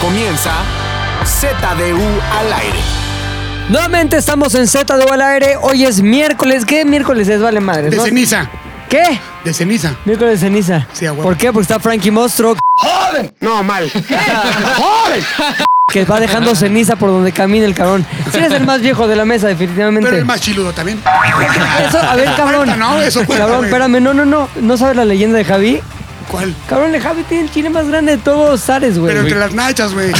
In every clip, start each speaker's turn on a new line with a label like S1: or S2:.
S1: comienza ZDU al aire.
S2: Nuevamente estamos en Z de al aire. Hoy es miércoles. ¿Qué miércoles es? Vale madre.
S3: De
S2: ¿no?
S3: ceniza,
S2: ¿Qué?
S3: de ceniza.
S2: Miércoles de ceniza.
S3: Sí, a huevo.
S2: ¿Por qué? Porque está Frankie Mostro
S3: No, mal.
S2: que va
S3: Ah.
S2: dejando ceniza por donde camina el cabrón. Si eres el más viejo de la mesa, definitivamente.
S3: Pero el más chiludo también.
S2: Eso, a ver, cabrón.
S3: Cuenta, ¿no? Eso cuenta,
S2: cabrón,
S3: güey.
S2: espérame. No, no, no. ¿No sabes la leyenda de Javi?
S3: ¿Cuál?
S2: Cabrón, el Javi tiene el chile más grande de todos Zares, güey.
S3: Pero entre las nachas, güey.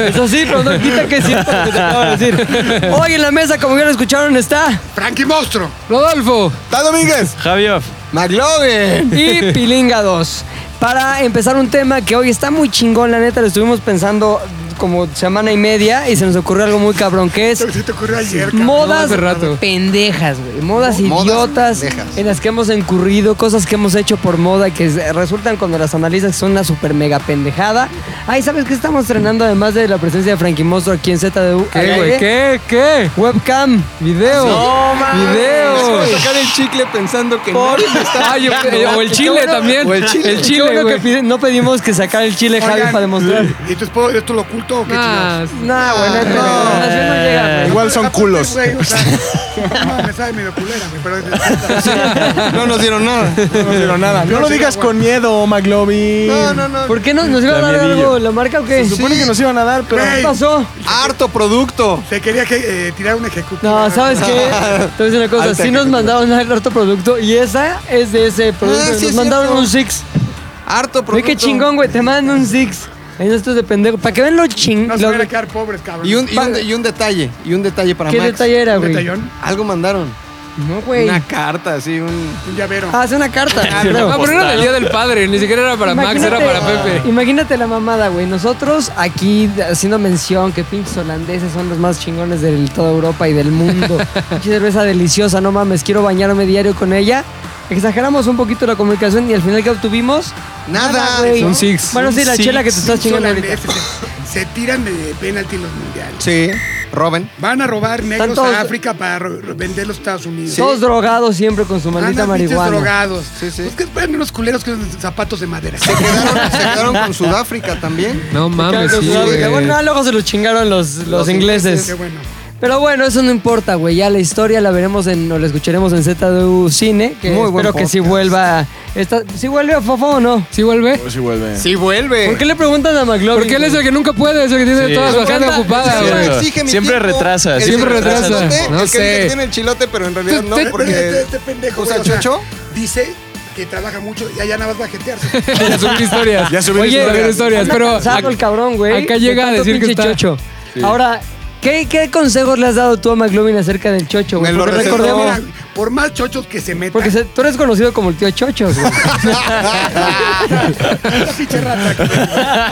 S2: Eso sí, pero no quita que es cierto lo que te acabo de decir. Hoy en la mesa, como ya lo escucharon, está...
S3: Frankie Monstruo.
S2: Rodolfo.
S4: ¡Está Domínguez!
S5: Javier,
S4: ¡McLovin!
S2: y Pilinga 2. Para empezar un tema que hoy está muy chingón, la neta, lo estuvimos pensando como semana y media y se nos ocurrió algo muy cabrón, que es
S3: Lo que se te ocurrió ayer, cabrón.
S2: modas pendejas, güey. Modas
S4: Mo- modas
S2: idiotas
S4: pendejas.
S2: en las que hemos incurrido, cosas que hemos hecho por moda que s- resultan cuando las analizas que son una super mega pendejada. Ay, ¿sabes qué estamos estrenando además de la presencia de Frankie Monstro aquí en ZDU? al
S6: ¿Qué,
S2: aire?
S6: güey? ¿Qué? ¿Qué?
S2: Webcam.
S6: Video.
S4: Ah, ¡No, mames!
S6: Video.
S4: Es como tocar el chicle pensando que nadie me está
S6: Ah, yo-
S4: picando.
S6: eh, o el chile también.
S4: o el chile.
S6: El
S2: Qué bueno
S6: chile,
S2: que
S6: güey.
S2: pide- no pedimos que sacar el chile Javi
S3: Oigan,
S2: para demostrar.
S3: ¿Y entonces puedo esto lo oculto o qué
S6: Ah,
S3: chingados?
S2: Nah, bueno, no, así no llega, güey.
S4: Igual son
S3: Aparte,
S4: culos.
S3: güey, o sea, no, me sabe medio culera, güey, pero...
S4: No nos dieron nada. No nos dieron nada.
S3: No lo digas con
S4: miedo, McLovin. No, no, no.
S2: ¿Por qué no? ¿Nos iba a dar algo la marca o qué?
S4: que nos iban a dar, pero...
S2: ¿Qué pasó?
S4: ¡Harto producto!
S3: Se quería que, eh, tirar un ejecutivo.
S2: No, ¿sabes qué? Te voy a decir una cosa.
S4: Alta
S2: Sí nos
S4: ejecutiva.
S2: mandaron el harto producto y esa es de ese producto.
S4: Ah, sí
S2: nos
S4: es
S2: mandaron
S4: cierto.
S2: un Six.
S4: ¡Harto producto!
S2: Oye, qué chingón, güey. Te mandan un Six. Ahí no estos de pendejo. Para que vean lo ching...
S3: No se
S2: lo-
S3: van a quedar pobres, cabrón.
S4: Y un, y, un, de- y un detalle, y un detalle para
S2: ¿Qué
S4: Max.
S2: detalle era,
S3: ¿Un
S2: güey?
S3: detallón?
S4: Algo mandaron.
S2: No, güey.
S4: Una carta, así, un...
S3: Un llavero.
S2: Ah, hace una carta. creo.
S6: Ah, pero era del día del padre, ni siquiera era para Max, era para
S2: Imagínate-
S6: Pepe.
S2: Imagínate la mamada, güey. Nosotros aquí haciendo mención que pinches holandeses son los más chingones de toda Europa y del mundo. Pinche cerveza deliciosa, no mames, quiero bañarme diario con ella. Exageramos un poquito la comunicación y al final que obtuvimos.
S4: Nada.
S2: güey.
S6: Son six.
S2: Bueno, sí,
S6: Son
S2: la
S6: six.
S2: chela que te estás chingando ahorita.
S3: Solamente se, se tiran de penalti los mundiales.
S4: Sí, Robin.
S3: Van a robar negros
S2: todos-
S3: a África para ro- ro- venderlos a Estados Unidos.
S2: Todos drogados siempre con su
S3: Andan
S2: maldita
S3: pinches
S2: marihuana.
S3: drogados.
S4: Sí, sí.
S3: Pues que fueran unos culeros con unos zapatos de madera.
S4: Se quedaron, se quedaron con Sudáfrica también.
S6: No mames,
S2: Claro,
S6: sí,
S2: claro,
S6: güey.
S2: Bueno, ah, luego se los chingaron los, los,
S4: Los
S2: ingleses.
S3: Qué bueno.
S2: Pero bueno, eso no importa, güey. Ya la historia la veremos en, o la escucharemos en ZDU Cine. Que
S4: Muy buen
S2: espero que si
S4: podcast.
S2: vuelva. Esta, ¿Sí vuelve a Fofo o no?
S6: ¿Sí vuelve?
S4: Sí, vuelve.
S2: ¿Por qué le preguntan a McLovin?
S6: Porque él es el que nunca puede, es el que tiene
S5: Sí.
S6: todas las
S2: Nunca
S6: agenda
S2: anda-
S6: ocupada,
S5: Sí,
S6: güey.
S5: güey. Siempre retrasa,
S6: siempre retrasa.
S4: No
S6: No
S4: el que dice
S6: sé.
S4: que tiene el chilote, pero en realidad no,
S3: Pero este,
S4: porque...
S3: este pendejo,
S4: ¿Usa
S3: güey, o sea,
S4: chocho?
S3: Dice que trabaja mucho y allá nada más va a jetearse.
S6: Ya subir historias. Ya subir Oye, subir historias, pero
S2: Cansado el cabrón, güey.
S6: acá
S2: de
S6: llega a
S2: tanto
S6: decir que
S2: pinche
S6: está-
S2: chocho. Ahora, ¿qué, ¿qué consejos le has dado tú a McLovin acerca del chocho, güey?
S4: Me lo
S2: Porque
S4: recetó.
S2: recordemos.
S3: Mira, por más chochos que se metan.
S2: Porque se- tú eres conocido como el tío Chocho, güey.
S3: Una pinche rata. güey.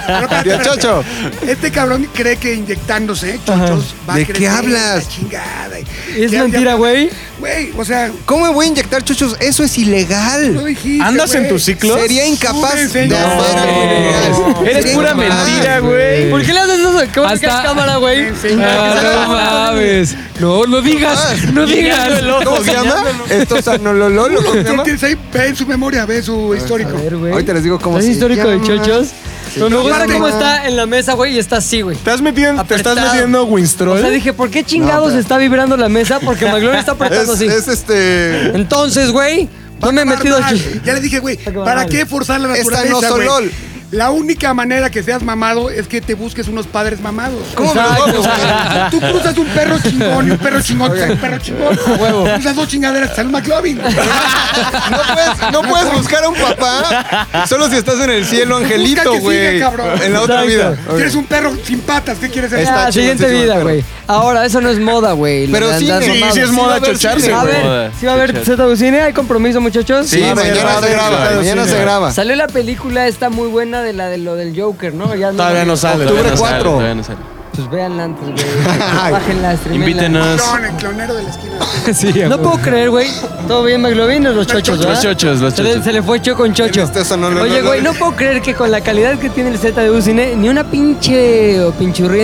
S3: Pero espérate,
S4: Tío Chocho.
S3: espérate. Este cabrón cree que inyectándose chochos va a
S4: ¿De qué
S3: crecer,
S4: hablas?
S3: la Chingada.
S2: Es
S3: Ya- ya-
S2: mentira, güey.
S3: Güey, o sea,
S4: ¿Cómo me voy a inyectar chuchos? Eso es
S3: lo
S4: ilegal.
S3: dijiste,
S5: ¿andas en
S3: güey.
S5: tu ciclo?
S4: Sería incapaz
S3: Súbense,
S4: de
S3: no.
S4: hacer algo
S5: No.
S4: ilegal.
S5: Eres
S4: Sería
S5: pura
S4: incapaz.
S5: mentira, güey.
S2: ¿Por qué le haces eso? ¿Cómo
S6: Hasta-
S2: sacas cámara, güey?
S6: Ah, no mames. No, no digas, no digas.
S4: ¿Cómo se llama? Esto es anolololo. ¿Cómo se
S3: Tú
S4: llama?
S3: tienes ahí, ve en su memoria, ve su
S2: A
S3: histórico.
S2: ver, güey.
S4: Ahorita les digo cómo
S2: ¿Es
S4: se
S2: histórico de
S4: llama.
S2: chochos? Pero me gusta
S3: Aparte-
S2: cómo está en la mesa, güey, y está así, güey.
S7: ¿Te, has metido, en- ¿Te estás
S2: Apretado.
S7: metiendo
S2: O
S7: Winstrol?
S2: sea, dije, ¿por qué chingados está vibrando la mesa? Porque McLovin está
S4: Es,
S2: apretando así.
S4: es este...
S2: Entonces, güey, no me he metido
S3: Normal.
S2: aquí.
S3: Ya le dije, güey,
S2: va
S3: ¿para
S2: mal.
S3: qué forzar la
S4: Esta
S3: naturaleza,
S4: no son
S3: güey?
S4: LOL.
S3: La única manera que seas mamado es que te busques unos padres mamados.
S4: ¿Cómo me lo voy a buscar?
S3: Tú cruzas un perro chingón y un perro chingón, un perro chingón. Huevo. Cruzas dos chingaderas, te sale un McLovin.
S4: No puedes, no puedes buscar a un papá solo si estás en el cielo,
S3: Busca que
S4: angelito,
S3: sigue,
S4: güey.
S3: cabrón.
S4: En la otra
S2: Exacto.
S4: vida.
S3: Tienes un perro sin patas, ¿qué quieres hacer?
S4: Está
S2: La
S4: chido,
S2: siguiente
S4: sí, sí,
S2: vida,
S4: pero-
S2: güey. Ahora, eso no es moda, güey.
S4: Pero
S2: Las-
S4: sí,
S2: las
S4: sí,
S2: mamadas.
S7: sí es
S4: va a
S7: moda
S4: haber
S7: chocharse,
S4: cine,
S2: A
S4: güey.
S2: ver,
S5: Moda,
S2: ¿sí va a haber
S5: chochar.
S2: Z-Cine? ¿Hay compromiso, muchachos?
S4: Sí, mañana se graba, mañana se graba.
S2: Salió la película esta muy buena de la de lo del Joker, ¿no? Ya
S7: Todavía no sale.
S4: Octubre
S5: Todavía no sale,
S4: 4.
S5: todavía no sale.
S2: Pues véanla antes, güey. Bájenla, streamenla.
S5: Invítenos.
S3: Clon, el clonero de la esquina.
S6: Sí,
S2: No
S6: güey.
S2: puedo creer, güey. ¿Todo bien, McLovin? o Los chochos, ¿verdad?
S5: Los chochos, los
S2: Se le-
S5: chochos.
S2: Se le fue Cho con Chocho.
S4: Este eso no, no,
S2: Oye,
S4: no,
S2: güey,
S4: no.
S2: no puedo creer que con la calidad que tiene el ZDU Cine, ni una pinche o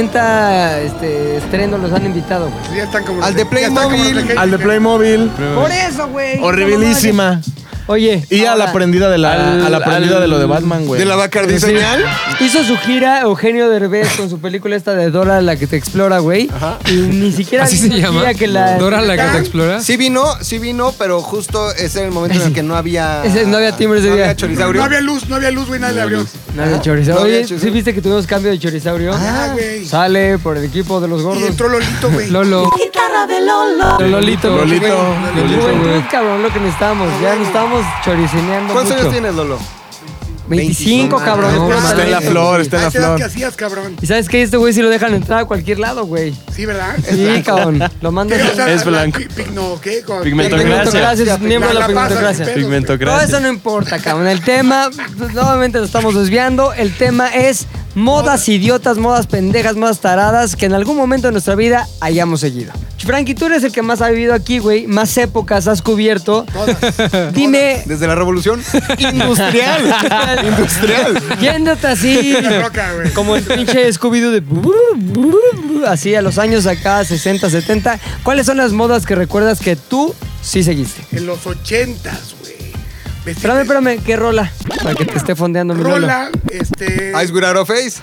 S2: pinchurrienta este, estreno los han invitado, güey.
S3: Ya están como
S4: Al de
S3: ya están como los
S4: Playmobil,
S3: Heidi,
S7: Al de
S3: güey.
S7: Playmobil.
S2: Por eso, güey.
S7: Horribilísima.
S2: Oye,
S5: Y a la
S2: ahora,
S5: prendida de la,
S6: Al-
S5: a la prendida
S6: al-
S5: de lo de Batman, güey.
S4: ¿De la Bacardi
S2: Pues
S4: señal?
S2: hizo su gira Eugenio Derbez con su película esta de Dora la que te explora, güey. Y ni siquiera
S6: Así se
S2: ni siquiera
S6: llama.
S2: que la ¿Ah?
S6: Dora la que te explora.
S4: Sí vino, sí vino, pero justo ese era el momento en el que no había...
S2: Ese- no había timbre ese
S4: no
S2: día.
S4: Había chorizaurio.
S3: No había luz, no había luz, güey, nadie le abrió.
S2: Nada de chorizaurio.
S4: No había
S2: Oye, ¿sí
S4: chorizaurio.
S2: viste que tuvimos cambio de chorizaurio?
S3: Ah, güey.
S2: Sale por el equipo de los
S3: Y
S2: gordos.
S3: entró Lolito, güey.
S6: Lolo.
S7: guitarra de Lolo.
S6: Lolito.
S5: Lolito.
S2: De
S6: Lolito,
S2: juventud,
S6: güey.
S2: cabrón, lo que necesitamos. Ya nos estábamos chorizineando
S4: ¿Cuántos
S2: mucho.
S4: años tienes, Lolo?
S2: 25,
S4: No,
S2: cabrón.
S6: no,
S2: es pura
S6: está en
S2: talento.
S5: la flor, está en
S3: Ah,
S5: la
S3: esa edad
S5: flor.
S3: que hacías, cabrón?
S2: ¿Y sabes qué? Este güey sí lo dejan entrar a cualquier lado, güey.
S3: Sí, ¿verdad?
S2: Sí, cabrón. Lo mandas.
S3: ¿Qué? O sea,
S5: Es blanco.
S3: pi- Pigno, ¿qué? Con-
S5: Pigmentocracia.
S2: Pigmentocracia, es miembro de la
S3: La- la pasas
S2: pigmentocracia.
S3: sin pedo.
S2: Todo
S5: Pigmentocracia.
S2: eso no importa, cabrón. El tema, pues, nuevamente lo estamos desviando. El tema es modas idiotas, modas pendejas, modas taradas que en algún momento de nuestra vida hayamos seguido. Frankie, tú eres el que más ha vivido aquí, güey. Más épocas has cubierto. Dime,
S4: Desde la revolución industrial. industrial.
S2: yéndote así,
S3: La roca, güey.
S2: como el pinche Scooby-Doo de... brr, brr, brr, Así a los años acá, 60, 70. ¿Cuáles son las modas que recuerdas que tú sí seguiste?
S3: En los ochentas, güey. Vestirte-
S2: Espérame, espérame, ¿qué rola? Para que te esté fondeando mi rola.
S3: Rola, este...
S4: Ice Without a Face.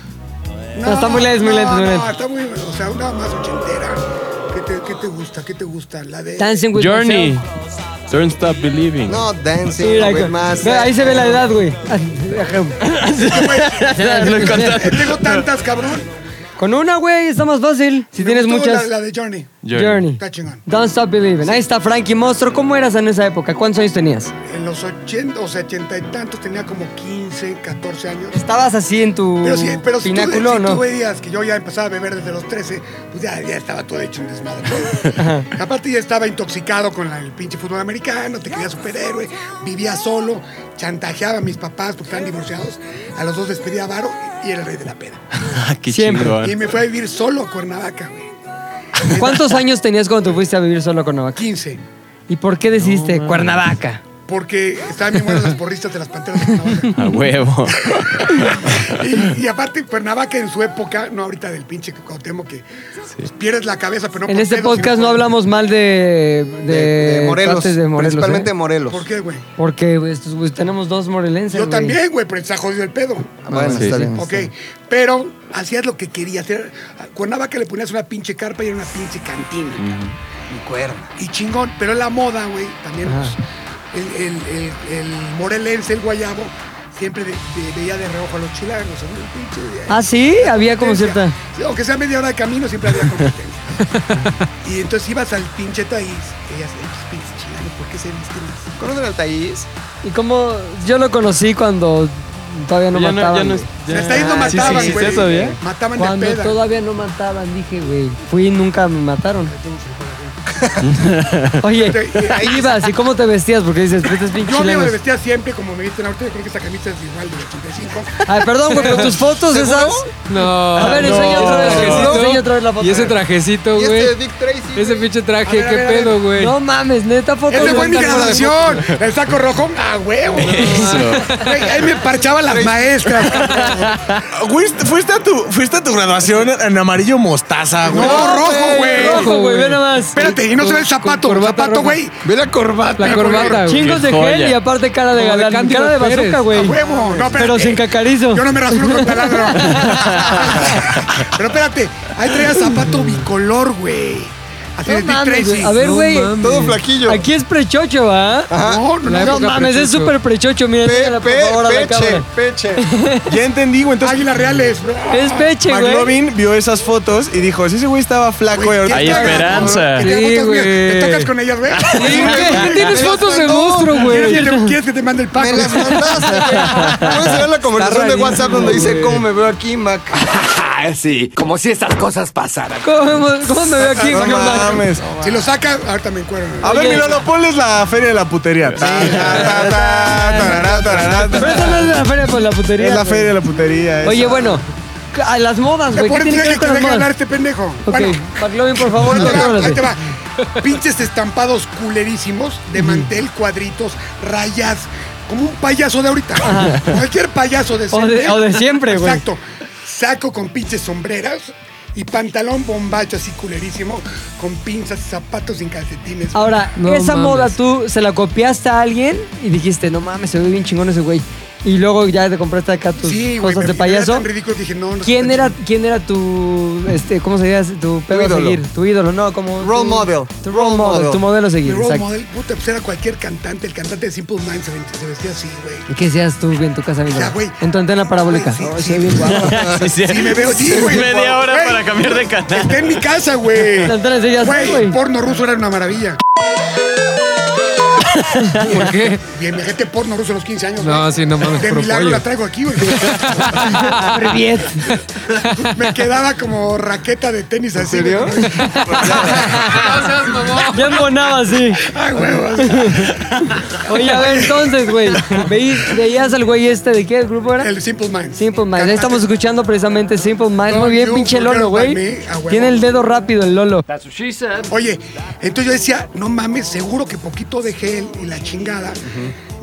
S2: No, está muy lento, muy lento,
S3: No,
S2: muy lento.
S3: no, está muy... O sea, una más ochentera. ¿Qué te, qué te gusta? ¿Qué te gusta? La de...
S2: Dancing with
S5: Journey.
S2: myself.
S5: Don't stop believing.
S4: No, dancing.
S2: Mira,
S4: güey,
S2: güey.
S4: más. eh.
S2: Ve, ahí se ve la edad, güey.
S5: Lo encontré.
S3: Eh, Tengo tantas, cabrón.
S2: Con una, güey, está más fácil. Si
S3: Me
S2: tienes
S3: gustó
S2: muchas.
S3: La, la de Johnny.
S2: Journey.
S3: Está chingón.
S2: Don't Stop Believing. Ahí está Frankie Monstruo. ¿Cómo eras en esa época? ¿Cuántos años tenías?
S3: En los 80, o sea, 80 y tantos, tenía como 15, 14 años.
S2: Estabas así en tu
S3: Pero si, pero si, tú,
S2: pináculo,
S3: si
S2: ¿no?
S3: tú veías que yo ya empezaba a beber desde los 13, pues ya, ya estaba todo hecho un desmadre. Aparte ya estaba intoxicado con la- el pinche fútbol americano, te creía superhéroe, vivía solo, chantajeaba a mis papás porque estaban divorciados, a los dos despedía a Varo y era el rey de la peda.
S5: Ah, qué
S2: Siempre.
S5: chingón.
S3: Y me fue a vivir solo a Cuernavaca, güey.
S2: ¿Cuántos años tenías cuando te fuiste a vivir solo con Cuernavaca?
S3: 15.
S2: ¿Y por qué decidiste Cuernavaca?
S3: Porque estaban bien buenas las porristas de las panteras de Cuernavaca.
S5: A huevo.
S3: Y, y aparte, Cuernavaca en su época, no ahorita del pinche Cuauhtémoc, que pues, pierdes la cabeza, pero no
S2: En
S3: por
S2: este
S3: pedo, sino
S2: podcast no
S3: por-
S2: hablamos mal de, de,
S4: De, de Morelos.
S2: partes de Morelos,
S4: principalmente
S2: ¿eh?
S4: Morelos.
S3: ¿Por qué, güey?
S2: Porque güey, estos, güey, tenemos dos morelenses.
S3: Yo
S2: güey.
S3: también, güey, pero está jodido el pedo.
S4: Ah, Bueno,
S5: Sí,
S4: está
S5: sí.
S4: bien.
S3: Ok, pero hacías lo que querías. Era- a Cuernavaca le ponías una pinche carpa y era una pinche cantina.
S4: Mi cuerno.
S3: Y chingón, pero la moda, güey, también.
S2: Ajá.
S3: pues, el, el, el- el morelense, el guayabo, siempre de- de- veía de reojo a los chilangos. ¿no? El pinche-
S2: Ah, sí, había como
S3: competencia.
S2: cierta.
S3: Sí, Aunque sea media hora de camino, siempre había competencia. y entonces ibas al pinche país. Y ellas, "Ay, pues, pinches chilangos, ¿por qué se visten así?
S4: ¿Conocen al Taís?
S2: Y como yo lo conocí cuando todavía no
S5: Ya no-
S2: mataban.
S5: ya no
S2: güey.
S5: es-
S3: Se está yendo,
S5: Ah, sí, sí,
S3: mataban,
S5: sí,
S3: güey.
S5: ¿está todavía?
S3: Mataban
S2: Cuando
S3: de peda.
S2: todavía no mataban, dije, güey. Fui y nunca me mataron. Oye, ahí ibas, ¿y cómo te vestías? Porque dices, "Pues, estos pinches
S3: Yo me
S2: chilenos.
S3: vestía siempre como me visten ahorita. Yo creo que esta camisa es igual del 85.
S2: Ay, perdón, güey, pero tus fotos esas.
S6: No.
S2: A ver,
S6: no.
S2: enseña otra vez,
S6: Trajecito.
S2: no, enseña otra vez la foto.
S6: Y ese trajecito,
S4: Y este
S6: güey.
S4: Dick Tracy.
S6: Ese
S4: güey.
S6: pinche
S3: A
S6: traje,
S3: ver, a
S6: qué
S3: ver, a ver.
S6: pedo, güey.
S2: No mames, neta foto.
S3: Ese fue mi
S2: neta, no la vemos.
S3: graduación. El saco rojo, ah, huevo.
S5: Eso.
S3: Güey, Ahí me parchaban las maestras.
S8: Fuiste, fuiste a tu, fuiste a tu graduación en amarillo mostaza, güey.
S3: No, rojo, güey.
S2: Rojo, güey, ve nada más.
S3: Espérate, y no se ve el zapato.
S2: corbata
S3: zapato,
S2: roja.
S3: güey.
S4: Ve la corbata.
S6: La corbata, güey.
S2: Chingos de
S5: joya.
S2: gel y aparte cara de
S6: Como de
S2: galán.
S6: Cándido
S2: Cara de
S6: Pérez.
S2: bazooka,
S3: A
S2: güey.
S3: huevo. No, espérate.
S2: Pero sin cacarizo.
S3: Yo no me rasuro con taladro. Pero espérate, ahí traía zapato bicolor, güey. Así
S2: No
S3: de Dick
S2: mames,
S3: Tracy.
S2: güey. A ver,
S6: No
S2: güey.
S6: mames.
S4: Todo flaquillo.
S2: Aquí es prechocho, ¿va?
S3: No, no,
S6: La
S3: no.
S2: No
S6: época
S2: mames, es
S6: prechocho.
S2: súper prechocho. Mira,
S4: Pe-
S2: enséñala, por
S4: pe-
S2: favor, a la
S4: peche,
S2: cámara.
S4: peche.
S8: Ya entendí, güey. Entonces,
S3: Águilas reales, bro.
S2: Es peche, güey.
S8: McLovin vio esas fotos y dijo: Si ese güey estaba flaco, güey, ahorita
S5: Hay
S3: ¿qué tal,
S5: esperanza.
S3: cabrón? ¿Qué tal,
S6: Sí,
S3: fotos mías?
S6: güey.
S3: Te tocas con ellas, güey.
S2: Sí, güey, Tienes
S4: Pero
S2: fotos de
S4: no,
S2: monstruo,
S3: ¿Quieres que
S2: güey.
S3: te- ¿Quieres que te mande el pack?
S4: Me las mandaste. güey. ¿Cómo será la conversación de
S2: rarísimo,
S4: WhatsApp donde dice cómo me veo aquí, Mac?
S1: sí, como si estas cosas pasaran.
S2: ¿Cómo, cómo me veo aquí?
S8: No
S2: ¿Qué onda?
S8: mames.
S3: Si lo saca, ahorita me encuentro.
S8: A ver,
S2: Oye.
S8: mi Lolo, ponles la feria de la putería. Ta, ta, ta, ta, tarará, tarará,
S2: Pero
S8: ta.
S2: esa no es la feria por la putería.
S8: Es la
S2: güey.
S8: feria de la putería. esa.
S2: Oye, bueno, a las modas,
S3: Te
S2: güey. ¿Qué
S3: ponen
S2: tiene que ver
S3: que
S2: con
S3: te
S2: las
S3: deja hablar
S2: modas?
S3: este pendejo.
S2: Ok,
S3: Bueno,
S2: McLovin, por favor,
S3: ahí te va, ahí
S2: contrólate.
S3: te va. Pinches estampados culerísimos de mantel, cuadritos, rayas, como un payaso de ahorita. Cualquier payaso de
S2: O de-
S3: siempre.
S2: o de siempre, güey.
S3: Exacto. Saco con pinches sombreras. y pantalón bombacho así culerísimo, con pinzas, zapatos sin calcetines.
S2: Ahora,
S6: No
S2: esa
S6: mames.
S2: moda tú se la copiaste a alguien y dijiste, no mames, se ve bien chingón ese güey. Y luego ya te compraste acá tus
S3: sí, güey,
S2: pues, cosas de
S3: me- me
S2: payaso.
S3: Era tan ridículo que dije, no, no
S2: ¿Quién
S3: está
S2: era,
S3: chido.
S2: ¿Quién era tu, este, cómo se diría, tu pedo a
S4: ídolo.
S2: seguir? Tu ídolo, no, como...
S4: Role
S2: tu-
S4: model.
S2: Tu role
S4: Role
S2: model,
S4: model.
S2: tu modelo a
S3: Mi
S2: seguir,
S3: role
S2: exacto.
S3: model, puta, pues era cualquier cantante. El cantante de Simple Minds se vestía- se vestía así, güey.
S2: ¿Y qué seas tú en tu casa, mi
S3: O sea,
S2: rey?
S3: güey.
S2: En tu antena parabólica.
S3: Güey, sí,
S2: Ay,
S3: sí.
S2: se ve bien guapo.
S3: Sí, me veo, sí, güey.
S5: Media hora
S3: Güey,
S5: para cambiar de canal.
S3: Está en mi casa, güey.
S2: La entrada de ellas, güey.
S3: Güey, porno ruso era una maravilla.
S6: ¿Por qué?
S3: Bien, me gente porno ruso a los 15 años.
S6: No,
S3: güey.
S6: sí, no mames,
S3: De
S6: puro
S3: milagro
S6: pollo.
S3: la traigo aquí, güey.
S2: Bien.
S3: Me quedaba como raqueta de tenis así. güey.
S2: Bien bonaba, sí.
S3: Ay, huevos.
S2: Oye, a ver, entonces, güey. ¿veí- ¿Veías al güey este de qué grupo era?
S3: El Simple Minds.
S2: Simple Minds. Ahí Estamos escuchando precisamente Simple Minds. Muy bien,
S3: Don't you
S2: pinche
S3: forget
S2: Lolo,
S3: about
S2: güey.
S3: me. Ah, huevo.
S2: Tiene el dedo rápido el Lolo.
S3: Oye, entonces yo decía, no mames, seguro que poquito de gel y la chingada.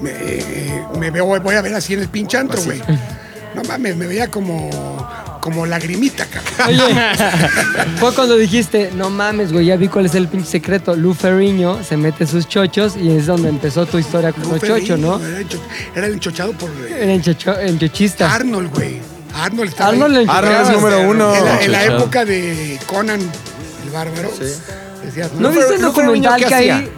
S3: me, eh, me veo, voy a ver así en el pinche antro, güey. No mames, me veía como, como lagrimita, cabrón.
S2: Oye, fue cuando dijiste, no mames, güey, ya vi cuál es el pinche secreto. Lu Ferriño se mete sus chochos y es donde empezó tu historia con los chochos, ¿no?
S3: Era, encho- era el enchochado por eh,
S2: Era enchocho- enchochista.
S3: Arnold, güey. Arnold estaba
S2: Arnold le
S3: ahí.
S2: enchochaba.
S4: Arnold Ah, es número uno.
S3: En la, en la
S5: Enchochado.
S3: época de Conan el Bárbaro. Decías,
S2: ¿No viste el
S4: Lu Ferrigno,
S2: documental
S4: ¿qué
S2: que ahí
S4: hacía?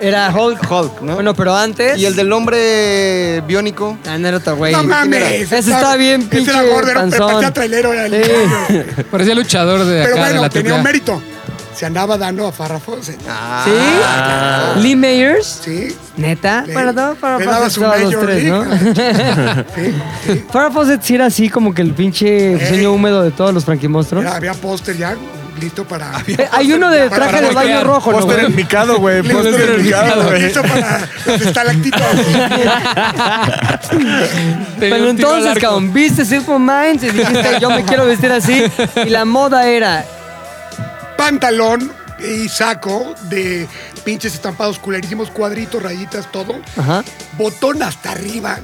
S2: era Hulk?
S4: Hulk, ¿no?
S2: Bueno, pero antes...
S4: Y el del hombre biónico.
S2: Ah, no era otro güey.
S3: No mames.
S2: Ese está bien pinche
S3: Ese era gordo, era
S2: panzón.
S3: parecía trailero. Era el
S2: Sí.
S3: niño.
S6: Parecía luchador de acá,
S3: Pero
S6: de la
S3: bueno, tenía
S6: AAA.
S3: un mérito. Se andaba dando a farrafos. eh.
S2: ¿Sí? Lee Mayers.
S3: Sí.
S2: ¿Neta?
S3: Ah. Le-
S2: Bueno, no, pues, para
S3: le
S2: para
S3: dabas un
S2: para los
S3: Major
S2: tres, ¿no?
S3: League. Sí, sí.
S2: Farrah Fawcett sí era así como que el pinche sueño húmedo de todos los franquimonstruos.
S3: Mira, había póster ya listo para.
S2: Eh, hay uno de
S3: Para-
S2: traje de
S3: para
S2: baño
S6: bloquear.
S2: rojo, ¿no?
S8: Póster
S2: güey?
S8: en picado, güey.
S3: Listo,
S8: Póster en picado, güey.
S3: listo para los estalactitos.
S6: Tenía
S2: Pero
S6: un tiro al
S2: entonces,
S6: arco.
S2: cabrón, viste Simple Minds y dijiste, yo me quiero vestir así. Y la moda era,
S3: Pantalón y saco de pinches estampados culerísimos, cuadritos, rayitas, todo.
S2: ajá,
S3: Botón hasta arriba,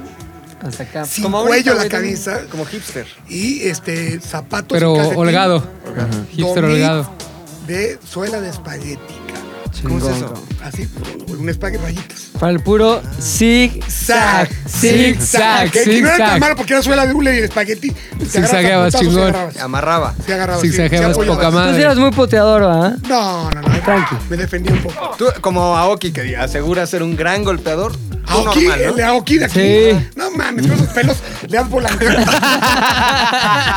S2: hasta acá.
S3: sin
S2: Como ahorita,
S3: cuello la
S2: güey, también.
S3: camisa.
S4: Como hipster.
S3: Y este, zapatos.
S6: Pero
S3: y calcetín.
S6: holgado.
S3: Ajá.
S6: Hipster
S3: Domit
S6: holgado.
S3: De suela de espagueti. cabrón.
S4: ¿Cómo es eso?
S3: Así, un espagueti rayitas.
S2: Para el puro zig zag,
S3: Zag,
S2: zig zag,
S3: Que, que no este era
S6: zig-zag.
S3: tan malo porque era suela de hule y de espagueti. Te agarrabas a
S6: Zigzagueabas,
S3: putazos y
S6: chingón.
S3: agarrabas.
S4: Amarraba.
S3: Sí agarraba, sí,
S6: Zigzagueabas
S3: sí apoyaba.
S6: poca madre.
S2: Tú sí eras muy poteador, ¿verdad?
S3: No, no, no.
S2: Tranqui.
S3: Me defendí un poco.
S4: Tú, como Aoki, que asegura ser un gran golpeador. tú
S3: Aoki,
S4: normal,
S3: el de
S4: ¿no?
S3: Aoki de aquí.
S2: Sí.
S3: No mames, con esos pelos le das volante. o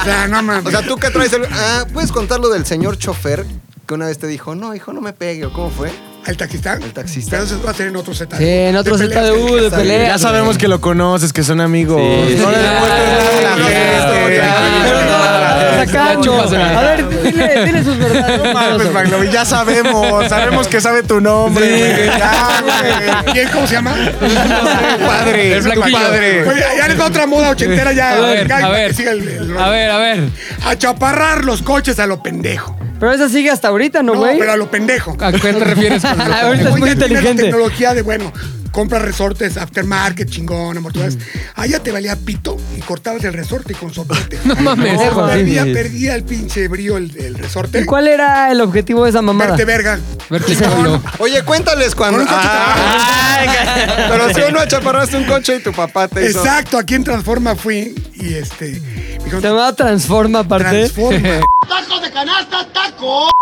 S3: sea, no mames.
S4: O sea, tú que traes el... Ah, ¿puedes contar lo del señor chofer? Que una vez te dijo, no, hijo, no me pegue. ¿o ¿Cómo fue?
S3: ¿Al taxista?
S4: Al taxista.
S3: Pero eso va a ser en otro Z.
S2: Sí, en otro
S3: De peleas
S2: ZDU de
S3: que-
S2: pelea.
S8: Ya sabemos que lo conoces, que son amigos.
S5: Sí,
S8: No
S5: sí.
S8: le demuestres nada a la
S4: Sí,
S8: gente.
S4: sí.
S2: Pero no,
S8: Ah,
S2: hasta acá,
S6: no,
S2: no,
S6: no,
S2: A ver, dile, dile sus verdades.
S8: no mames,
S2: Choso.
S8: Maglovi, ya sabemos, sabemos que sabe tu nombre. güey. Ya, güey.
S3: Ah, ¿Quién cómo se llama?
S8: Padre,
S6: El
S8: es
S6: blanquillo.
S8: padre.
S3: Pues ya, ya les va otra moda ochentera ya.
S6: A ver,
S3: Ay,
S6: a ver.
S3: siga el- el-
S6: A ver, a ver.
S3: Achaparrar los coches a lo pendejo.
S2: Pero esa sigue hasta ahorita, ¿no,
S3: No,
S2: güey? Ah,
S3: pero a lo pendejo.
S6: ¿A qué te refieres? con eso?
S2: Ahorita es
S3: Hoy
S2: muy
S3: ya tiene la
S2: inteligente.
S3: tecnología de, bueno, compras resortes, aftermarket, chingón, amortiguadores.
S2: Mm.
S3: Allá te valía pito y cortabas el resorte con soplete.
S6: No mames.
S2: No,
S6: Juan.
S3: perdía, perdía el pinche brío el, el resorte.
S2: ¿Y cuál era el objetivo de esa mamada?
S3: Verte verga.
S6: Verte solo.
S4: Oye, cuéntales cuando...
S3: Con un coche
S4: Ah, pero si uno achaparraste un coche y tu papá te hizo...
S3: Exacto, aquí en Transforma fui y este. me dijeron,
S2: Se llamaba Transforma, aparte.
S3: Transforma.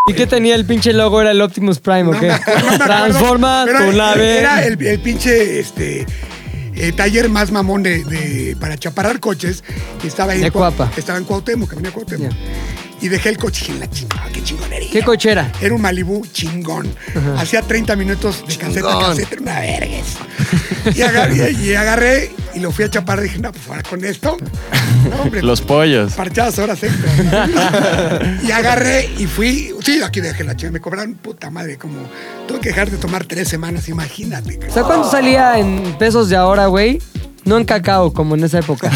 S2: ¿Y qué tenía el pinche logo? ¿Era el Optimus Prime o qué? Transforma
S3: Pero
S2: tu
S3: era-
S2: nave.
S3: Era el, el pinche este, eh, taller más mamón de, de- para chaparrar coches. que Estaba ahí
S2: De
S3: en Cua-
S2: Cuapa.
S3: Estaba en Cuauhtémoc, venía a Cuauhtémoc.
S2: Ya.
S3: Y dejé el coche y dije, la chingada, qué chingonería.
S2: ¿Qué cochera?
S3: Era un Malibu chingón. Hacía 30 minutos de caseta a
S4: Chingón.
S3: caseta, era una verga. eso. Y agarré, y agarré y lo fui a chapar. Dije, no, pues ahora con esto. No, hombre,
S5: Los pollos.
S3: parchadas horas extra. y agarré y fui. Sí, aquí dejé la chica. Me cobraron puta madre. Como tuve que dejar de tomar tres semanas, imagínate.
S2: O sea, ¿cuánto salía en pesos de ahora, güey? No en cacao, como en esa época.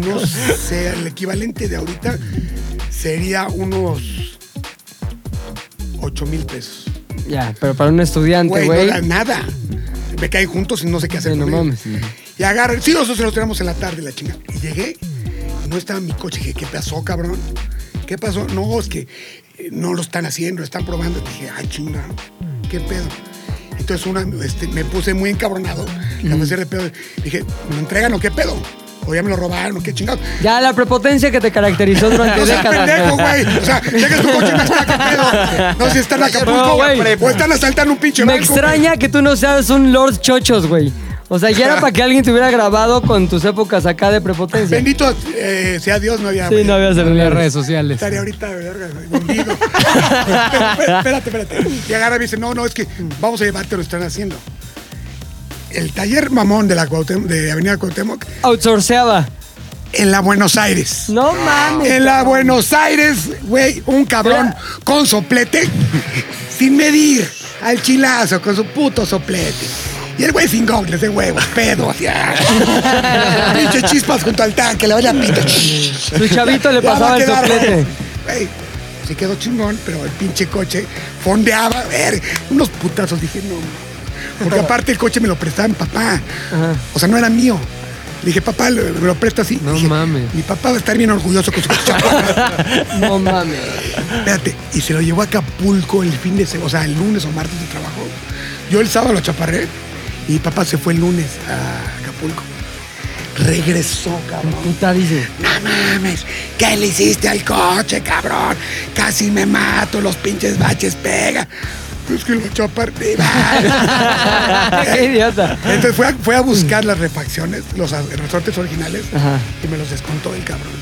S3: No sé, el equivalente de ahorita sería unos 8 mil pesos.
S2: ya, pero para un estudiante,
S3: Güey, no
S2: güey.
S3: da nada. Me caí juntos y no sé qué hacer.
S2: Sí, no
S3: con ellos.
S2: mames.
S3: Y agarro. Sí, nosotros se los tenemos en la tarde, la chinga. Y llegué. no estaba en mi coche. Dije, ¿qué pasó, cabrón? ¿Qué pasó? No, es que eh, no lo están haciendo, están probando. Dije, ah, chinga, ¿qué pedo? Entonces una, este, me puse muy encabronado. La empecé de pedo. Dije, ¿me lo entregan o qué pedo? O ya me lo robaron, o qué chingados.
S2: Ya la prepotencia que te caracterizó durante
S3: No seas
S2: décadas.
S3: pendejo, güey. O sea, deja tu coche en Azteca, pedo. No, si está en
S2: No,
S3: Acapulco,
S2: güey.
S3: güey. O están asaltando un pinche
S2: Me
S3: banco.
S2: extraña que tú no seas un Lord Chochos, güey. O sea, ya era para que alguien te hubiera grabado con tus épocas acá de prepotencia.
S3: Bendito eh, sea Dios, no había.
S2: Sí, no había
S6: En las
S2: celular.
S6: redes sociales.
S3: Estaría ahorita, verga, hundido. espérate, espérate. Y agarra y me dice, no, no, es que vamos a llevarte, lo están haciendo. El taller mamón de la Cuauhtémoc- de Avenida Cuauhtémoc,
S2: Outsourceaba.
S3: en la Buenos Aires.
S2: No mames.
S3: En la Buenos Aires, güey, un cabrón con soplete, sin medir, al chilazo, con su puto soplete. Y el güey sin gogles de huevos, pedo, así. ah. Pinche chispas junto al tanque, le vaya pito.
S2: Tu chavito le
S3: Ya va
S2: pasaba
S3: a
S2: el
S3: quedar,
S2: soplete.
S3: güey. Se quedó chingón, pero el pinche coche fondeaba, ver, unos putazos, dije, no. Porque aparte el coche me lo prestaba mi papá. O sea, no era mío. Le dije, papá, lo- me lo presta así.
S6: No
S3: Dije,
S6: mames.
S3: Mi papá va a estar bien orgulloso con su coche.
S2: No mames.
S3: Espérate, y se lo llevó a Acapulco el fin de semana, o sea, el lunes o martes de trabajo. Yo el sábado lo chaparré y papá se fue el lunes a Acapulco. Regresó, cabrón.
S2: Puta dice.
S3: No mames, ¿qué le hiciste al coche, cabrón? Casi me mato, los pinches baches pega. Es que lo chaparré.
S2: Qué idiota.
S3: Entonces fue a, fue a buscar las refacciones, los a- resortes originales,
S2: Ajá.
S3: y me los descontó el cabrón.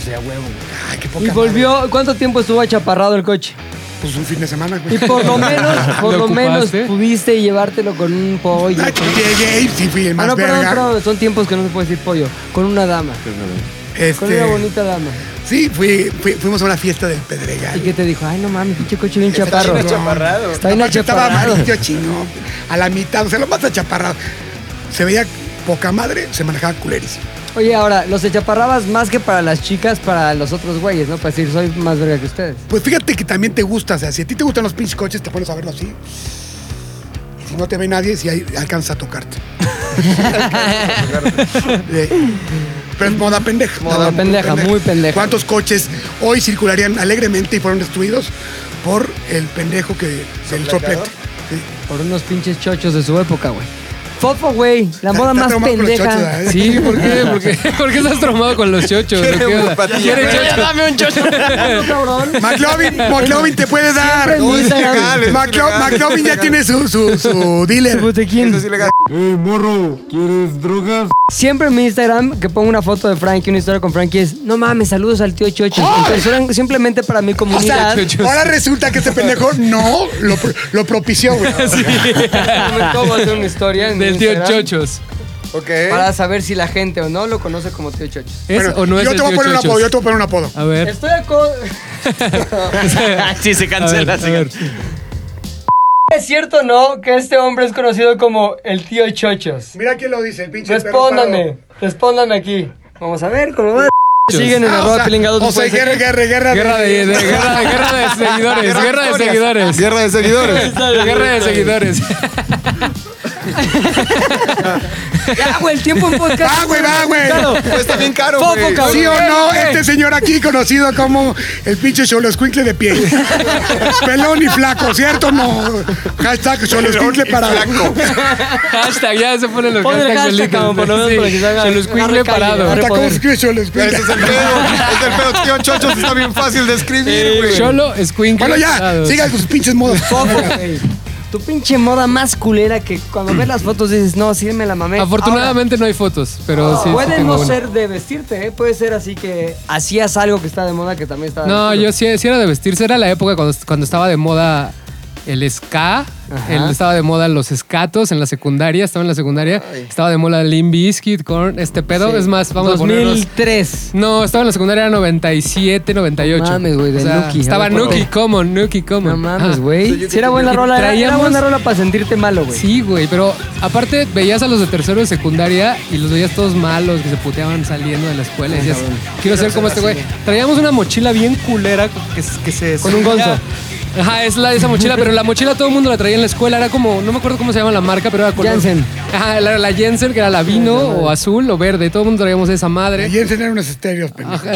S2: O sea, huevo.
S3: Ay, qué poca
S2: Y
S3: madre.
S2: volvió. ¿Cuánto tiempo estuvo achaparrado el coche?
S3: Pues un fin de semana, güey.
S2: Y por lo menos, por
S6: ¿Lo
S2: lo menos
S6: ocupaste?
S2: pudiste llevártelo con un pollo.
S3: Ay, llegué y sí fui el
S2: Ah,
S3: más
S2: no, perdón,
S3: verga.
S2: perdón, son tiempos que no se puede decir pollo. Con una dama. Con
S3: Este,
S2: una bonita dama.
S3: Sí, fui, fui- fuimos a una fiesta del Pedregal.
S2: Y que te dijo, ay, no mames, pinche coche bien chaparro.
S3: Está chaparrado.
S2: Está bien
S3: Aparte Estaba
S2: achaparrado.
S3: amarillo chino, a la mitad, o sea, lo más achaparrado. Se veía poca madre, se manejaba culerísimo.
S2: Oye, ahora, los echaparrabas más que para las chicas, para los otros güeyes, ¿no? Para decir, soy más verga que ustedes.
S3: Pues fíjate que también te gusta, o sea, si a ti te gustan los pinches coches, te pones a verlo así. Y si no te ve nadie, si hay, alcanza a tocarte. Sí. Pero es moda pendeja.
S2: Moda pendeja, muy pendeja.
S3: ¿Cuántos coches hoy circularían alegremente y fueron destruidos por el pendejo que el soplete? Sí.
S2: Por unos pinches chochos de su época, güey. Fofo, güey, la moda
S3: Está
S2: más
S3: traumado con los chochos,
S2: pendeja.
S3: ¿eh?
S6: Sí, ¿por qué? ¿Por qué, ¿Por qué estás traumado con los chochos?
S4: Quiere
S6: ¿Qué onda?
S4: empatía.
S6: ¿Quiere
S4: Ya,
S6: chocho? dame un chocho.
S2: cabrón.
S3: McLovin, McLovin te puede dar.
S2: Siempre en
S3: Uy,
S2: Instagram.
S3: legal, es Maclo-
S4: legal.
S3: McLovin ya tiene su, su, su dealer.
S2: Botequín.
S4: Eso es ilegal.
S2: Siempre en mi Instagram que pongo una foto de Frankie, una historia con Frankie es, no mames, saludos al tío Chocho.
S6: ¡Ah!
S2: Entonces, eran simplemente para mi
S3: O sea,
S2: comunidad.
S3: ahora resulta que este pendejo no lo, pro- lo propició, güey.
S2: Comentó, va a hacer una historia en mi
S6: Del tío
S2: Instagram
S6: Chochos.
S4: Ok.
S2: Para saber si la gente o no lo conoce como tío Chocho.
S6: ¿Es
S3: Bueno,
S6: o no es
S3: yo
S6: el
S3: te voy a
S6: tío
S3: poner un
S6: Chochos?
S3: apodo, yo te voy a poner un apodo.
S6: A ver.
S2: Estoy aco-
S5: Sí, se
S6: A ver,
S5: cancela.
S6: a
S5: se
S6: ver.
S2: ¿Es cierto o no que este hombre es conocido como el tío Chochos?
S3: Mira quién lo dice, el pinche
S2: Respóndame, respóndame aquí. Vamos a ver cómo va. Siguen en arroba pilingados.
S3: Ah, O sea,
S2: pueden
S3: guerra,
S2: seguir.
S3: guerra, guerra.
S6: pues, eh. Guerra de, de- guerra, guerra de seguidores. Guerra de seguidores.
S4: Guerra de seguidores.
S6: Guerra de seguidores.
S2: Ya, güey, el tiempo en podcast.
S3: Va, Ah, güey, va, güey.
S4: Está bien caro,
S2: Fofo,
S4: güey.
S2: cabrón.
S3: ¿Sí o no?
S6: Eh.
S3: Este señor aquí, conocido como el pinche Xoloscuincle de pie. Pelón y flaco, ¿cierto o no? Hashtag Xoloscuincle para...
S6: Hashtag, ya se ponen los
S2: Pon el
S6: hashtags
S2: hashtag,
S6: solitos.
S2: cabrón, por lo menos para que se haga-
S6: Se los cuincle
S2: agarre calle,
S6: parado.
S2: agarre
S3: Hasta ¿Cómo
S2: poder.
S3: se escribe Xoloscuincle?
S4: Ese es el pedo. Es el pedo. Tío Chochos está bien fácil de escribir, güey.
S6: Solo Squinkle.
S3: Bueno, ya,
S6: parado.
S3: sigan sus pinches modos.
S2: Fofo, güey. Tu pinche moda más culera que cuando ves las fotos dices, no, sí me la mamé.
S6: Afortunadamente no hay fotos, pero
S2: Ahora,
S6: sí. sí
S2: puede
S6: tengo
S2: no
S6: una.
S2: ser de vestirte, ¿eh? puede ser así que hacías algo que está de moda que también está de
S6: No,
S2: culo.
S6: yo sí, sí era de vestirse. Era la época cuando, cuando estaba de moda el ska. el- estaba de moda los escatos en la secundaria. Estaba en la secundaria. Estaba de moda Limp Bizkit, Korn, este pedo.
S2: Sí.
S6: Es más, vamos a ponernos...
S2: 2003.
S6: No, estaba en la secundaria, era 97, 98.
S2: No mames, güey, de Nuki. A
S6: Estaba
S2: ver,
S6: Nuki
S2: ponte.
S6: Common, Nuki Common.
S2: No mames,
S6: Ah.
S2: güey. Sí era buena rola, era, era
S6: Traíamos-
S2: buena rola para sentirte malo, güey.
S6: Sí, güey, pero aparte veías a los de tercero de secundaria y los veías todos malos que se puteaban saliendo de la escuela y decías, quiero ser como este güey. Traíamos una mochila bien culera que, que se
S2: Con un
S6: subía
S2: gonzo.
S6: Ajá, es la, esa mochila, pero la mochila todo el mundo la traía en la escuela. Era como, no me acuerdo cómo se llama la marca, pero era color.
S2: Janssen.
S6: Ajá, era la Jensen, que era la vino o azul o verde. Todo el mundo traíamos esa madre.
S3: Ayer cenaron unos estéreos, pendejo.
S6: Ajá.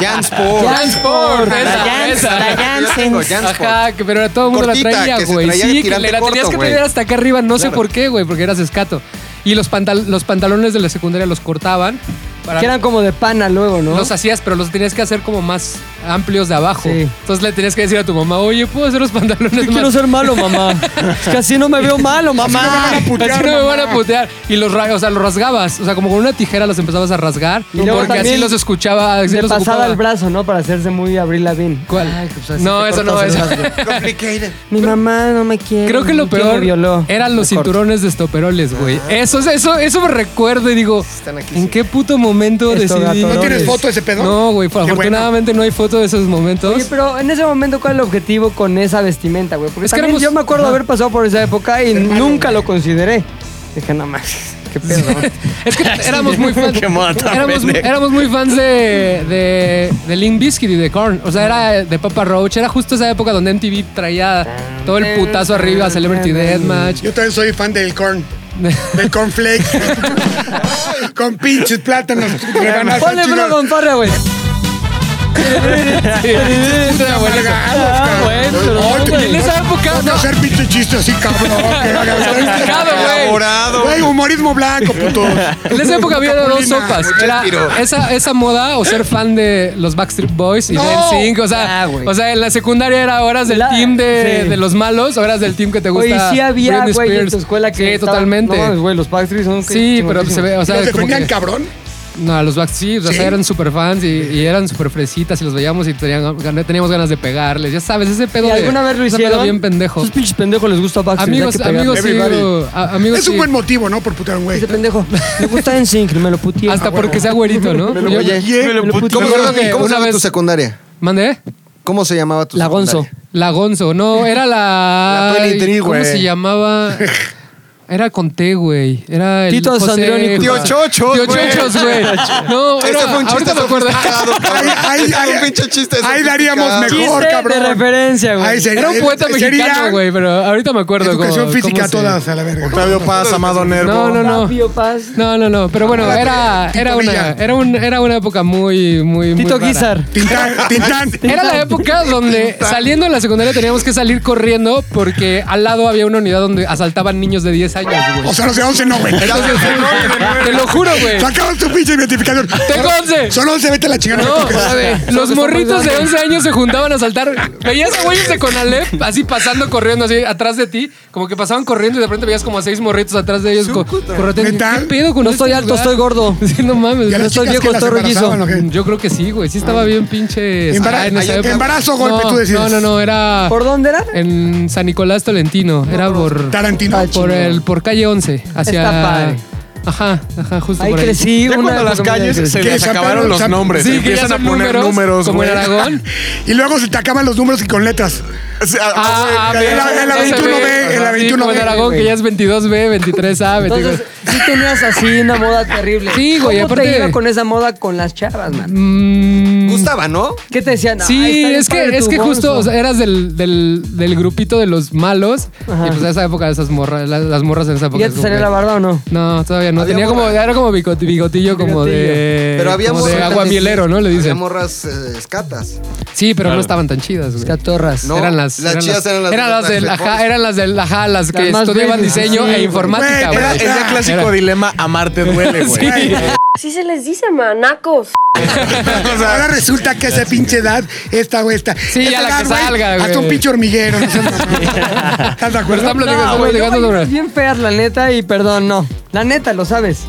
S4: Jansport.
S6: Jansport,
S5: La
S6: esa,
S5: Jans-
S6: esa.
S5: la
S4: Yo tengo
S5: Janssens.
S4: Jansport.
S6: Ajá, que, pero todo el mundo
S4: Cortita,
S6: la traía,
S4: que se
S6: güey.
S4: traía de
S6: Sí, que la
S4: tirante
S6: tenías
S4: corto,
S6: que
S4: güey.
S6: tener hasta acá arriba, no sé
S4: Claro.
S6: por qué, güey, porque eras escato. Y los, pantal- los pantalones de la secundaria los cortaban. Para
S2: Que eran como de pana luego, ¿no?
S6: Los hacías, pero los tenías que hacer como más amplios de abajo.
S2: Sí.
S6: Entonces le tenías que decir a tu mamá, oye, ¿puedo hacer los pantalones
S2: Yo
S6: más?
S2: quiero ser malo, mamá. Es que así no me veo malo, mamá.
S6: Así no me van a putear. Y los, ra- o sea, los rasgabas. O sea, como con una tijera los empezabas a rasgar.
S2: Y luego
S6: porque así
S2: también
S6: los escuchaba. Así
S2: Le
S6: los
S2: pasaba
S6: ocupaba.
S2: el brazo, ¿no? Para hacerse muy Abril Lavín.
S6: ¿Cuál?
S2: Ay, pues así
S6: no,
S2: te
S6: eso no.
S2: cortas el
S6: Eso.
S2: brazo.
S4: Complicated.
S2: Mi mamá no me quiere.
S6: Creo que
S2: mi
S6: lo
S2: tío me
S6: peor
S2: violó.
S6: eran los
S2: Me corto.
S6: cinturones de estoperoles, güey. Eso, eso, eso me recuerdo y digo,
S4: Están aquí,
S6: ¿en
S4: sí.
S6: qué puto momento
S2: Esto,
S6: decidí?
S2: gato,
S3: ¿No tienes
S2: Colores.
S3: foto de ese pedo?
S6: No, güey,
S3: bueno.
S6: afortunadamente no hay foto de esos momentos.
S2: Oye, pero en ese momento, ¿cuál es el objetivo con esa vestimenta, güey? Porque
S6: Es que
S2: también
S6: éramos-
S2: yo me acuerdo
S6: Ajá.
S2: haber pasado por esa época y nunca lo consideré. Dije, nada más. Qué pedo.
S6: Es que éramos muy fans.
S5: Qué moda tan
S6: éramos,
S5: pendeja.
S6: éramos muy fans de, de, de Limp Bizkit y de Korn. O sea, era de Papa Roach. Era justo esa época donde MTV traía todo el putazo arriba, Celebrity Deathmatch.
S3: Ah. Yo también soy fan del corn. Del cornflake. Con pinches plátanos. rebanadas
S2: Ponle
S3: chinas.
S2: Bruno Gonfarra, güey.
S6: Sí, era buena.
S3: Amargados, cabrón.
S6: Ah, bueno,
S3: Ay,
S6: güey. En esa
S3: no-
S6: época,
S3: no,
S6: no.
S3: No hacer pinche chiste así, cabrón. que hagas-
S6: Sofisticado, güey.
S4: Elaborado.
S3: Güey, humorismo blanco, puto.
S6: En esa época había dos
S3: Capulina,
S6: sopas.
S3: mucho
S6: Era
S4: tiro.
S6: esa, esa moda o ser fan de los Backstreet Boys y
S3: No.
S6: Ben 5. O sea,
S2: Ah, güey.
S6: o sea, en la secundaria era horas del
S2: La-
S6: team de,
S2: sí.
S6: de los malos, horas del team que te gusta.
S2: Oye, sí había,
S6: Britney
S2: güey, en
S6: Spears.
S2: tu escuela que.
S6: Sí,
S2: estaban-
S6: totalmente.
S2: No, mames, güey, los Backstreet son.
S6: Sí, pero se ve, o sea,
S3: ¿Los
S6: como
S3: defendían
S6: que-
S3: cabrón?
S6: No, a los Backstreet, o sea,
S3: ¿Sí?
S6: eran súper fans y, y eran súper fresitas y los veíamos y tenían- gan- teníamos ganas de pegarles. Ya sabes, ese pedo
S2: ¿Y
S6: de-
S2: alguna vez lo
S6: ese pedo
S2: hicieron?
S6: bien pendejo.
S2: Esos pinches pendejos les gusta Backstreet.
S6: Amigos,
S2: hay que
S6: amigos, sí,
S3: pegarle.
S6: digo, a- amigos,
S3: Es un
S6: sí.
S3: buen motivo, ¿no? Por putear a un güey.
S2: Ese pendejo. Me gusta en sync, me lo puteé. Ah,
S6: Hasta porque sea güerito, ¿no? Yo-
S4: Oye,
S2: lo puteé.
S4: ¿cómo,
S6: Me acuerdo
S4: se-
S6: que
S4: cómo se
S6: una
S4: llama
S6: vez-
S4: tu secundaria?
S6: ¿Mandé?
S4: ¿Cómo se llamaba tu
S2: La
S4: secundaria?
S2: Gonzo.
S6: La Gonzo, no, era la.
S8: La Twenty Three,
S6: ¿Cómo
S8: güey.
S6: se llamaba? Era con T, güey. Era el.
S2: Tito
S6: José-
S2: Sandrioni.
S4: Tío Chochos,
S6: Tío
S4: güey.
S6: Chochos, güey. No,
S4: Este
S6: era.
S4: fue un chiste
S6: ahorita me acuerdo.
S4: sofisticado, cabrón.
S3: Ahí, ahí, ahí,
S4: un pinche chiste
S3: ahí daríamos
S4: sofisticado.
S3: mejor,
S2: Chiste
S3: cabrón.
S2: de referencia, güey.
S3: Ahí sería-
S6: Era un poeta
S3: sería
S6: mexicano, güey, pero ahorita me acuerdo.
S3: Educación
S6: cómo-
S3: física
S6: cómo
S3: a
S6: se-
S3: todas, a la verga.
S8: Octavio Paz, Amado Nervo.
S6: No, no, no.
S2: Fabio Paz.
S6: No, no, no. Pero bueno, era, era, una, era, un- era una época muy, muy. muy
S2: Tito
S6: rara.
S2: Guizar.
S3: Tintán, Tintán.
S6: Era la época donde saliendo de la secundaria teníamos que salir corriendo porque al lado había una unidad donde asaltaban niños de 10 años, güey.
S3: O sea, los de 11 no, güey.
S6: Te lo juro, güey.
S3: Sacabas tu pinche identificación.
S6: Tengo 11.
S3: Son 11, vete a la chingada.
S6: No, a ver, los morritos de 11 años se juntaban a saltar. Veías a güeyes de Conalep así pasando corriendo, así atrás de ti, como que pasaban corriendo y de repente veías como a seis morritos atrás de ellos. co- correteando.
S3: ¿Qué tal?
S6: ¿Qué pedo con
S2: No estoy
S6: este
S2: alto,
S6: lugar?
S2: estoy gordo.
S6: Sí, no mames.
S3: ¿Y a
S6: no
S3: las
S6: estoy
S3: chicas
S6: viejo,
S3: que las
S6: estoy rollizo.
S3: embarazaban o qué?
S6: Yo creo que sí, güey. Sí estaba bien pinche.
S3: Embara-
S6: ah, en esa
S3: ay,
S6: época.
S3: embarazo, golpe,
S6: no,
S3: tú decías.
S6: No, no, no, era
S2: ¿Por dónde era?
S6: en San Nicolás Tolentino. Era por,
S3: Tarantino.
S2: Ay,
S6: por, el, por calle 11.
S2: Está
S6: Hacia...
S2: padre.
S6: Ajá, ajá, justo
S2: Ahí
S6: por ahí.
S2: crecí.
S8: Ya
S2: una
S8: cuando
S2: de
S8: las
S2: comidas
S8: calles
S2: que-
S8: se
S3: ¿Qué?
S8: les
S3: San
S8: acabaron
S3: Pedro,
S8: los
S3: San-
S8: nombres,
S6: Sí,
S8: se
S6: que
S8: empiezan
S6: ya
S8: a
S6: son
S8: poner
S6: números,
S8: números,
S6: como
S8: güey.
S6: en Aragón.
S3: Y luego se te acaban los números y con letras.
S8: Sí, a-
S6: Ah,
S8: a-
S6: ah,
S3: en la- en la
S6: ese
S3: 21B,
S6: B,
S3: en la
S6: ajá, sí,
S3: 21B,
S6: como en Aragón, que ya es 22B, 23A, 22.
S2: Entonces, sí tenías así una moda terrible.
S6: Sí, güey,
S2: ¿Cómo
S6: aparte-
S2: te iba con esa moda con las chavas, man?
S6: Mm,
S4: Gustaba, ¿no?
S2: ¿Qué te decían? Ay,
S6: Sí,
S2: ah, está bien
S6: es que,
S2: padre
S6: es
S2: tu
S6: que justo
S2: bonzo.
S6: o sea, eras del, del, del grupito de los malos. Y pues a esa época, esas morras, las, las morras en esa
S2: ¿Y
S6: época.
S2: ¿Ya
S6: es
S2: te
S6: como
S2: salió
S6: que-
S2: la barda o no?
S6: No, todavía no.
S4: Había
S6: Tenía como,
S4: morra.
S6: era como bigot- bigotillo, como de.
S4: Pero había
S6: como de
S4: morras
S6: agua
S4: también-
S6: mielero, ¿no? Le
S4: Había
S6: dicen.
S4: morras eh, escatas.
S6: Sí, pero no estaban tan chidas, güey.
S2: Catorras.
S4: No,
S6: eran las,
S4: las chidas eran las de
S6: eran
S4: los
S6: las del
S4: Backstreet
S6: ajá,
S4: Boys.
S6: eran las del ajá, las que
S2: más
S6: estudiaban
S2: babies.
S6: diseño
S2: Sí,
S6: e
S2: güey.
S6: informática,
S3: Güey,
S6: güey.
S8: Es el clásico
S6: Era-
S8: dilema, amarte duele, güey.
S6: Sí.
S7: Así se les dice, manacos.
S3: Ahora resulta que esa pinche edad, esta o esta.
S6: Sí,
S3: Esa
S6: ya la
S3: edad,
S6: que salga, güey.
S3: Hasta un pinche hormiguero. no seas mamón. ¿Estás de acuerdo?
S6: Están platicando,
S2: No,
S6: están
S2: Ah, güey, luego
S6: platicando
S2: hay
S6: sobre-
S2: unas bien feas, la neta, y perdón, no. La neta, lo sabes.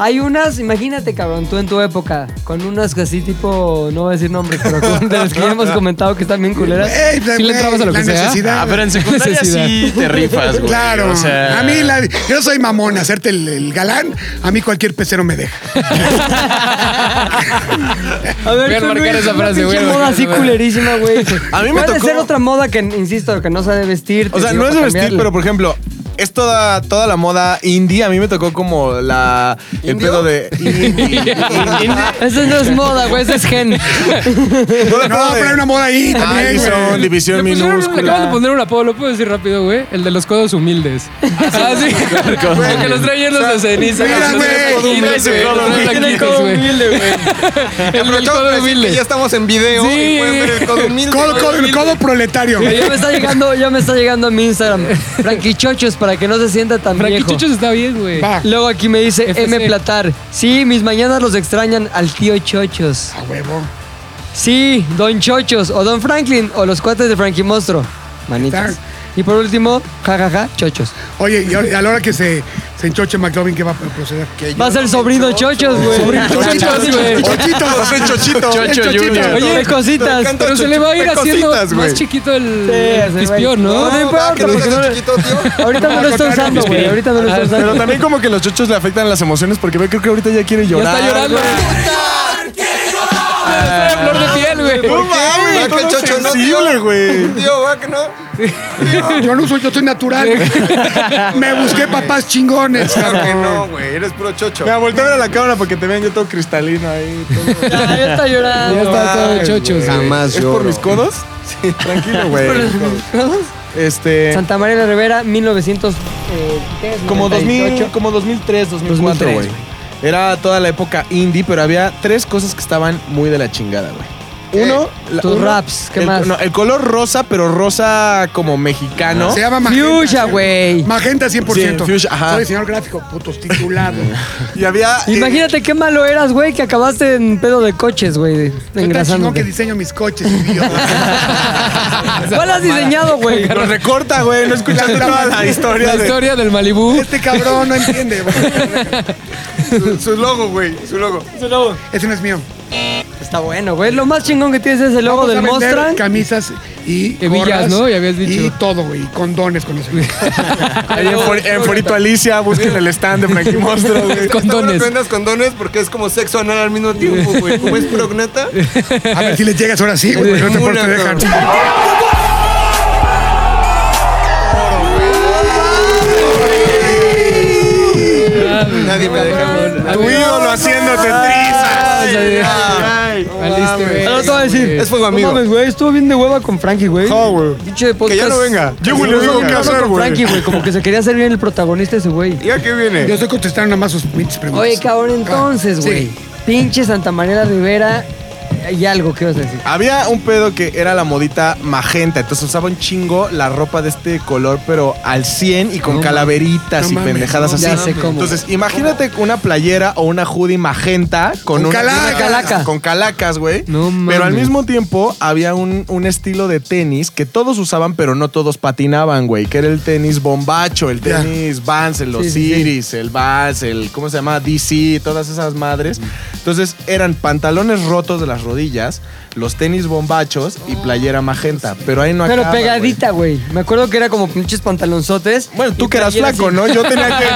S2: Hay unas, imagínate, cabrón, tú en tu época, con unas que así tipo, no voy a decir nombres, pero con, de las que ya hemos comentado que están bien culeras.
S3: Ey, pues,
S6: Sí le entrabas a lo
S3: la
S6: que sea.
S3: necesidad.
S5: Ah, pero en secundaria
S6: Necesidad.
S5: sí te rifas, güey.
S3: Claro.
S5: O sea,
S3: a mí, la- yo soy mamón, hacerte el, el galán, a mí cualquier pecero me deja.
S2: A ver,
S6: Voy a
S2: con
S6: marcar
S2: Luis,
S6: esa
S2: una
S6: frase,
S2: pinche
S6: voy a
S2: moda
S6: marcar
S2: así
S6: esa frase.
S2: culerísima, güey.
S8: A mí me
S2: Puede
S8: tocó-
S2: ser otra moda que, insisto, que no sabe vestir.
S8: O sea, no es de vestir, pero por ejemplo,
S5: es toda, toda la moda indie. A mí me tocó como la. El
S4: ¿Indio?
S5: pedo de.
S2: Eso no es moda, güey, eso es gen.
S5: Toda la
S3: No,
S5: moda de-
S3: pero hay una moda ahí también, güey.
S5: División, división
S6: Le pusieron- le acaban de
S5: minúscula.
S6: poner un apodo, lo puedo decir rápido, güey. El de los codos humildes. Ah, sí. Porque los trae llenos de ceniza.
S3: mira,
S6: Los
S3: güey,
S6: trae
S3: codo
S6: blanquitos,
S5: humilde, codo
S6: güey. Los trae
S5: humilde.
S6: blanquitos, güey. El del
S4: Aprovechamos para
S6: codo
S4: decir que
S6: humilde.
S4: Ya estamos en video
S6: Sí.
S4: y pueden ver el codo humilde.
S3: Codo, codo, el codo proletario. güey.
S2: Ya me está llegando, ya me está llegando a mi Instagram. Frankie Chochos para que no se sienta tan
S6: Frankie
S2: viejo.
S6: Chuchos está bien, güey.
S3: Va.
S2: Luego aquí me dice
S6: FC.
S2: M Platar. Sí, mis mañanas los extrañan al tío Chochos.
S3: A Ah, huevo.
S2: Sí, Don Chochos o Don Franklin o los cuates de Frankie Monstro. Manitas.
S3: Está.
S2: Y por último, jajaja, Chochos.
S3: Oye, y a a la hora que se, se enchoche McLovin, ¿qué va a proceder?
S2: Va a ser sobrino Chochos, güey.
S6: Sobrino Chochos, güey.
S3: Chochito.
S5: Va a ser Chochito.
S3: El
S9: Chocho Junior.
S2: Oye,
S6: Oye,
S2: cositas.
S4: canto
S6: Pero se le va a ir
S4: Hay
S6: haciendo
S4: cositas, güey.
S6: más chiquito el
S2: Sí, sí,
S6: pispión,
S2: güey.
S6: ¿no?
S2: No, no importa,
S4: que no
S2: porque
S4: seas
S2: no-
S4: chiquito, tío.
S2: Ahorita no lo está usando, güey. Ahorita no lo está
S5: Pero
S2: usando.
S5: también como que los chochos le afectan las emociones porque ve, creo que ahorita ya quiere
S6: Ya
S5: llorar.
S6: está llorando.
S5: güey.
S6: Está de flor de piel, güey.
S5: No mames,
S4: Va que el
S5: todo
S4: chocho no,
S5: sensible,
S4: tío.
S5: güey.
S4: Tío, va que no.
S3: Yo no soy, yo soy natural. Me busqué papás chingones.
S4: Claro que no, güey. Eres puro chocho.
S5: Mira, voltea a ver a la cámara porque te vean yo todo cristalino ahí. todo.
S2: Ya está
S6: Ya
S2: llorando.
S6: está todo chochos, güey.
S4: Jamás
S5: ¿Es por mis codos? Sí, tranquilo, güey. Este.
S2: Santa María de Rivera, 1900. eh, ¿qué es?
S5: Como, 2000,
S2: 98.
S5: como 2003, 2004,
S2: 2003,
S5: güey. Era toda la época indie, pero había tres cosas que estaban muy de la chingada, güey. Uno, la-
S2: Eh, Tus
S5: uno,
S2: raps, ¿qué
S5: el,
S2: más?
S5: no, el color rosa, pero rosa como mexicano.
S3: Se llama Magenta.
S2: Fuchsia, güey.
S3: Magenta 100%.
S5: Sí, fuchsia, ajá.
S3: Soy diseñador gráfico, putos titulado.
S5: Y había. eh,
S2: Imagínate qué malo eras, güey, que acabaste en pedo de coches, güey,
S3: Soy tan chingón
S2: engrasando.
S3: que diseño mis coches, idiota.
S2: ¿Cuál has diseñado, güey?
S5: lo recorta, güey. No escuchaste toda la historia.
S6: La
S5: de-
S6: historia del Malibú.
S3: Este cabrón no entiende. güey.
S4: Su, su logo, güey. Su logo.
S3: Ese no es mío.
S2: Está bueno, güey. Lo más chingón que tienes es el logo
S3: Vamos
S2: del
S3: a vender
S2: Mostran.
S3: Camisas y
S6: Hebillas,
S3: gorras
S6: ¿no? Ya habías dicho.
S3: Y todo, güey. y Condones con eso.
S6: Ah,
S5: Ahí en, For- en Forito Alicia, busquen el stand de Frankie Monstruo, güey.
S6: Condones.
S4: No vendas condones porque es como sexo anal al mismo tiempo, güey. Como es prognata.
S3: A ver si les llegas ahora sí, güey. No te puedo
S4: Una,
S3: dejar.
S4: Nadie me deja.
S5: Tu ídolo haciéndote trizas.
S6: Valiste, güey.
S2: Ahora te voy a decir.
S4: Es fuego
S2: no
S4: amigo.
S2: mames, güey. Estuvo bien de hueva con Frankie, güey.
S5: No, güey.
S2: Pinche podcast.
S4: Que ya no venga.
S5: Yo, güey, le digo qué
S2: Hablando
S5: hacer,
S2: con Frankie,
S5: güey.
S2: güey. Como que se quería hacer bien el protagonista ese güey.
S4: ¿Ya qué viene?
S3: Yo estoy contestando nada más sus pinches preguntas. Ah,
S2: Oye, cabrón, entonces,
S3: Sí.
S2: güey. Pinche Santa María Rivera. Hay algo que vas a decir.
S5: Había un pedo que era la modita magenta, entonces usaba un chingo la ropa de este color, pero al 100 y con calaveritas
S3: No
S5: y
S3: mames,
S5: pendejadas
S2: no
S5: así.
S2: mames. Ya sé cómo.
S5: Entonces, imagínate una playera o una hoodie magenta con,
S3: Con
S5: una,
S3: calacas.
S5: una-
S2: Calaca.
S5: Con calacas, güey.
S6: No
S5: pero al
S6: mames.
S5: mismo tiempo había un, un estilo de tenis que todos usaban, pero no todos patinaban, güey, que era el tenis bombacho, el
S3: Ya.
S5: tenis Vans, el
S2: Sí, sí, sí.
S5: Osiris, el Vans, el ¿cómo se llama? DC, todas esas madres. Entonces eran pantalones rotos de las rodillas, los tenis bombachos y playera magenta, pero ahí no
S2: Pero
S5: acaba,
S2: pegadita, güey. Me acuerdo que era como pinches pantalonzotes.
S5: güey. Bueno, tú
S2: Y
S5: que eras
S2: playeras
S5: flaco,
S2: así.
S5: ¿no? Yo tenía que,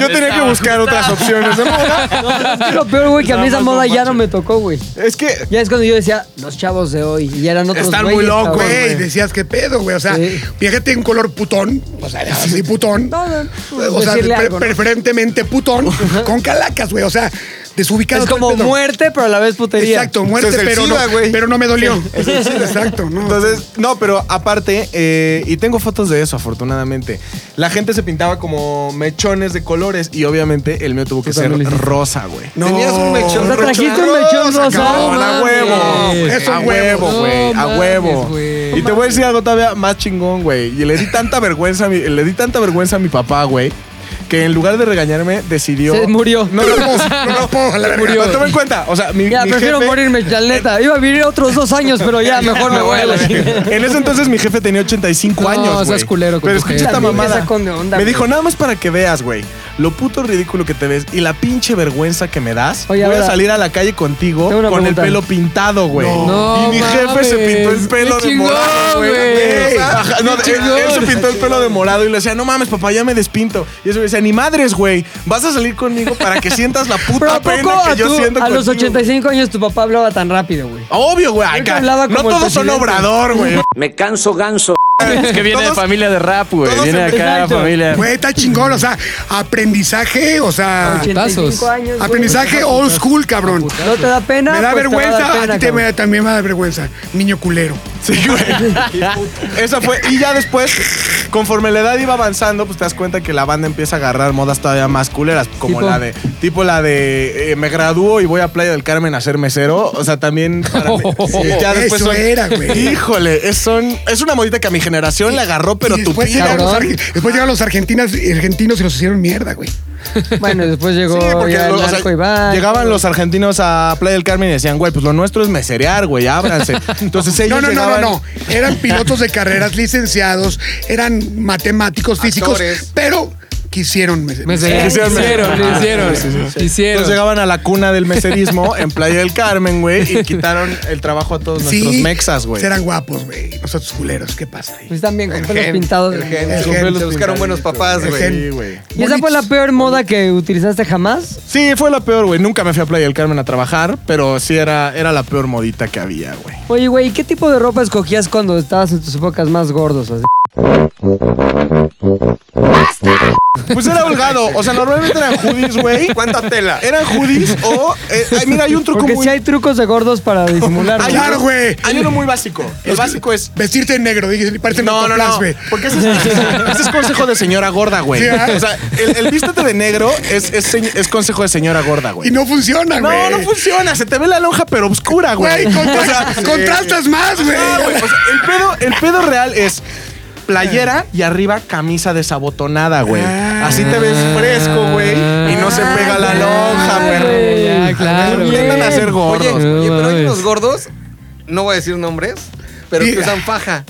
S5: yo tenía que buscar otras opciones de moda.
S2: Es que lo peor, güey, que a mí esa moda ya no me tocó, güey.
S5: Es que
S2: Ya es cuando yo decía, los chavos de hoy. Y eran otros
S5: Están muy
S2: güeyes,
S5: locos,
S2: cabrón.
S3: Güey, decías qué pedo, güey. O sea,
S2: Sí.
S3: fíjate en color putón. O sea, así putón.
S2: No, no, pues,
S3: o sea,
S2: decirle
S3: pre-
S2: algo, ¿no?
S3: preferentemente putón con calacas, güey. O sea, desubicado.
S2: Es
S3: todo el
S2: como
S3: pedo.
S2: muerte, pero a la vez putería.
S3: Exacto, muerte,
S4: Eso es el
S3: pero,
S4: SIDA,
S3: no,
S4: güey.
S3: pero no me dolió. Exacto, ¿no?
S5: Entonces, no, pero aparte, eh, y tengo fotos de eso, afortunadamente. La gente se pintaba como mechones de colores y obviamente el mío tuvo que ser
S6: también lo hiciste.
S5: rosa, güey.
S3: no.
S4: Tenías un mechón
S2: O sea,
S4: rocho-
S2: trajiste un mechón
S5: Rosa,
S2: rosa.
S5: cabrón,
S6: No
S5: a
S6: mames.
S5: huevo.
S3: Es un
S5: a
S3: huevo.
S5: huevo, güey.
S6: No
S5: a
S6: mames,
S5: huevo.
S6: güey.
S5: Y te voy a decir algo todavía más chingón, güey. Y le di tanta vergüenza a mi, le di tanta vergüenza a mi papá, güey. Que en lugar de regañarme, decidió.
S2: Se murió.
S5: No, no, no, no,
S3: No, po, la verga.
S5: Pero toma en cuenta. O sea, mi,
S2: Ya,
S5: mi
S2: prefiero
S5: jefe-
S2: morirme, la neta. Iba a vivir otros dos años, pero ya, mejor me voy a la chingada.
S5: En ese entonces mi jefe tenía 85
S6: No,
S5: años. güey.
S6: seas culero con
S5: Pero
S6: tu
S5: escucha
S6: jefe.
S5: esta
S2: También te
S5: mamada.
S2: sacó de onda,
S5: me
S2: güey.
S5: dijo, nada más para que veas, güey, lo puto ridículo que te ves y la pinche vergüenza que me das.
S2: Oye,
S5: voy a
S2: ahora,
S5: salir a la calle contigo
S2: tengo
S5: con
S2: una
S5: el
S2: pregunta.
S5: pelo pintado, güey.
S6: No
S5: y mi jefe
S6: mames,
S5: se pintó el
S6: qué
S5: pelo de
S6: chingón,
S5: morado, güey.
S6: güey.
S5: Ajá, no,
S6: Qué
S5: él, él se
S6: chingón.
S5: pintó el pelo de morado y le decía, no mames, papá, ya me despinto. Y eso me decía, ni madres, güey. Vas a salir conmigo para que sientas la
S2: Pero ¿a
S5: puta
S2: poco
S5: pena
S2: a,
S5: que yo
S2: tu-
S5: siento
S2: a los
S5: contigo".
S2: 85 años tu papá hablaba tan rápido, güey?
S5: Obvio, güey.
S2: Creo que
S5: acá.
S2: hablaba
S5: No
S2: como el
S5: todos son
S2: presidente.
S5: obrador, güey.
S10: Me canso ganso.
S11: Es que viene de
S5: Todos-
S11: familia de rap, güey.
S5: todos
S11: Viene
S5: en-
S11: acá,
S2: Exacto.
S11: familia.
S3: Güey, está chingón, o sea, aprendizaje, o
S5: Ah,
S3: sea,
S2: 85
S6: Putazos.
S2: años. güey.
S3: aprendizaje
S5: oh.
S3: old school, cabrón.
S2: ¿No te da pena?
S3: Me da
S2: Pues te va a dar
S3: vergüenza,
S2: pena,
S3: a ti te
S2: cabrón.
S3: me- también me da vergüenza, niño culero.
S5: Sí, güey. Esa fue. Y ya después, conforme la edad iba avanzando, pues te das cuenta que la banda empieza a agarrar modas todavía más culeras. Como
S6: Tipo.
S5: la de. Tipo la de. eh, me gradúo y voy a Playa del Carmen a ser mesero. O sea, también. Para mí- Sí, ya después
S3: Eso era, güey.
S5: Híjole, es, son- es una modita que a mi generación la agarró, pero
S3: Y
S5: tu
S3: después
S5: tía.
S3: llegaron, los,
S6: cabrón.
S3: arge- después llegaron los argentinas- argentinos y los hicieron mierda, güey.
S2: Bueno, después llegó
S5: Sí, porque
S2: ya
S5: lo-
S2: el
S5: o sea,
S2: narco Iván.
S5: llegaban los argentinos a Playa del Carmen y decían, güey, pues lo nuestro es meserear, güey, ábranse. Entonces ellos
S3: No, no, no, no,
S5: llegaban-
S3: no. Eran pilotos de carreras, licenciados, eran matemáticos, físicos,
S4: Actores.
S3: pero quisieron. me-
S6: Me
S3: me-
S6: se-
S5: Hicieron-
S6: hicieron,
S5: Ah,
S6: hicieron,
S5: sí, sí, sí.
S6: hicieron.
S5: Entonces llegaban a la cuna del meserismo en Playa del Carmen, güey, y quitaron el trabajo a todos nuestros mexas, güey.
S3: Serán guapos, güey. Nosotros culeros, ¿qué pasa ahí?
S2: Pues también con
S3: El
S2: pelos
S3: gen,
S2: pintados.
S4: El gen,
S3: El
S4: se
S3: gen.
S4: buscaron buenos papás,
S3: El
S4: güey.
S3: gen.
S5: Sí, güey.
S2: ¿Y esa fue la peor moda que utilizaste jamás?
S5: Sí, fue la peor, güey. Nunca me fui a Playa del Carmen a trabajar, pero sí era, era la peor modita que había, güey.
S2: Oye, güey, ¿qué tipo de ropa escogías cuando estabas en tus épocas más gordos? así?
S5: Pues era holgado. O sea, normalmente eran hoodies, güey.
S4: ¿Cuánta tela?
S5: Eran hoodies o... eh, ay, mira, hay un truco
S2: Porque
S5: muy...
S2: si hay trucos de gordos para disimular.
S5: Hay
S2: ¿no?
S3: Claro,
S5: uno-
S3: güey.
S5: Hay uno muy básico. El básico es...
S3: Vestirte de negro, dije, parece
S5: No, no, no.
S3: Este güey.
S5: Porque ese es, ese es consejo de señora gorda, güey.
S3: Sí, ah. ¿verdad?
S5: o sea, el, el vístete de negro es, es, señ- es consejo de señora gorda, güey.
S3: Y no funciona,
S5: No,
S3: güey.
S5: no funciona. Se te ve la lonja, pero oscura, güey.
S3: Güey,
S5: O sea,
S3: contra- contrastas más, güey.
S5: no, güey, o sea, el, pedo, el pedo real es playera y arriba camisa desabotonada, güey.
S3: Ah.
S5: Así te ves fresco, güey. Y no se pega la lonja,
S2: Ay,
S5: perro.
S2: güey.
S6: Ya, claro.
S5: Intentan hacer
S4: Oye,
S5: gordos.
S4: oye, pero hay
S6: mames.
S4: unos gordos, no voy a decir nombres, pero
S3: Sí.
S4: que usan faja.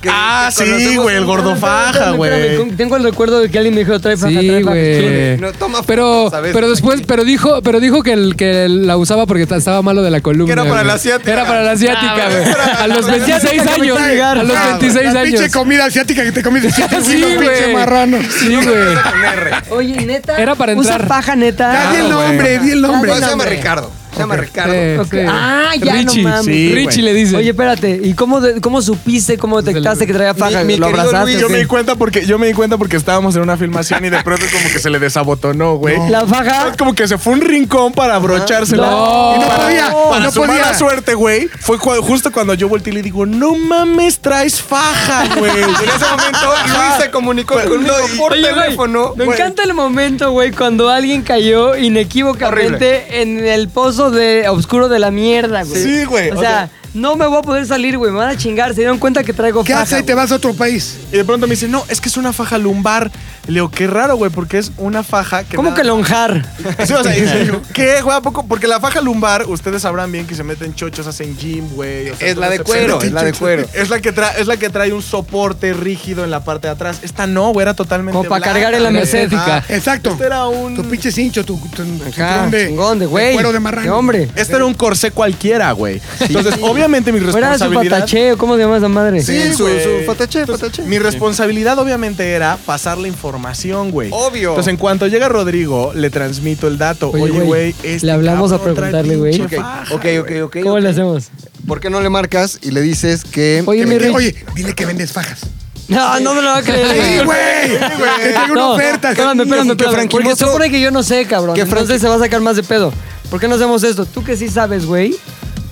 S4: Que-
S5: Ah,
S4: que
S5: sí,
S4: conocemos
S5: güey, el
S4: un-
S5: gordofaja, güey.
S2: Espérame, Tengo el recuerdo de que alguien me dijo, trae faja,
S6: Sí,
S2: trae faja".
S6: güey.
S4: No, toma
S6: Pero,
S4: fotos, a ver,
S6: pero después, pero dijo, pero dijo que, el, que la usaba porque ta- estaba malo de la columna.
S4: Que era para
S6: güey.
S4: la asiática.
S6: Era para la asiática,
S4: Ah,
S6: güey.
S4: era-
S6: A los
S4: era-
S6: 26
S2: era-
S6: años.
S2: era-
S6: A los
S4: Ah,
S6: 26
S3: La pinche
S6: años.
S3: comida asiática que te comiste, siete
S6: Sí,
S3: kilos, pinche
S6: güey.
S3: marrano.
S6: Sí, güey.
S4: Con R.
S2: Oye, neta.
S6: Era para entrar.
S2: Usa faja, neta.
S3: Ya, Ah, di el nombre, di el nombre.
S4: No, se llama
S2: hombre.
S4: Ricardo. Se llama Ricardo.
S6: Sí,
S2: Ok.
S6: Eh, sí.
S2: Ah, ya, no
S6: Richie,
S2: mames.
S5: Sí, güey.
S6: Richie le dice.
S2: Oye, espérate, ¿y cómo, de- cómo supiste, cómo detectaste que traía faja?
S4: mi
S2: ¿Lo
S4: querido
S2: abrazaste?
S4: Luis,
S5: Yo
S2: o qué?
S5: me di cuenta porque yo me di cuenta porque estábamos en una filmación y de pronto como que se le desabotonó, güey.
S2: La faja.
S5: Como que se fue a un rincón para abrochársela.
S6: No.
S5: Y
S3: No
S5: para-
S3: podía,
S5: Para
S3: no
S5: Ah, su mala
S3: podía.
S5: suerte, güey, fue cua- justo cuando yo volteé y le digo, no mames, traes faja, güey.
S4: En ese momento Luis se comunicó conmigo por
S2: Oye, güey,
S4: teléfono.
S2: me
S4: güey.
S2: encanta el momento, güey, cuando alguien cayó inequívocamente en el pozo de oscuro de la mierda, güey.
S5: Sí, güey,
S2: O
S5: o
S2: sea, no me voy a poder salir, güey. Me van a chingar. Se dieron cuenta que traigo
S3: ¿Qué
S2: faja.
S3: haces y te
S2: güey.
S3: vas a otro país?
S5: Y de pronto me dice, no, es que es una faja lumbar. Le digo, qué raro, güey, porque es una faja que.
S2: ¿Cómo
S5: nada-
S2: que lonjar?
S5: Sí, o sea, y le digo, ¿qué, güey? ¿A poco? Porque la faja lumbar, ustedes sabrán bien que se meten chochos, hacen gym, güey. o sea,
S4: Es la
S5: todo
S4: de
S5: ese
S4: cuero,
S5: pedo.
S4: es la de cuero.
S5: Es la que, tra- es la que trae un soporte rígido en la parte de atrás. Esta no, güey, era totalmente.
S2: Como para
S5: blanca,
S2: cargar en la
S5: güey.
S6: mesética.
S5: Ajá.
S3: Exacto.
S5: Este era un.
S3: Tu pinche cincho, tu, tu, tu
S2: Ajá,
S3: cinturón Ah, de-
S2: chingón de güey.
S3: cuero de marrano.
S2: De hombre.
S5: Este era un corsé cualquiera, güey. Entonces, obviamente, mi
S2: Fuera de su
S5: responsabilidad.
S2: patacheo, ¿cómo se llama esa madre?
S4: Sí, su,
S5: güey.
S4: su fatache,
S5: Entonces,
S4: fatache.
S5: Mi responsabilidad obviamente era pasar la información, güey.
S4: Obvio.
S5: Entonces, en cuanto llega Rodrigo, le transmito el dato.
S2: Oye,
S5: Oye,
S2: güey,
S5: güey, este
S2: le hablamos a
S5: cabrón trae
S2: preguntarle, güey.
S5: pinche
S4: Ok,
S5: faja,
S4: ok, ok, ok.
S2: ¿Cómo
S4: ok.
S2: le hacemos?
S4: ¿Por qué no le marcas y le dices que.
S2: Oye,
S4: que
S2: mi
S4: me-
S2: Rich.
S3: Oye, dile que vendes fajas.
S2: No, no me lo va a
S3: Sí,
S2: creer.
S3: güey. Que tengo una
S2: No,
S3: oferta.
S2: Espérame, espérame,
S4: Que
S2: espérame.
S4: Frankie
S2: Porque se
S4: Mostro-
S2: supone que yo no sé, cabrón.
S4: Que Frankie-
S2: Entonces se va a sacar más de pedo. ¿Por qué no hacemos esto? Tú que sí sabes, güey.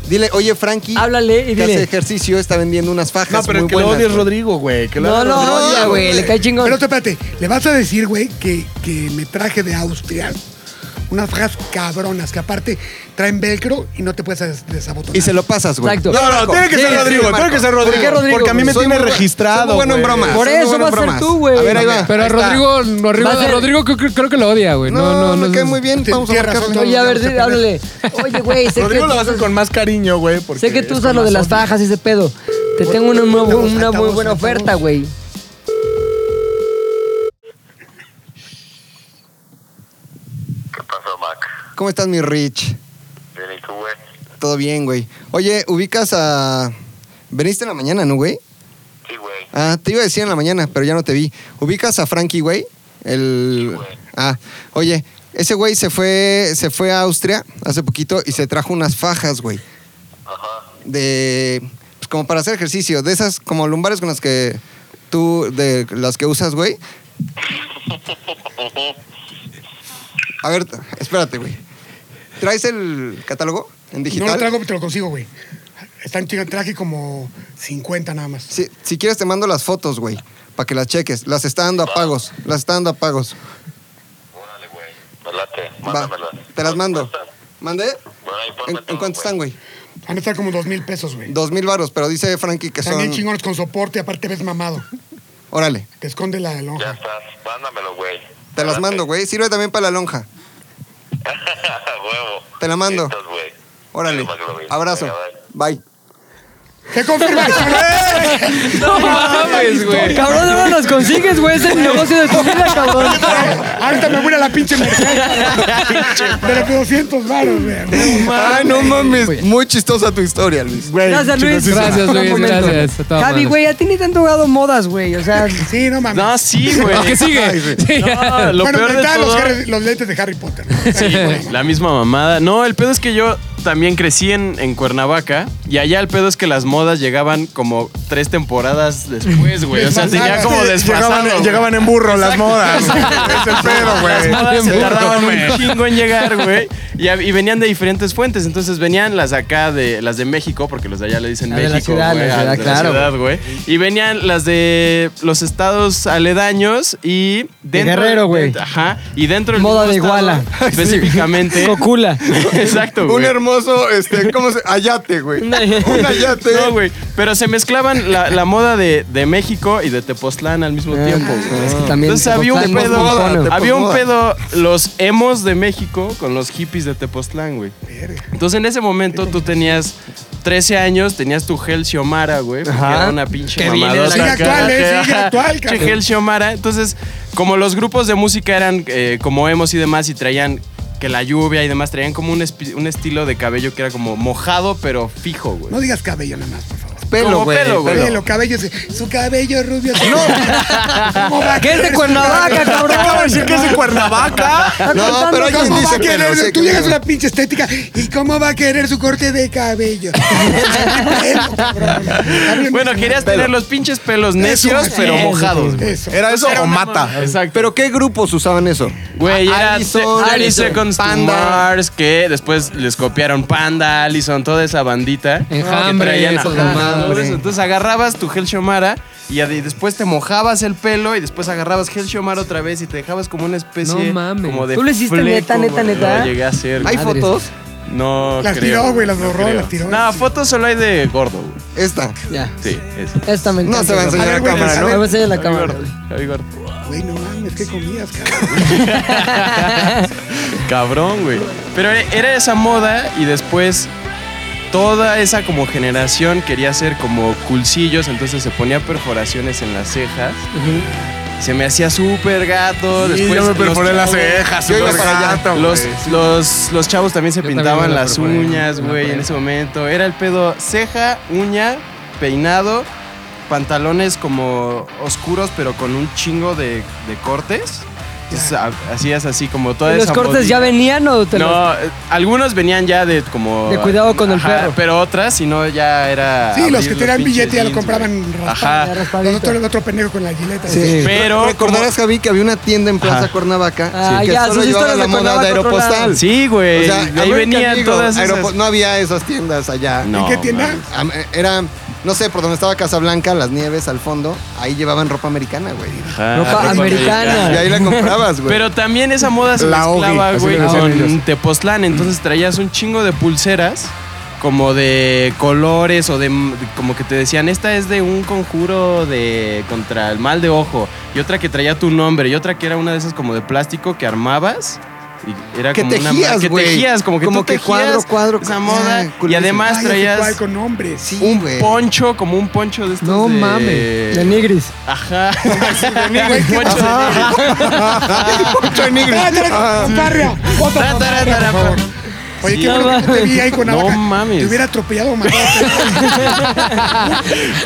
S4: Dile, oye, Frankie.
S2: Háblale y
S4: Que hace
S2: dile.
S4: ejercicio, está vendiendo unas fajas.
S5: No, pero
S4: muy
S5: el que lo
S4: buenas,
S5: odia es
S4: güey.
S5: Rodrigo, güey. que lo
S2: No,
S5: odia
S2: no,
S5: Rodrigo.
S2: odia, güey. Le cae chingón.
S3: Pero espérate, le vas a decir, güey, que, que me traje de Austria unas fajas cabronas que aparte traen velcro y no te puedes des- desabotonar.
S4: Y se lo pasas, güey.
S2: Exacto.
S5: No, no, tiene que
S4: Sí,
S5: ser
S4: sí,
S5: Rodrigo,
S4: sí,
S5: tiene que ser
S4: Marco.
S5: Rodrigo.
S2: ¿Por qué Rodrigo,
S5: Porque a mí me
S4: Soy
S5: tiene
S4: muy bu- soy
S5: registrado.
S4: muy bueno en
S5: güey.
S4: bromas.
S2: Por
S4: soy muy
S2: eso
S4: bueno en
S2: va a ser
S4: bromas.
S2: tú, güey.
S4: A ver, ahí va.
S6: Pero a
S4: ahí está.
S6: Rodrigo, Rodrigo,
S2: Va a ser-
S6: Rodrigo creo, creo- creo que lo odia, güey. No, no, no.
S4: cae
S6: sé.
S4: muy bien.
S3: Te
S4: Vamos a
S3: entierras
S4: marcarle.
S3: todo.
S2: Oye, a ver, di- háblale. Oye, güey, sé que
S5: Rodrigo lo
S2: tú
S5: va a hacer
S2: usas-
S5: con más cariño, güey. porque
S2: sé que tú
S5: es
S2: usas
S5: con
S2: lo de
S5: más
S2: las
S5: odio.
S2: fajas y ese pedo. Te tengo una, muy-
S3: altavoz,
S2: una muy
S3: altavoz,
S2: buena
S3: altavoz.
S2: oferta, güey.
S12: ¿Qué pasó, Mac?
S4: ¿Cómo estás, mi Rich?
S12: Bien, ¿y tú, güey?
S4: Todo bien, güey. Oye, ubicas a. Veniste en la mañana, ¿no, güey?
S12: Sí, güey.
S4: Ah, te iba a decir en la mañana, pero ya no te vi. ¿Ubicas a Frankie, güey? El.
S12: güey.
S4: Ah, oye, ese güey se fue, se fue a Austria hace poquito y se trajo unas fajas, güey.
S12: Ajá.
S4: De. pues, como para hacer ejercicio, de esas como lumbares con las que tú, de las que usas, güey. A ver, t- espérate, güey. ¿Traes el catálogo en digital?
S3: No lo traigo, pero te lo consigo, güey. Están chingando, traje como 50 nada más.
S4: Sí, si quieres te mando las fotos, güey, para que las cheques. Las está dando a pagos, las está dando a pagos.
S13: Órale, güey. Me late.
S4: Va,
S13: Mándamelas.
S4: te las mando.
S13: ¿Cuántas?
S4: ¿Mandé?
S13: Bueno, ahí ponme
S4: ¿En, en
S13: todo,
S4: cuánto están, güey?
S3: Han estar como 2 mil pesos, güey.
S4: Dos mil varos, pero dice Frankie que
S3: Están
S4: son...
S3: bien chingones con soporte, aparte te ves mamado.
S4: Órale,
S3: Te esconde la
S13: Ya
S3: lonja.
S13: estás. Mándamelo, güey.
S4: te las
S13: Me late.
S4: mando, güey. Sirve también para la lonja.
S13: Huevo.
S4: Te la mando.
S13: Listos, güey.
S4: Órale,
S13: Venga, güey.
S4: abrazo.
S13: Venga, bye.
S4: Bye.
S3: ¿Qué confirmas?
S6: No mames, güey.
S2: Cabrón, no nos consigues, güey. Es el negocio de tu vida, cabrón.
S3: Ahorita me voy a la pinche merced. De los 200 varos, güey.
S4: Ay, no mames. Muy chistosa tu historia, Luis.
S2: Gracias, Luis.
S6: Gracias,
S2: Buen
S6: Luis,
S2: momento.
S6: gracias, a toda
S2: Javi,
S6: madre.
S2: güey, a ti ni te han tocado modas, güey. O sea,
S3: Sí, no mames.
S5: No, sí, güey.
S4: Ah,
S6: ¿Qué sigue? Sí.
S5: No, lo
S3: bueno,
S5: peor de
S3: inventaban los,
S5: todo...
S3: Harry- los lentes de Harry Potter. ¿no?
S5: Sí, güey, la misma mamada. No, el pedo es que yo también crecí en, en Cuernavaca y allá el pedo es que las modas llegaban como tres temporadas después, güey. O sea, tenía como desfasado.
S8: Llegaban,
S5: güey.
S8: llegaban en burro las modas. güey. es el pedo,
S5: Las
S8: güey.
S5: modas se
S6: Muy
S5: tardaban
S8: bueno,
S5: un chingo en llegar, güey. Y, hab- y venían de diferentes fuentes. Entonces venían las acá de las de México, porque los de allá le dicen
S2: Ah, de la
S5: México.
S2: ciudad,
S5: güey,
S2: la
S5: ah,
S2: ciudad,
S5: de
S2: claro,
S5: ciudad, güey. Y venían las de los estados aledaños y dentro.
S2: Guerrero, güey.
S5: Ajá. Y dentro del
S2: Moda
S5: mismo
S2: de
S5: estado,
S2: Iguala.
S5: Específicamente.
S2: cocula.
S5: Exacto,
S4: Un
S5: güey.
S4: hermoso, este, ¿cómo se...? Ayate, güey. Un ayate.
S5: No, güey. Pero se mezclaban la, la moda de, de México y de Tepoztlán al
S2: Ah,
S5: mismo tiempo, güey.
S2: Es que también
S5: Entonces había un
S2: Tepoztlán es
S5: pedo. Ah.
S2: mojón.
S5: había un
S4: Moda.
S5: pedo los emos de México con los hippies de Tepoztlán, güey. Entonces en ese momento tú tenías 13 años, tenías tu Gel Xiomara, güey. porque
S2: Ajá.
S5: Era una pinche
S2: Que viene de
S5: mamadota
S3: la- Sigue
S5: acá,
S3: actual, eh,
S5: que-
S3: sigue actual,
S5: Pinche
S3: cabrón.
S5: Gel Xiomara. Entonces, como los grupos de música eran eh, como emos y demás y traían que la lluvia y demás traían como un, espi- un estilo de cabello que era como mojado pero fijo, güey.
S3: No digas cabello nada más, por favor.
S5: Como pelo, güey.
S3: Cabello, cabello, se- su cabello rubio. No. ¿Cómo va a
S2: ¿Qué es de
S3: creer su
S2: Cuernavaca,
S3: cabello?
S2: cabrón?
S3: Acaba de decir que es de Cuernavaca.
S4: No, pero alguien
S3: ¿Cómo va
S4: dice
S3: a querer?
S4: pelo, sé
S3: tú
S4: que-
S3: llegas a una pinche estética y cómo va a querer su corte de cabello. Pelo, cabrón.
S5: Bueno, querías tener los pinches pelos necios
S3: Eso,
S5: pero
S3: eso,
S5: mojados, güey.
S3: Eso.
S8: Era eso o mata.
S5: Exacto.
S4: ¿Pero qué grupos usaban eso?
S5: Güey,
S4: A-
S5: era
S4: Allison,
S5: Allison,
S4: Allison,
S5: Seconds
S4: Panda.
S5: to Mars, que después les copiaron Panda, Allison, toda esa bandita.
S6: Enjambre,
S5: Que traían,
S6: esas
S5: ajá,
S6: mamadas.
S5: todo eso. Entonces agarrabas tu Gel Xiomara y ade- después te mojabas el pelo y después agarrabas Gel Xiomara otra vez y te dejabas como una especie
S6: No mames.
S5: como de
S2: ¿Tú lo hiciste
S5: fleco,
S2: neta, neta,
S5: güey.
S2: neta?
S5: No llegué a hacer.
S4: ¿Hay
S5: güey.
S2: Madres.
S4: fotos?
S5: No
S3: Las
S5: creo,
S3: tiró, güey, las
S5: no
S3: borró,
S5: creo.
S3: las tiró.
S5: No, fotos solo hay de gordo, güey.
S4: Esta.
S2: Ya.
S5: Sí, eso.
S2: Esta me
S4: No
S2: encanta,
S4: se va
S2: güey.
S4: a enseñar
S3: A
S4: a
S3: ver, güey,
S4: cámara,
S3: a
S2: Ahí
S4: ¿no?
S2: va a enseñar la
S5: Javi
S2: cámara.
S5: Gordo, Javi Gordo.
S3: Güey, no mames, ¿qué comías, cabrón?
S5: Cabrón, güey. Pero era- era esa moda y después toda esa como generación quería hacer como culsillos, entonces se ponía perforaciones en las cejas. Se me hacía súper gato.
S8: Y
S5: después
S8: yo me
S5: los
S8: perforé las
S5: chavos-
S8: cejas,
S4: Yo iba
S8: súper
S4: para allá.
S8: gato, güey.
S5: Los, los, los chavos también se
S6: Yo también
S5: pintaban
S6: me la
S5: las
S6: perforé,
S5: uñas,
S6: me la
S5: güey, en
S6: perforé.
S5: ese momento. Era el pedo ceja, uña, peinado, pantalones como oscuros, pero con un chingo de, de cortes. Entonces, ha- hacías así como toda
S2: ¿Y ¿Los
S5: esa
S2: cortes
S5: modita.
S2: ya venían o te los-
S5: No, eh, algunos venían ya de como.
S2: De cuidado con el perro.
S5: Pero otras, si no, ya era.
S3: Sí, los
S5: abrir
S3: que tenían
S5: Ah, pinches
S3: billete ya lo
S5: jeans,
S3: compraban
S5: güey.
S3: raspado.
S5: Ajá.
S2: Raspadito.
S3: Nosotros el otro pendejo con la gileta.
S4: Sí.
S5: Pero-
S4: Recordarás, Javi, que había una tienda en Plaza
S5: Ajá.
S4: Cuernavaca
S2: Ah,
S4: que
S2: ya,
S4: solo
S2: sus
S4: llevaba
S2: historias
S4: la
S2: de
S4: moda de
S2: Cuernavaca, otro lado.
S4: Aeropostal.
S5: Sí,
S4: O
S5: güey.
S4: sea,
S5: ahí
S4: American
S5: venían
S4: Eagle,
S5: todas esas.
S4: Aeropo- No había esas tiendas allá.
S5: No,
S3: qué tienda?
S5: mames.
S4: Am- eh, Era, no sé, por donde estaba Casablanca, las nieves al fondo, ahí llevaban ropa americana, güey.
S5: Ajá,
S2: Ropa americana.
S4: Y ahí la comprabas, güey.
S5: Pero también esa moda se
S8: La
S5: mezclaba,
S8: Ogi, así
S5: güey,
S8: le decían
S5: con
S8: ellos.
S5: Tepoztlán. Entonces traías un chingo de pulseras como de colores o de como que te decían esta es de un conjuro de contra el mal de ojo y otra que traía tu nombre y otra que era una de esas como de plástico que armabas y era
S4: Que
S5: como una
S4: tejías,
S5: que
S4: güey.
S5: tejías como que
S4: Como
S5: tú
S4: que
S5: tejías
S4: cuadro, cuadro,
S5: esa
S4: cu-
S5: moda
S4: ah,
S5: y
S4: culísimo.
S5: además
S3: Ay,
S5: traías
S3: ese cual con hombres. Sí.
S4: un
S5: poncho como un poncho de estos
S2: No
S5: de-
S2: mames. La nigris.
S5: ajá un poncho de negro.
S3: Ah, tra- Parria, foto
S5: Tará,
S3: con
S5: tará,
S3: Parria,
S5: tará,
S3: por favor.
S5: tará.
S3: Oye,
S5: Sí.
S3: qué bueno que te vi ahí con
S5: No
S3: Abaca.
S5: mames.
S3: Te hubiera atropellado más.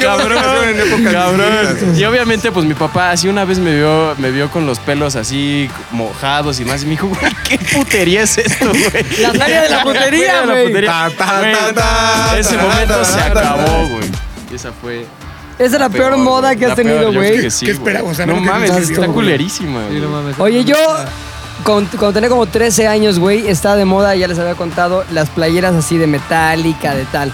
S5: Cabrón, cabrón. Y obviamente, pues mi papá así una vez me vio, me vio con los pelos así mojados y más. Y me dijo, güey, ¿qué putería es esto, güey?
S2: La feria de la putería,
S5: feria de la
S2: güey.
S5: putería.
S8: Ta, ta,
S5: Güey,
S8: ta, ta,
S5: Ese
S8: ta,
S5: momento
S8: ta,
S5: se
S8: ta, ta.
S5: acabó, güey. esa fue.
S2: Esa es la peor moda que
S5: la
S2: has tenido,
S5: peor, yo creo
S2: güey.
S5: que sí,
S3: ¿Qué
S5: güey.
S3: esperamos? O sea,
S5: no
S3: no que
S5: mames,
S3: nos
S5: está
S3: dio, güey.
S5: culerísima,
S6: Sí,
S5: güey.
S6: no mames.
S2: Oye, yo con- cuando tenía como 13 años, güey, estaba de moda, ya les había contado, las playeras así de metálica, de tal.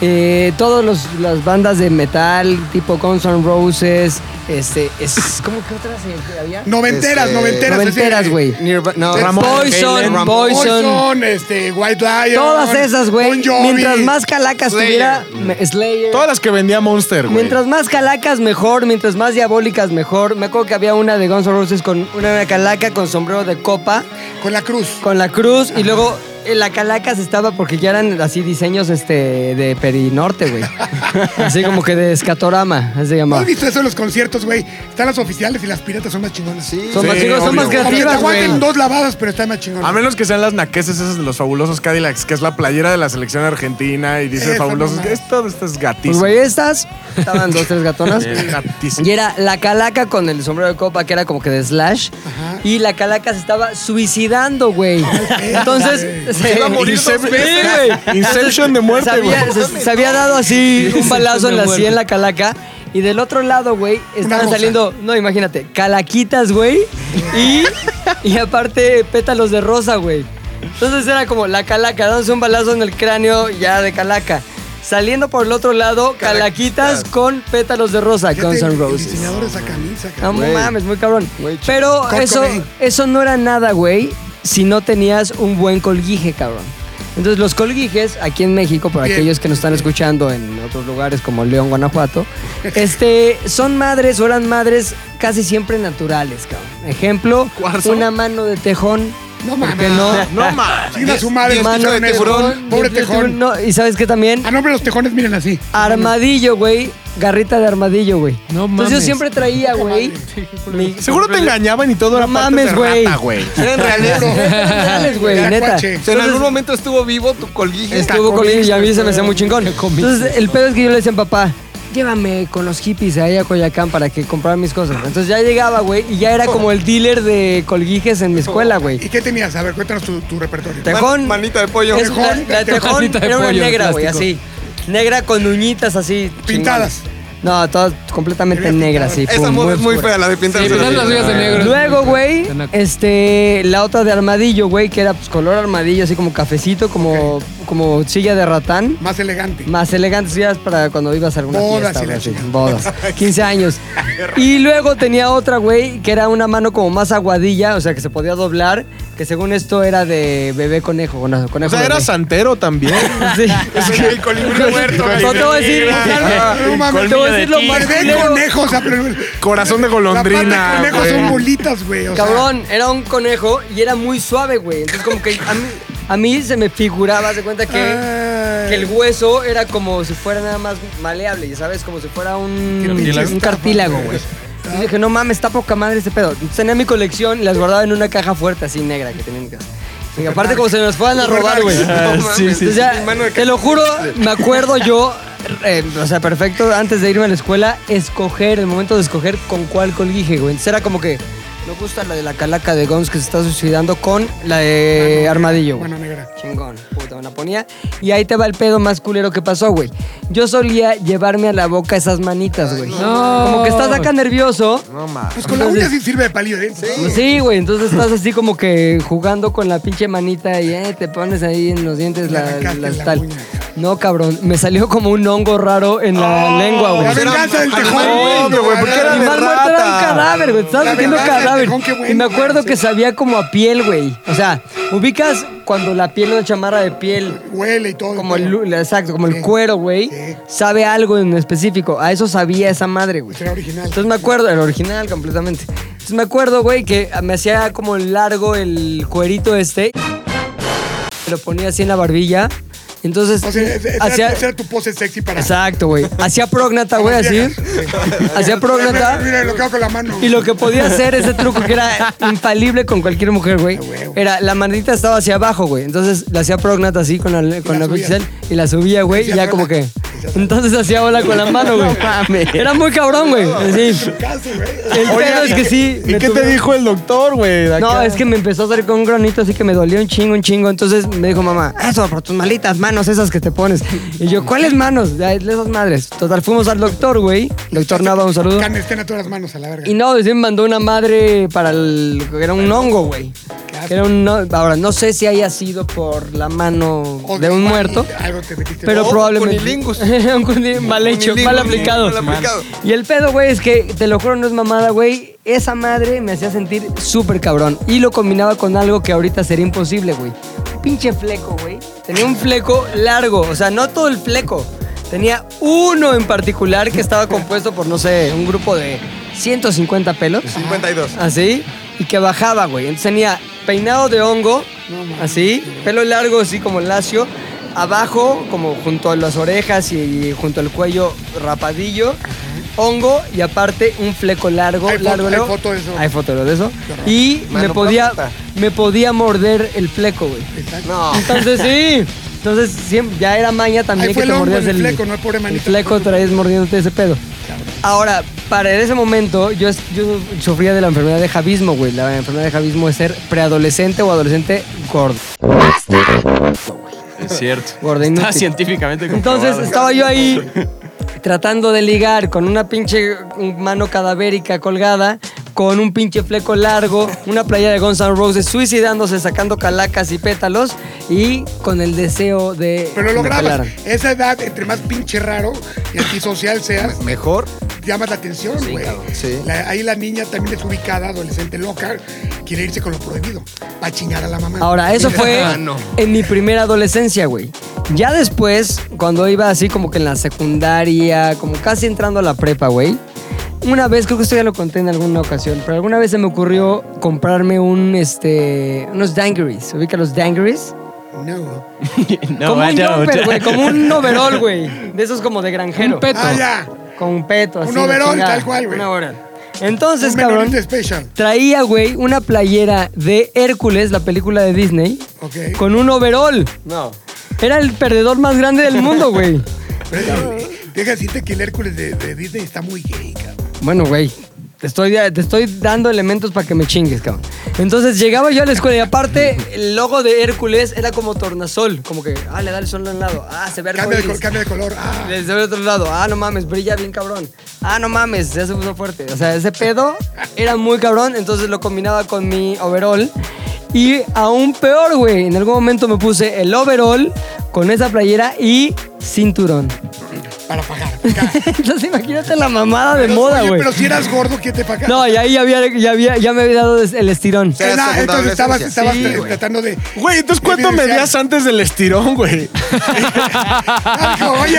S2: Eh, todos los- las bandas de metal, tipo Guns N' Roses, este, es, ¿cómo que otras eh, había?
S3: Noventeras,
S4: Este,
S3: noventeras. así,
S2: Noventeras, güey.
S4: Nirva- no,
S3: Dead
S4: Ramón.
S2: Poison,
S4: Halen,
S2: Poison.
S3: Poison, este, White Lion.
S2: Todas esas, güey.
S3: Bon Jovi.
S2: Mientras más calacas
S8: Slayer.
S2: tuviera, me- Slayer.
S8: Todas las que vendía Monster, güey.
S2: Mientras más calacas, mejor. Mientras más diabólicas, mejor. Me acuerdo que había una de Guns N' Roses con una calaca con sombrero de copa.
S3: Con la cruz.
S2: con la cruz y luego en la calaca se estaba porque ya eran así diseños este de Perinorte, güey. así como que de escatorama, así se
S3: ¿No
S2: llamaba.
S3: has visto eso en los conciertos, güey? Están las oficiales y las piratas son más chingonas.
S4: Sí.
S2: Son más,
S8: Sí,
S2: chicos, son
S8: obvio.
S2: más
S3: Aunque te
S2: creativas, güey.
S3: aguanten dos lavadas, pero están más
S8: A
S3: chingonas.
S8: menos que sean las naqueses esas de los fabulosos Cadillacs, que es la playera de la selección argentina y dice
S3: Esa
S8: fabulosos.
S3: mamá.
S8: Es, todo esto es
S2: Pues,
S8: gatísimo.
S2: güey, estas estaban dos, tres gatonas.
S8: Es gatísimo.
S2: Y era la calaca con el sombrero de copa, que era como que de slash. Y la calaca se estaba suicidando, güey. Entonces, se
S8: iba a morir dos
S2: Sí,
S8: veces.
S2: güey.
S8: Inception de muerte,
S2: Se había-
S8: güey.
S2: Se, se había dado así un balazo en la sien en la calaca. Y del otro lado, güey, estaban
S3: rosa.
S2: saliendo, no, imagínate, calaquitas, güey. Y, y aparte, pétalos de rosa, güey. Entonces era como la calaca, dándose un balazo en el cráneo ya de calaca. Saliendo por el otro lado, calaquitas, con pétalos de rosa, Guns
S3: Fíjate,
S2: N'
S3: el- el
S2: Roses.
S3: diseñador de esa camisa, cabrón.
S2: No mames, muy cabrón.
S4: Güey, chico.
S2: Pero
S3: Kurt
S2: eso,
S3: Cobain.
S2: eso no era nada, güey, si no tenías un buen colguije, cabrón. Entonces, los colguijes aquí en México, para
S3: Bien.
S2: aquellos que nos están escuchando en otros lugares como León, Guanajuato, este, son madres o eran madres casi siempre naturales, cabrón. Ejemplo,
S8: ¿Cuarzo?
S2: una mano de tejón.
S3: No
S2: ¿por qué
S3: mames.
S2: no?
S8: No mames.
S3: Chinga su madre,
S2: Mano
S3: escucharon
S2: de
S3: eso.
S2: tejón.
S3: Pobre
S2: Yo- yo-
S3: tejón.
S2: no, y sabes qué también,
S3: A nombre de Ah, los tejones, miren así.
S2: armadillo, güey. Garrita de armadillo, güey.
S6: No
S2: Entonces yo
S6: mames.
S2: siempre traía, güey. mi-
S8: Seguro te engañaban y todo era
S2: No
S8: parte
S2: mames, güey.
S8: de rata, güey.
S4: Era en realidad.
S2: Reales, güey,
S3: Era
S2: neta.
S3: cuache.
S4: O sea, en algún momento estuvo vivo tu colguije.
S2: Estuvo conmigo y a mí se me hacía muy chingón. Entonces, el pedo es que yo le decía a papá, llévame con los hippies ahí a Coyacán para que comprar mis cosas. Entonces ya llegaba, güey, y ya era como el dealer de colguijes en mi escuela,
S3: ¿Y
S2: güey.
S3: qué tenías? A ver, cuéntanos tu, tu repertorio.
S2: Te-
S4: Man-
S2: Tejón.
S4: manita de pollo.
S2: Es una-
S3: tejón,
S2: la tejón
S6: tejonita de
S2: era una
S6: pollo de
S2: negra, güey, así.
S6: plástico.
S2: Negra con uñitas así.
S3: Pintadas.
S2: chingonas. No, todas completamente
S3: Tenía
S2: negras, sí.
S4: Esa
S2: pum,
S4: moda es muy
S2: oscura.
S4: fea, la de pintarse
S6: Sí,
S4: la
S6: pintar las
S4: vida.
S6: uñas de negro.
S2: Luego, güey,
S6: De naco.
S2: este, la otra de armadillo, güey, que era pues, color armadillo, así como cafecito, como, como silla de ratán.
S3: Más elegante.
S2: Más elegantes días para cuando ibas a alguna
S3: Bodas
S2: fiesta.
S3: y la
S2: güey, sí,
S3: chingada.
S2: bodas. 15 años. Y luego tenía otra, güey, que era una mano como más aguadilla, o sea, que se podía doblar, que según esto era de bebé conejo. conejo
S8: O sea, era santero también.
S2: Sí.
S8: Es que el colibrí muerto.
S2: Pues, No te voy a decir,
S3: Ah, no mames,
S2: te voy a decir lo más
S3: Bebé
S2: culero.
S3: conejos, o sea, pero.
S8: Corazón de golondrina,
S3: La pata de conejos
S8: güey.
S3: son bolitas, güey. o sea,
S2: Cabrón, era un conejo y era muy suave, güey. Entonces, como que a mí, a mí se me figuraba, se cuenta que,
S3: ay,
S2: que el hueso era como si fuera nada más maleable, ya sabes, como si fuera un,
S3: Qué pinche
S2: un
S3: estafa,
S2: cartílago,
S3: güey.
S2: güey. Y dije, no mames, está poca madre este pedo. Entonces, tenía mi colección y las guardaba en una caja fuerte así negra que tenían en casa. Y aparte, como se nos fueran a robar, güey.
S4: sí, sí,
S2: Entonces, ya,
S4: sí. Mano de
S2: te lo juro, me acuerdo yo, eh, o sea, perfecto, antes de irme a la escuela, escoger, el momento de escoger con cuál colguije, güey. Entonces era como que, me gusta la de la calaca de Gons que se está suicidando con la de Armadillo. güey.
S3: Mano negra.
S2: Chingón, puta, me la ponía. Y ahí te va el pedo más culero que pasó, güey. Yo solía llevarme a la boca esas manitas, güey.
S6: no.
S2: Como que estás acá nervioso.
S8: No mames.
S3: Pues con la uña sí sirve de palillo, ¿eh?
S2: Pues Sí, güey, entonces estás así como que jugando con la pinche manita y eh, te pones ahí en los dientes
S3: Le
S2: la,
S3: arrancaste
S2: las
S3: la
S2: tal.
S3: uña.
S2: No, cabrón, me salió como un hongo raro en la
S3: Oh,
S2: lengua,
S3: La
S2: güey.
S3: venganza del tejón.
S8: hombre, güey, ¿por qué era
S2: Y
S8: de
S2: más muerto era un
S8: rata.
S2: cadáver, güey. te Estabas
S3: La
S2: metiendo
S3: venganza del
S2: cadáver.
S3: tejón, qué bueno,
S2: y me
S3: güey,
S2: acuerdo
S3: sí.
S2: que sabía como a piel, güey. O sea, ubicas cuando la piel, una chamarra de piel,
S3: Huele y todo.
S2: como el,
S3: pero
S2: lu- exacto, como
S3: Sí.
S2: el cuero, güey,
S3: Sí.
S2: sabe algo en específico. A eso sabía esa madre, güey.
S3: Será original.
S2: Entonces me acuerdo, el original completamente. Entonces me acuerdo, güey, que me hacía como largo el cuerito este. Me Lo ponía así en la barbilla. Entonces
S3: O sea, eh, esa- esa-
S2: hacía
S3: esa era tu pose sexy para.
S2: Exacto, güey. Hacía prógnata, güey,
S3: Para
S2: así.
S3: las viejas.
S2: Hacía prógnata.
S3: Mira, lo que hago con la mano.
S2: Y lo que podía hacer ese truco que era infalible con cualquier mujer, güey, era la manita estaba hacia abajo, güey. Entonces la hacía prognata así con la, con
S3: la
S2: la
S3: subías.
S2: pixel y la subía, güey, y
S3: Decía,
S2: ya como que
S3: "Prognata". hacía-
S2: Entonces hacía bola con la mano, güey. Era muy cabrón, güey. Sí.
S3: Casi, güey.
S2: El pedo es que sí.
S8: ¿Y
S2: me
S8: qué
S2: tuve-
S8: te dijo el doctor, güey? de
S2: No,
S8: acá?
S2: es que me empezó a salir con un granito, así que me dolió un chingo, un chingo. Entonces me dijo mamá, eso, por tus malitas manos esas que te pones. Y yo, ¿cuáles manos? Ya, esas madres. Total, fuimos al doctor, güey. Doctor Nava, un saludo.
S3: Canestena a todas las manos a la verga.
S2: Y no, sí me mandó una madre para el... que Era un hongo, güey. Que Era un... no- Ahora, no sé si haya sido por la mano
S3: O
S2: de un
S3: igual,
S2: muerto.
S3: Algo te metiste.
S2: Pero
S4: O un
S2: probablemente.
S4: cunilingus.
S2: un cuni- mal hecho, mal aplicado.
S4: Mal aplicado.
S2: Y el pedo, güey, es que te lo juro, no es mamada, güey. Esa madre me hacía sentir súper cabrón. Y lo combinaba con algo que ahorita sería imposible, güey. Pinche fleco, güey. Tenía un fleco largo, o sea, no todo el fleco. Tenía uno en particular que estaba compuesto por, no sé, un grupo de 150 pelos.
S4: 52.
S2: Así. Y que bajaba, güey. Entonces tenía peinado de hongo, así, pelo largo, así como lacio. Abajo, como junto a las orejas y junto al cuello, rapadillo. Hongo y aparte un fleco largo,
S3: Hay fo-
S2: largo,
S3: hay
S2: largo.
S3: foto de eso.
S2: Hay foto de eso. Y me
S4: Mano
S2: podía,
S4: planta.
S2: me podía morder el fleco, güey.
S4: No.
S2: Entonces sí. Entonces siempre, ya era maña también
S3: Ahí
S2: que
S3: fue
S2: te
S3: el hongo,
S2: mordías
S3: el fleco, no el pobre manito.
S2: fleco traes mordiéndote ese pedo. Ahora, para ese momento, yo, es- yo sufría de la enfermedad de javismo, güey. La enfermedad de javismo es ser preadolescente o adolescente gordo.
S5: Es cierto.
S2: Gordo
S5: Está
S2: inútil.
S5: científicamente comprobado.
S2: Entonces estaba yo ahí tratando de ligar con una pinche mano cadavérica colgada, con un pinche fleco largo, una playa de Guns N' Roses suicidándose, sacando calacas y pétalos y con el deseo de.
S3: Pero
S2: que me
S3: lo grabas.
S2: pelaran.
S3: Esa edad, entre más pinche raro y antisocial seas,
S4: Mejor.
S3: llamas la atención, güey.
S4: Sí.
S3: La- ahí la niña también es ubicada, adolescente loca, quiere irse con lo prohibido. Va a chingar a la mamá.
S2: Ahora, eso fue
S4: Ah, no.
S2: en mi primera adolescencia, güey. Ya después, cuando iba así como que en la secundaria, como casi entrando a la prepa, güey. Una vez, creo que esto ya lo conté en alguna ocasión, pero alguna vez se me ocurrió comprarme un, este, unos dangaries. ¿Ubica los dangaries?
S3: No.
S5: No,
S2: como un
S5: I don't.
S2: jumper, güey, como un overall, güey. De esos como de granjero.
S6: Un peto.
S3: Ah, ya.
S2: Con un peto, así.
S3: Un
S2: la
S3: overall,
S2: chingada.
S3: tal cual, güey.
S2: Un overall. Entonces,
S3: Un
S2: cabrón,
S3: menorito special.
S2: traía, güey, una playera de Hércules, la película de Disney,
S3: Ok.
S2: con un overall.
S4: No.
S2: Era el perdedor más grande del mundo, güey.
S3: Pero, eh, deja decirte que el Hércules de, de Disney está muy gay, cabrón.
S2: Bueno, güey, te estoy, te estoy dando elementos para que me chingues, cabrón. Entonces llegaba yo a la escuela y aparte el logo de Hércules era como tornasol. Como que, ah, le da el sol a un lado. Ah, se ve
S3: Cambia de,
S2: arcoíris.
S3: col- cambia de color. Ah,
S2: Desde el otro lado, ah, no mames, brilla bien cabrón. Ah, no mames, ya se puso fuerte. O sea, ese pedo era muy cabrón, entonces lo combinaba con mi overall. Y aún peor, güey, en algún momento me puse el overall con esa playera y cinturón.
S3: para pagar. Ca-
S2: Entonces imagínate la mamada de
S3: Pero,
S2: moda,
S3: oye,
S2: güey.
S3: Pero si eras gordo, ¿quién te paga?
S2: No, y ahí ya, había, ya, había, ya me había dado des- el estirón.
S4: Era
S3: Era-
S4: segunda
S3: entonces estabas,
S4: adolescencia.
S3: estabas
S4: Sí,
S3: tra-
S4: güey.
S3: tratando de.
S8: Güey, entonces ¿cuánto
S3: Evidenciar.
S8: medías antes del estirón, güey?
S3: Ah, dijo, oye.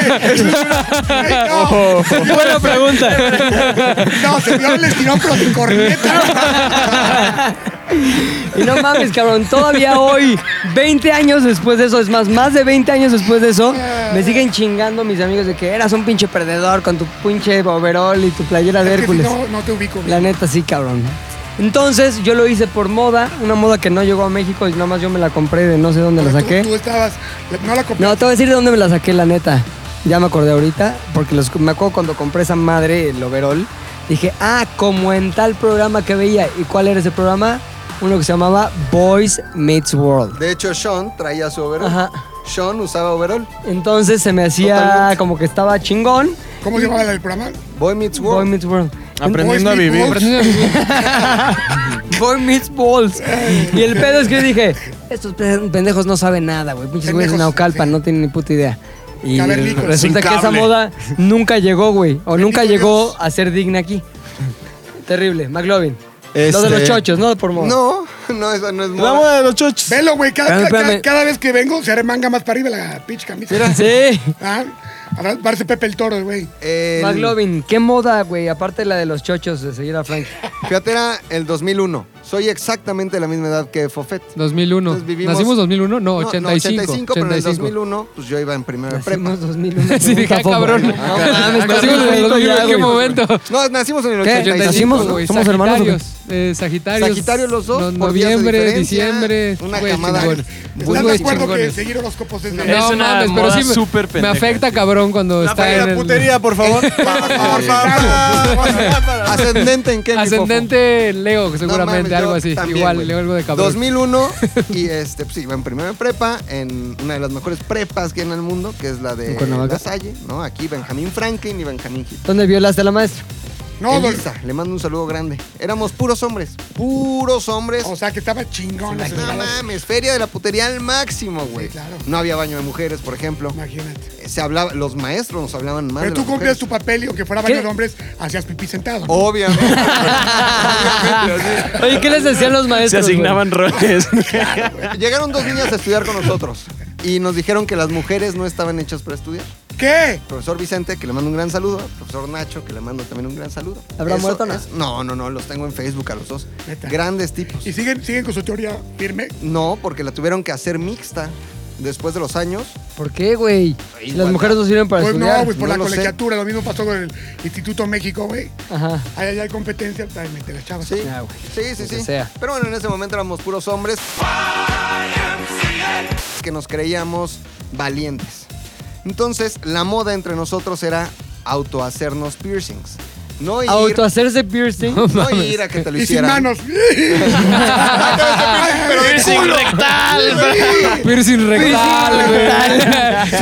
S3: ay, no,
S2: Oh. Buena pregunta.
S3: no, se vio el estirón, pero de corneta.
S2: Y no mames, cabrón, todavía hoy, 20 años después de eso, es más, más de 20 años después de eso, me siguen chingando mis amigos de que eras un pinche perdedor con tu pinche overol y tu playera de
S3: Es que si
S2: Hércules.
S3: no, no te ubico. güey.
S2: La neta, sí, cabrón. Entonces, yo lo hice por moda, una moda que no llegó a México y nada más yo me la compré de no sé dónde la
S3: Pero tú-
S2: saqué.
S3: Tú, estabas. No la compré.
S2: No, te voy a decir de dónde me la saqué, la neta. Ya me acordé ahorita, porque los- me acuerdo cuando compré esa madre, el overall, dije, ah, como en tal programa que veía. ¿Y cuál era ese programa? Uno que se llamaba Boys Meets World.
S4: De hecho, Sean traía su overall.
S2: Ajá.
S4: Sean usaba overall.
S2: Entonces se me hacía
S4: Totalmente.
S2: como que estaba chingón.
S3: ¿Cómo se llamaba el programa?
S4: Boy Meets World.
S2: Boy Meets World.
S8: Aprendiendo a
S3: Boys Meet
S8: vivir.
S3: Boys.
S2: Boy Meets Balls. Y el pedo es que yo dije, estos pe- pendejos no saben nada, güey. Pinches güeyes de
S3: Pendejos,
S2: Naucalpan,
S3: sí.
S2: no tienen ni puta idea. Y
S3: Cavernícolas,
S2: resulta
S8: sin
S2: que esa
S8: cable.
S2: moda nunca llegó, güey. O nunca
S3: Bendito
S2: llegó
S3: Dios.
S2: a ser digna aquí. Terrible. McLovin. Lo de
S8: Este-
S2: los chochos, ¿no? Por moda.
S4: No, no, eso no es moda.
S8: Vamos de los chochos.
S3: Velo, güey. Cada,
S2: Espérame,
S3: cada-
S2: espérame.
S3: cada vez que vengo se remanga más para arriba la pinche camisa.
S2: Sí.
S3: Ah, habrá- parece Pepe el Toro, güey.
S4: El-
S2: McLovin, ¿qué moda, güey? Aparte de la de los chochos, de seguir a Frank.
S4: Fíjate, era el 2001. Soy exactamente la misma edad que Fofet.
S6: 2001.
S4: Entonces vivimos-
S6: ¿Nacimos 2001? No,
S4: No, no,
S6: 85.
S4: 85, pero en el
S6: 85.
S4: 2001, pues yo iba en primera prepa.
S2: Nacimos 2001.
S6: Sí, dije, ah,
S2: Tampoco.
S6: cabrón.
S2: No mames,
S6: Nacimos en el
S2: nacimos
S6: 2001, ¿En qué
S2: güey.
S6: momento?
S4: No, nacimos en el
S2: ¿Qué?
S4: 85.
S2: Nacimos,
S4: ¿no?
S2: güey. ¿Somos hermanos o qué?
S6: Sagitarios, eh, Sagitarios.
S4: Sagitario los dos,
S6: No-
S4: por días de
S6: noviembre,
S4: diferencia,
S6: diciembre.
S4: una
S6: güey,
S4: camada.
S6: chingón. Uy,
S3: ¿Están de
S6: güey,
S3: acuerdo que
S6: chingones.
S3: seguir horóscopos es la
S5: Es
S6: No
S5: una
S6: mames, pero
S5: moda
S6: sí me-
S5: súper
S6: me,
S5: pendeja,
S6: afecta
S5: tío.
S6: cabrón cuando
S8: La
S6: está en
S8: la
S6: el
S8: putería, por favor.
S3: Por favor,
S4: Ascendente en Kenny
S6: ascendente Leo, que
S4: Fofo. No
S6: seguramente
S4: mames, yo
S6: algo así,
S4: también,
S6: igual,
S4: güey.
S6: Leo algo de cabrón.
S4: 2001 y este, pues sí, iba en primera prepa, en una de las mejores prepas que hay en el mundo, que es la
S6: ¿En
S4: de
S6: Cuernavaca?
S4: La Salle, ¿no? Aquí Benjamín Franklin y Benjamín Gil.
S2: ¿Dónde violaste a la maestra?
S3: No, don-
S4: Elisa, le mando un saludo grande. Éramos puros hombres, puros hombres.
S3: o sea que estaba chingón. ese
S4: no
S3: desmadre.
S4: mames, feria de la putería al máximo, güey.
S3: Sí, claro.
S4: No había baño de mujeres, por ejemplo.
S3: Imagínate.
S4: Se hablaba, los maestros nos hablaban mal.
S3: Pero
S4: de
S3: tú
S4: las
S3: cumplías
S4: mujeres. Oh.
S3: tu papel y aunque fuera baño de hombres, hacías pipí sentado.
S4: Obviamente.
S2: Oye, ¿qué les decían los maestros?
S5: Se asignaban roles.
S4: Llegaron dos niñas a estudiar con nosotros y nos dijeron que las mujeres no estaban hechas para estudiar.
S3: ¿Qué?
S4: Profesor Vicente, que le mando un gran saludo. Profesor Nacho, que le mando también un gran saludo.
S2: ¿Habrá
S4: Eso
S2: muerto o no?
S4: es- No, no, no, los tengo en Facebook a los dos.
S3: Neta.
S4: Grandes tipos.
S3: ¿Y siguen, siguen con su teoría firme?
S4: No, porque la tuvieron que hacer mixta después de los años.
S2: güey? ¿Por qué, güey? Si las
S4: Igualdad.
S2: mujeres no sirven para
S3: Pues no,
S2: estudiar.
S3: pues por
S4: no
S3: la
S4: lo sé.
S3: colegiatura. Lo mismo pasó con el Instituto México, güey.
S2: Ajá.
S3: Ahí ahí hay competencia, ahí mete las chavas.
S4: Sí,
S2: Pues Ya, güey.
S4: sí, sí.
S2: Lo que
S4: sí.
S2: sea.
S4: Pero bueno, en ese momento éramos puros hombres que nos creíamos valientes. Entonces, la moda entre nosotros era autohacernos piercings. No ir,
S2: Autohacerse piercing.
S4: no ir a que te lo
S3: Y sin
S4: hicieran. Ah,
S3: manos.
S5: Piercing rectal.
S6: Piercing rectal, güey.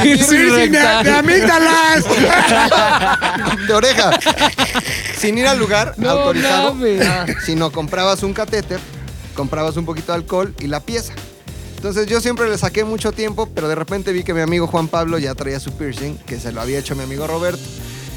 S6: Piercing
S3: Piercing de, de
S6: rectal.
S3: amígdalas.
S4: de oreja. Sin ir al lugar
S6: No
S4: autorizado,
S6: mames. Ah.
S4: sino comprabas un catéter, comprabas un poquito de alcohol y la pieza. Entonces yo siempre le saqué mucho tiempo, pero de repente vi que mi amigo Juan Pablo ya traía su piercing, que se lo había hecho mi amigo Roberto.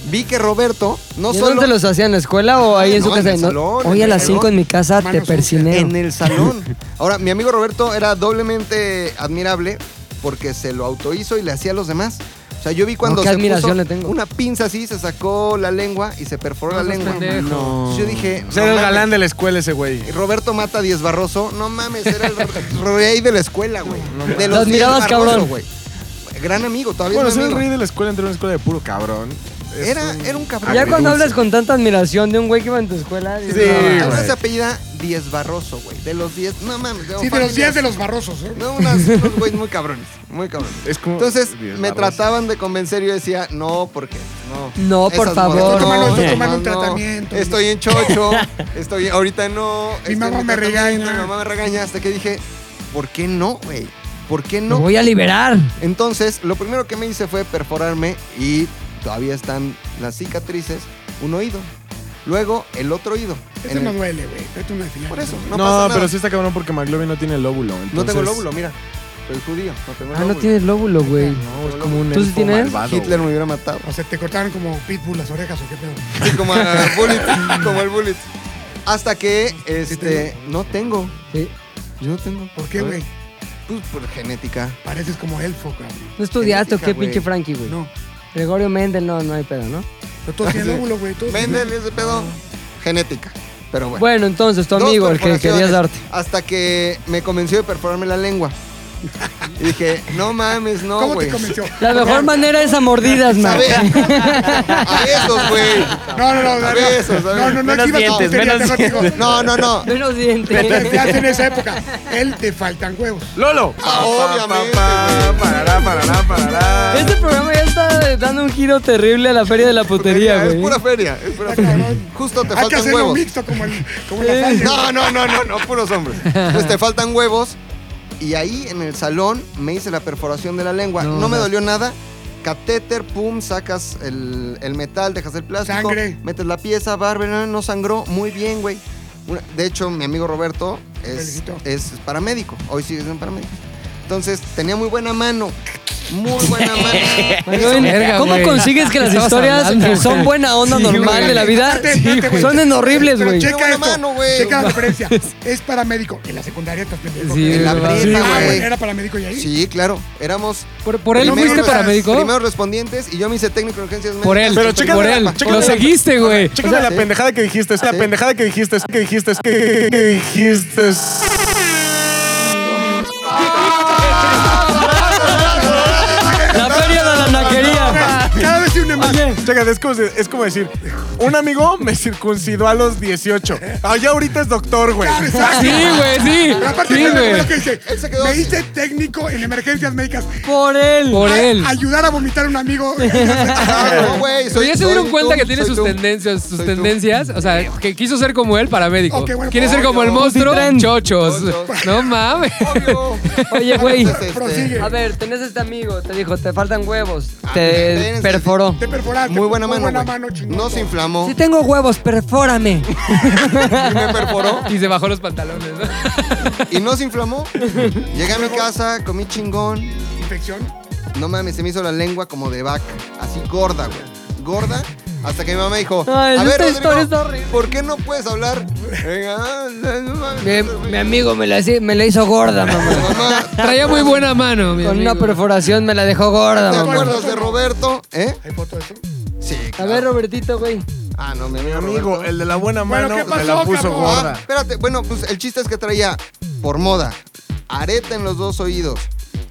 S4: Vi que Roberto no
S2: ¿Y en
S4: solo
S2: dónde los hacían? ¿En la escuela o ahí en
S4: No,
S2: su
S4: en
S2: casa?
S4: el
S2: No,
S4: salón,
S2: Hoy
S4: en
S2: a
S4: el
S2: las 5
S4: salón.
S2: en mi casa te
S3: Manos
S2: persineo.
S4: en el salón. Ahora, mi amigo Roberto era doblemente admirable porque se lo autohizo y le hacía a los demás. O sea, yo vi cuando
S2: No, qué
S4: se
S2: admiración
S4: puso
S2: le tengo.
S4: una pinza así, se sacó la lengua y se perforó la
S6: No seas
S4: lengua.
S6: pendejo.
S4: Entonces Yo dije,
S8: Ser
S4: no
S8: el
S4: mames.
S8: galán de la escuela ese güey.
S4: Roberto Mata Diez Barroso, no mames, era el r- rey de la escuela, güey. de
S2: Lo admirabas,
S4: Diez Barroso,
S2: cabrón.
S4: güey. Gran amigo, todavía
S8: Bueno,
S4: es mi
S8: ser el rey
S4: amigo.
S8: de la escuela entró en una escuela de puro cabrón. Es
S4: Era,
S8: un-
S4: era un cabrón.
S2: Ya cuando
S4: Agridulce.
S2: hablas con tanta admiración de un güey que iba en tu escuela. dices,
S8: Sí,
S2: no, mames.
S8: güey.
S4: Además se apellida Diez Barroso, güey. De los diez, no mames.
S3: Sí, de los días de los barrosos. ¿eh?
S4: No, unas- unos güeyes muy cabrones, muy cabrones.
S8: Es como-
S4: Entonces
S8: Diez
S4: me
S8: Barroso.
S4: trataban de convencer y yo decía, no, porque no.
S2: No, por
S4: Esas
S2: favor.
S4: modas,
S2: Estoy tomando-
S4: no,
S3: estoy
S4: no,
S3: tomando un
S4: no.
S3: tratamiento.
S4: Estoy en chocho, estoy ahorita no. este, estoy en
S3: mamá me
S4: tratamiento,
S3: regaña.
S4: Mi mamá me regaña hasta que dije, ¿por qué no, güey? ¿Por qué
S2: Me
S4: no?
S2: voy a liberar.
S4: Entonces, lo primero que me hice fue perforarme y todavía están las cicatrices, un oído. Luego, el otro oído.
S3: Ese
S4: En
S3: no
S4: el-
S3: duele, güey. Vete una fila.
S4: Por eso, no,
S8: No,
S4: pasa nada.
S8: pero sí está cabrón porque McLovin no tiene el lóbulo.
S4: No tengo
S8: entonces-
S4: lóbulo, mira. Soy judío, no tengo
S2: Ah,
S4: lóbulo.
S2: no tienes lóbulo, güey.
S8: No, es como un
S2: ¿Tú sí
S8: elfo
S2: tienes?
S8: malvado,
S4: Hitler
S8: güey.
S4: me hubiera matado.
S3: O sea, te cortaron como pitbull las orejas o qué pedo.
S4: Sí, como, a Bullet, como el bullet. Hasta que, este, no tengo.
S2: Sí.
S4: Yo no tengo.
S3: ¿Por qué, güey?
S4: Pues por genética.
S3: Pareces como elfo, cabrón.
S2: ¿No estudiaste o
S4: Genética,
S2: qué
S4: güey.
S2: pinche Frankie, güey?
S3: No.
S2: Gregorio Mendel, no, no hay pedo, ¿no?
S3: Pero todos tienen lóbulo, güey. todos tienen-
S4: Mendel ese pedo. Genética. Pero bueno.
S2: Bueno, entonces, tu
S4: Dos
S2: amigo, el que
S4: perforaciones,
S2: querías darte.
S4: Hasta que me convenció de perforarme la lengua. Y dije, no mames, no,
S3: ¿Cómo
S4: güey.
S3: te convenció?
S2: La mejor manera es a mordidas, man.
S4: ¿Sabes? A besos, güey.
S3: No, no, no,
S4: A
S3: no.
S4: besos, a
S3: no, no, no, exhibas
S5: Menos
S3: tu
S5: dientes,
S3: histeria,
S5: menos
S3: mejor digo,
S4: No, no, no.
S2: Menos
S3: Desde
S2: dientes.
S3: hace en esa época, él te faltan huevos.
S8: ¡Lolo!
S4: Ah, obviamente, güey.
S8: parará, parará, parará.
S2: Este programa ya está dando un giro terrible a la feria de la putería,
S4: Es
S2: güey.
S4: pura feria. Es pura
S3: Está
S4: feria.
S3: cabrón.
S4: Justo te
S3: Hay que
S4: faltan
S3: hacerlo
S4: huevos.
S3: mixto como el como la falla.
S4: No, no, no, no, no, puros hombres. Entonces te faltan huevos. Y ahí en el salón me hice la perforación de la lengua. No, me dolió nada. Catéter, pum, sacas el, el metal, dejas el plástico.
S3: Sangre.
S4: Metes la pieza, bárbara, no sangró. Muy bien, güey. Una- De hecho, mi amigo Roberto es,
S3: Felicito.
S4: es paramédico. Hoy sí es un paramédico. Entonces tenía muy buena mano. Muy buena mano.
S2: Manuel,
S6: Pues, Verga,
S2: ¿Cómo
S6: güey.
S2: consigues que las
S6: Estabas
S2: historias
S6: hablando,
S2: que son
S6: güey.
S2: buena onda
S6: Sí,
S2: normal
S6: güey.
S2: de la vida
S3: Espérate, espérate, güey.
S2: son en horribles,
S3: Pero
S2: güey?
S3: checa
S4: Buena
S3: esto.
S4: mano, güey.
S3: checa la diferencia. Es paramédico. En la secundaria estás pendejo.
S6: Sí,
S4: En la
S6: Sí,
S4: prepa,
S3: Ah,
S4: güey.
S3: bueno, era paramédico y ahí.
S4: Sí, claro. Éramos
S6: ¿Por, por él
S3: No
S6: fuiste
S3: fuiste
S6: paramédico?
S4: Primeros respondientes y yo me hice técnico de urgencias médicas.
S6: Por él,
S8: Pero
S4: Super-
S8: chécate
S6: por
S8: la-
S6: él.
S8: chécate
S6: Lo
S8: la-
S6: seguiste, güey.
S8: Chécame la pendejada que dijiste, es la
S4: Sí.
S8: pendejada que dijiste, es que dijiste, es que que dijiste.
S2: La feria de la naquería.
S3: Cada vez tiene más.
S8: Chécate, es como, si- es como decir, un amigo me circuncidó a los 18. Ah, ya ahorita es doctor, güey.
S3: Claro, exacto.
S6: Sí, güey, sí.
S3: Pero aparte,
S6: Sí,
S3: yo me
S6: güey.
S3: acuerdo que dice,
S4: Él se quedó
S3: me
S4: así.
S3: hice técnico en emergencias médicas.
S2: Por él.
S6: Por
S3: A-
S6: él.
S3: Ayudar a vomitar a un amigo.
S4: Ah, No, güey,
S6: Pero
S4: soy-
S6: ya se
S4: soy
S6: dieron cuenta
S4: tú,
S6: que tiene
S4: soy
S6: sus
S4: tú.
S6: tendencias, sus
S4: Soy tú.
S6: tendencias. O sea, que quiso ser como él,
S8: Oh,
S6: paramédico.
S3: Ok, bueno,
S6: Quiere ser como el
S3: obvio.
S6: monstruo,
S2: Multitrend.
S6: chochos.
S4: Chochos.
S6: No mames.
S4: Obvio.
S2: Oye, güey.
S4: Entonces, este,
S3: Prosigue.
S2: A ver, tenés este amigo, te dijo, te faltan huevos. Te
S4: espérense.
S2: perforó.
S3: Te perforaste.
S4: Muy buena mano,
S3: buena
S4: güey.
S3: mano, chingón.
S4: No se inflamó.
S2: Si tengo huevos, perfórame.
S4: Y me perforó.
S6: Y se bajó los pantalones. ¿no?
S4: Y no se inflamó. Llegué a mi casa, comí chingón.
S3: Infección.
S4: No mames, se me hizo la lengua como de vaca. Así gorda, güey. Gorda. Hasta que mi mamá dijo,
S2: Ay,
S4: a
S2: esta
S4: ver,
S2: historia está
S4: Rodrigo,
S2: horrible.
S4: ¿por qué no puedes hablar? Venga, ah, no mames.
S2: mi, mi amigo me la, hice- me la hizo gorda, mamá.
S4: Mamá,
S6: Traía muy buena mano, mi
S2: Con
S6: amigo.
S2: una perforación me la dejó gorda,
S4: ¿te
S2: mamá.
S4: acuerdas de Roberto? ¿Eh?
S3: ¿Hay foto de eso?
S4: Sí,
S2: A
S4: claro.
S2: ver, Robertito, güey.
S4: Ah, no, mi amigo.
S8: Amigo,
S4: Roberto.
S8: el de la buena
S3: Bueno,
S8: mano
S3: ¿qué
S8: me
S3: pasó,
S8: la puso
S3: cabrón?
S8: gorda.
S4: Ah, espérate, bueno, pues el chiste es que traía, por moda, areta en los dos oídos,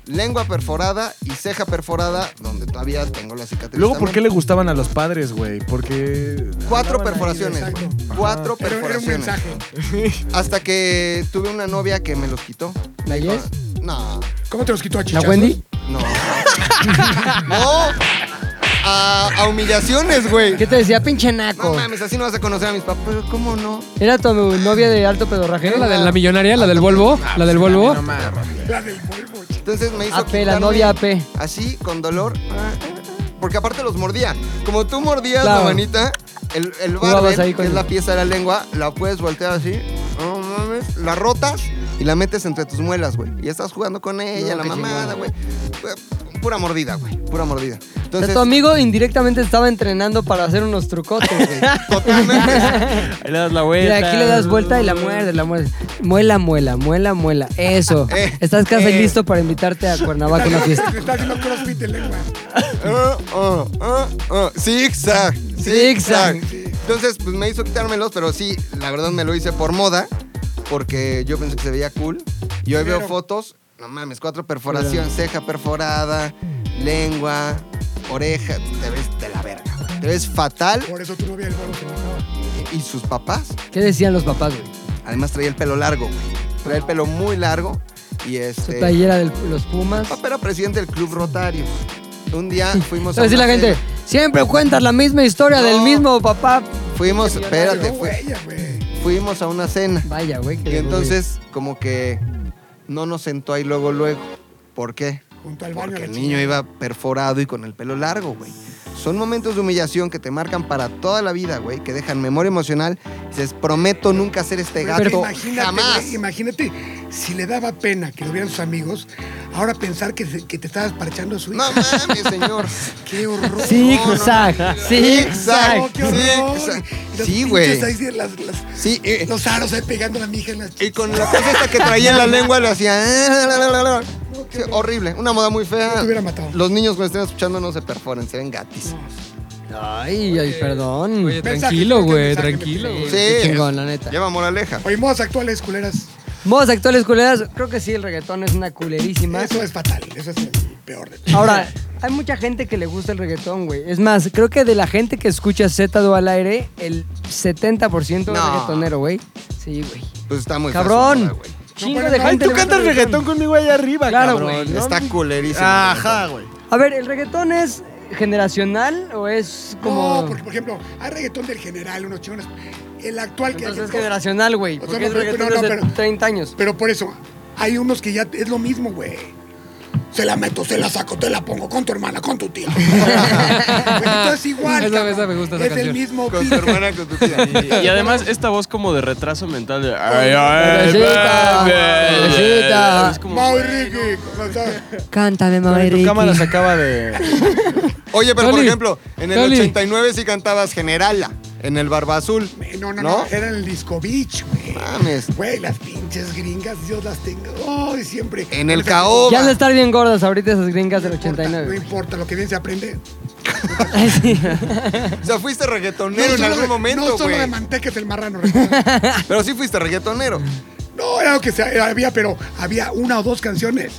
S4: lengua perforada y ceja perforada, donde todavía tengo la cicatriz.
S8: Luego, ¿por qué
S4: también.
S8: le gustaban a los padres, güey? Porque.
S4: Cuatro perforaciones, güey. Cuatro
S3: Era, era un
S4: perforaciones.
S3: mensaje.
S4: Hasta que tuve una novia que me los quitó.
S2: ¿La Jess?
S4: No,
S3: ¿Cómo te los quitó a
S2: ¿La
S3: chichazos?
S2: Wendy?
S4: no. no. A, a humillaciones, güey.
S2: ¿Qué te decía, pinche
S4: Ah, No
S2: naco?
S4: mames, así no vas a conocer a mis papás. Pero, ¿Cómo no?
S2: ¿Era tu novia de alto pedorraje?
S6: ¿Era la de la millonaria? ¿La del Volvo? ¿La del Volvo?
S3: La del polvo.
S4: Entonces me hizo
S2: AP, la
S4: quitarme
S2: novia AP.
S4: Así, con dolor. Porque aparte los mordía. Como tú mordías
S2: Claro.
S4: la manita, el, el
S2: Jugabas
S4: barben,
S2: ahí con
S4: que es
S2: el-
S4: la pieza de la lengua, la puedes voltear así. No mames, la rotas y la metes entre tus muelas, güey. Y estás jugando con ella, la mamada, güey. Pu- Pura mordida, güey. Pura mordida.
S2: O sea,
S4: Entonces,
S2: tu amigo indirectamente estaba entrenando para hacer unos trucotes, güey.
S4: eh, totalmente.
S5: Ahí le das la
S2: Mira,
S5: vuelta.
S2: aquí le das vuelta y la muerdes, la muerdes. Muela, muela, muela, muela. Eso.
S4: Eh,
S2: Estás casi
S4: eh.
S2: listo para invitarte a Cuernavaca a una fiesta.
S3: Está haciendo crossfit de lengua.
S4: Ah, ah, ah, ah. Zigzag,
S2: Zigzag.
S4: zigzag. Entonces, pues me hizo quitármelos, pero sí, la verdad me lo hice por moda, porque yo pensé que se veía cool. Y hoy veo
S3: Claro.
S4: fotos, no mames, cuatro perforaciones, ceja perforada, lengua, oreja, te ves de la verga. güey. Te ves fatal
S3: Por eso tu novia del polvo se enojaba.
S4: y sus papás.
S2: ¿Qué decían los papás, güey?
S4: Además traía el pelo largo, güey. Traía el pelo muy largo
S2: Su
S4: y este...
S2: tallera de los Pumas.
S4: Papá era presidente del Club Rotario. Un día fuimos
S2: Va a decir la
S4: una
S2: gente,
S4: cena.
S2: siempre cuentas la misma historia
S4: No.
S2: del mismo papá.
S4: Fuimos, espérate,
S3: No,
S4: fue-
S3: huella, güey.
S4: fuimos a una cena.
S2: Vaya, güey. que
S4: Y entonces, como que no nos sentó ahí luego, luego. ¿Por qué?
S3: Junto al baño.
S4: Porque
S3: la
S4: el
S3: chingada.
S4: niño iba perforado y con el pelo largo, güey. Son momentos de humillación que te marcan para toda la vida, güey, que dejan memoria emocional. Dices, prometo nunca ser este
S3: Pero
S4: gato.
S3: imagínate,
S4: jamás.
S3: güey, imagínate si le daba pena que lo vieran sus amigos, ahora pensar que, se- que te estabas parchando a su
S4: No
S3: hija.
S4: mames, señor.
S3: ¡Qué horror!
S2: Sí,
S4: No, no,
S2: zag, sí,
S4: Zigzag.
S3: No, Oh, ¡Qué horror!
S4: Sí, exacto.
S3: Y los
S4: Sí,
S3: pinches
S4: güey.
S3: ahí de las- las-
S4: Sí, eh,
S3: Los aros ahí pegando a la mija en las
S4: y con la cosa esta que traía en la lengua le hacía. Sí, horrible, una moda muy
S3: Yo
S4: fea.
S3: te hubiera matado.
S4: Los niños que me estén escuchando no se perforen, se ven gatis.
S2: Ay, ay, perdón.
S6: Oye,
S3: Mensaje,
S6: tranquilo, güey,
S3: mensaje,
S6: tranquilo.
S3: mensaje.
S6: güey.
S2: qué chingón, la neta.
S4: Lleva moraleja.
S3: Oye, modas actuales, culeras.
S2: Modas actuales culeras, creo que sí, el reggaetón es una culerísima.
S3: Eso es fatal. Eso es el peor de todo.
S2: Ahora, hay mucha gente que le gusta el reggaetón, güey. Es más, creo que de la gente que escucha Z2 al aire, el 70% es
S4: No.
S2: reggaetonero, güey. Sí, güey.
S4: Pues está muy fea su moda,
S2: Cabrón.
S4: güey.
S2: Chingo
S3: No,
S2: de
S3: bueno,
S8: Ay,
S2: gente.
S8: tú
S2: le gusta
S8: cantas
S2: el
S8: reggaetón conmigo allá arriba,
S2: Claro,
S8: cabrón.
S2: güey.
S8: ¿no?
S4: Está culerísimo.
S8: Ajá, güey.
S2: A ver, ¿el reggaetón es generacional o es como.?
S3: No, porque, por ejemplo, hay reggaetón del general, unos chingones. El actual que
S2: Entonces es
S3: que-
S2: generacional, güey.
S3: O sea,
S2: Porque
S3: no,
S2: es
S3: pero-
S2: reggaetón
S3: pero no,
S2: desde
S3: pero-
S2: 30 años.
S3: Pero por eso, hay unos que ya es lo mismo, güey. Se la meto, se la saco, te la pongo con tu hermana, con tu tía. Entonces es igual.
S6: Esa-
S3: cabrón.
S6: esa me gusta, esa
S3: Es el
S6: canción.
S3: mismo
S4: Con tu
S3: beat.
S4: hermana, con tu tía.
S5: Y además, esta voz como de retraso mental. De, ay, ay,
S2: Bebecita,
S5: baby.
S2: bebecita.
S5: Es como-
S3: Mau y Ricky. o sea,
S2: Cántame,
S8: Pero
S2: mami.
S8: Tu
S2: Ricky.
S8: cámara se acaba de.
S4: Oye, pero por
S6: Toli,
S4: ejemplo, en el
S6: Toli.
S4: 89 sí cantabas Generala, en el Barba Azul.
S3: No, no, no,
S4: ¿No? Ah,
S3: Era el disco beach, güey.
S4: Mames.
S3: Güey, las pinches gringas, Dios las tenga. Ay, siempre.
S4: En el
S3: caos
S4: caoba.
S2: Ya han de estar bien gordas ahorita esas gringas
S3: No
S2: del
S3: importa, No
S2: 89.
S3: importa, lo que bien se aprende.
S2: Ay, sí.
S4: O sea, fuiste reggaetonero en
S3: solo
S4: algún
S3: de-
S4: momento,
S3: No solo
S4: güey.
S3: de mantecas el marrano. recuerda.
S4: pero sí fuiste reggaetonero.
S3: no, era lo que se- había, pero había una o dos canciones.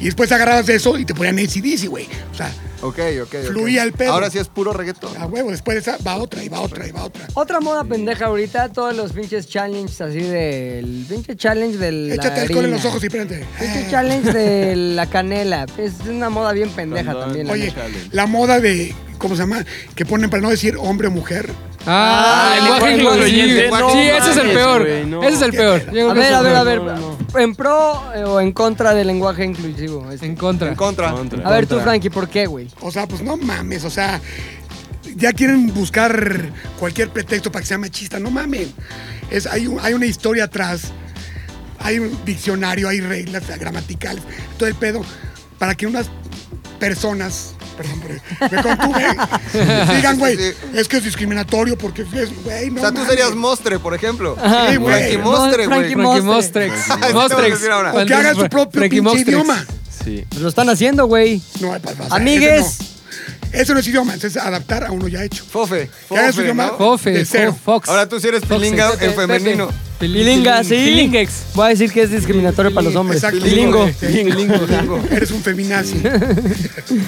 S3: Y después agarrabas de eso y te ponían ACDC, güey. O sea,
S4: Ok, ok, ok.
S3: Fluía el pedo. Ah,
S4: Ahora sí es puro reggaetón.
S3: A huevo, después de esa va otra y va otra y va otra.
S2: Otra moda pendeja ahorita, todos los pinches challenges así del. Pinche challenge del.
S3: Échate alcohol en los ojos y prende.
S2: Pinche challenge de la canela. Es una moda bien pendeja
S5: Condón.
S2: también. la
S3: Oye,
S2: neta.
S3: la moda de, ¿cómo se llama? Que ponen para no decir hombre o mujer.
S6: Ah,
S2: Ah,
S6: lenguaje
S2: lenguaje
S6: incluyente.
S5: incluyente,
S6: sí,
S5: no
S6: ese es el
S5: mames,
S6: peor.
S5: güey, no.
S6: Ese es el peor. Yo creo
S2: A
S6: que
S2: ver,
S6: es
S2: a
S6: el
S2: ver, a
S6: peor.
S2: ver. ¿En pro eh, o en contra del lenguaje inclusivo? este?
S6: En contra.
S4: En contra.
S5: Contra.
S2: A ver tú, Frankie, ¿por qué, güey?
S3: O sea, pues no mames, o sea, ya quieren buscar cualquier pretexto para que sea machista, no mamen. Es, hay, un- hay una historia atrás, hay un diccionario, hay reglas gramaticales, todo el pedo, para que unas personas, perdón, pero me contuve, digan, güey,
S4: Sí, sí,
S3: es que es discriminatorio porque es, güey, no
S4: o sea, tú
S3: mames".
S4: serías Mostre, por ejemplo.
S3: Sí, güey.
S4: Frankie Mostre,
S2: Frankie
S4: güey.
S6: Frankie
S2: Mostrex.
S6: Mostrex.
S4: Mostrex.
S6: Mostrex.
S4: Eso vamos a decir ahora.
S3: O que hagan su propio
S6: Frankie
S3: pinche
S6: Mostrex.
S3: idioma.
S5: Sí.
S2: Pues Lo están haciendo, güey.
S3: No, pa- pa- o sea,
S2: Amigues.
S3: ese no. Eso no es idioma, eso es adaptar a uno ya hecho.
S4: Fofe.
S3: Que hagan su
S4: Fofe,
S3: idioma
S4: ¿no?
S6: Fofe,
S3: de
S6: fo-
S3: cero.
S6: Fox.
S4: Ahora tú sí eres
S6: Foxe.
S4: pilinga en femenino.
S2: Pilinga, sí.
S6: Pilingex.
S2: Voy a decir que es discriminatorio para los hombres.
S3: Exacto.
S2: Pilingo.
S3: Sí, Eres un feminazi.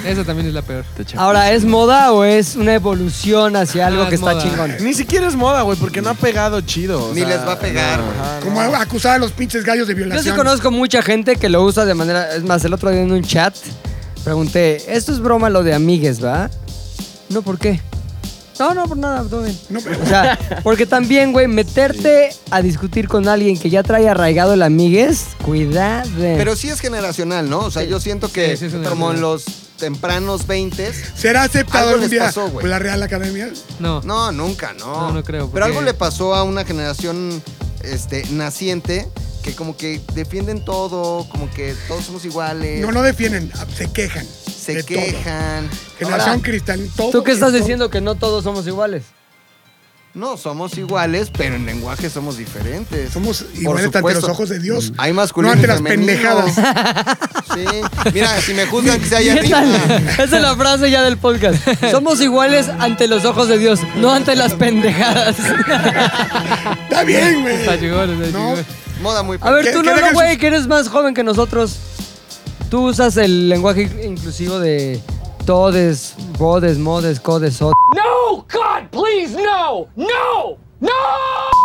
S6: Esa también es la peor.
S2: Ahora, ¿es moda o es una evolución hacia algo
S6: Ah,
S2: que
S6: es
S2: está
S6: moda.
S2: chingón?
S8: Ni siquiera es moda, güey, porque no ha pegado chido. o
S4: Ni
S8: sea,
S4: les va a pegar, güey.
S3: Como acusar a los pinches gallos de
S2: Yo
S3: violación.
S2: sí conozco mucha gente que lo usa de manera. Es más, el otro día en un chat pregunté: ¿esto es broma lo de amigues, va? No, ¿por qué? No, no, por nada, todo bien.
S3: No, pues, pero-
S2: O sea, porque también, güey, meterte a discutir con alguien que ya trae arraigado el amigues, cuidado.
S4: Pero sí es generacional, ¿no? O sea, yo siento que
S6: Sí, sí es
S4: como
S6: generacional.
S4: en los tempranos 20
S3: ¿Será aceptado
S4: Algo
S3: algún
S4: les
S3: día
S4: pasó, güey.
S3: por la Real Academia?
S6: No.
S4: No, nunca, no.
S6: No, no creo,
S4: Pero algo
S6: porque-
S4: le pasó a una generación este, naciente que como que defienden todo, como que todos somos iguales,
S3: No, no defienden, se quejan.
S4: Eh. se
S3: de todo.
S4: quejan.
S3: Generación
S4: Ahora,
S3: cristal, todo.
S2: ¿Tú qué estás
S3: esto.
S2: diciendo que no todos somos iguales?
S4: no somos iguales, pero en lenguaje somos diferentes.
S3: Somos
S4: Por
S3: iguales ante
S4: supuesto. Mm.
S3: los ojos de Dios.
S4: Hay
S3: No
S4: masculino
S3: ante
S4: y
S3: las
S4: femenino.
S3: pendejadas.
S4: Sí. Mira, si me juzgan que se haya
S2: ¿Qué tal?
S4: arriba.
S2: Esa es la frase ya del podcast. Somos iguales ante los ojos de Dios, no ante las pendejadas.
S3: Está bien, güey.
S6: Está chingón, está
S3: No.
S6: chingón.
S4: Moda muy
S2: A ver,
S3: ¿Qué-
S2: tú
S3: qué
S2: no,
S3: dejas-
S2: güey, que eres más joven que nosotros. Tú usas el lenguaje inclusivo de todes, bodes, modes, codes, so-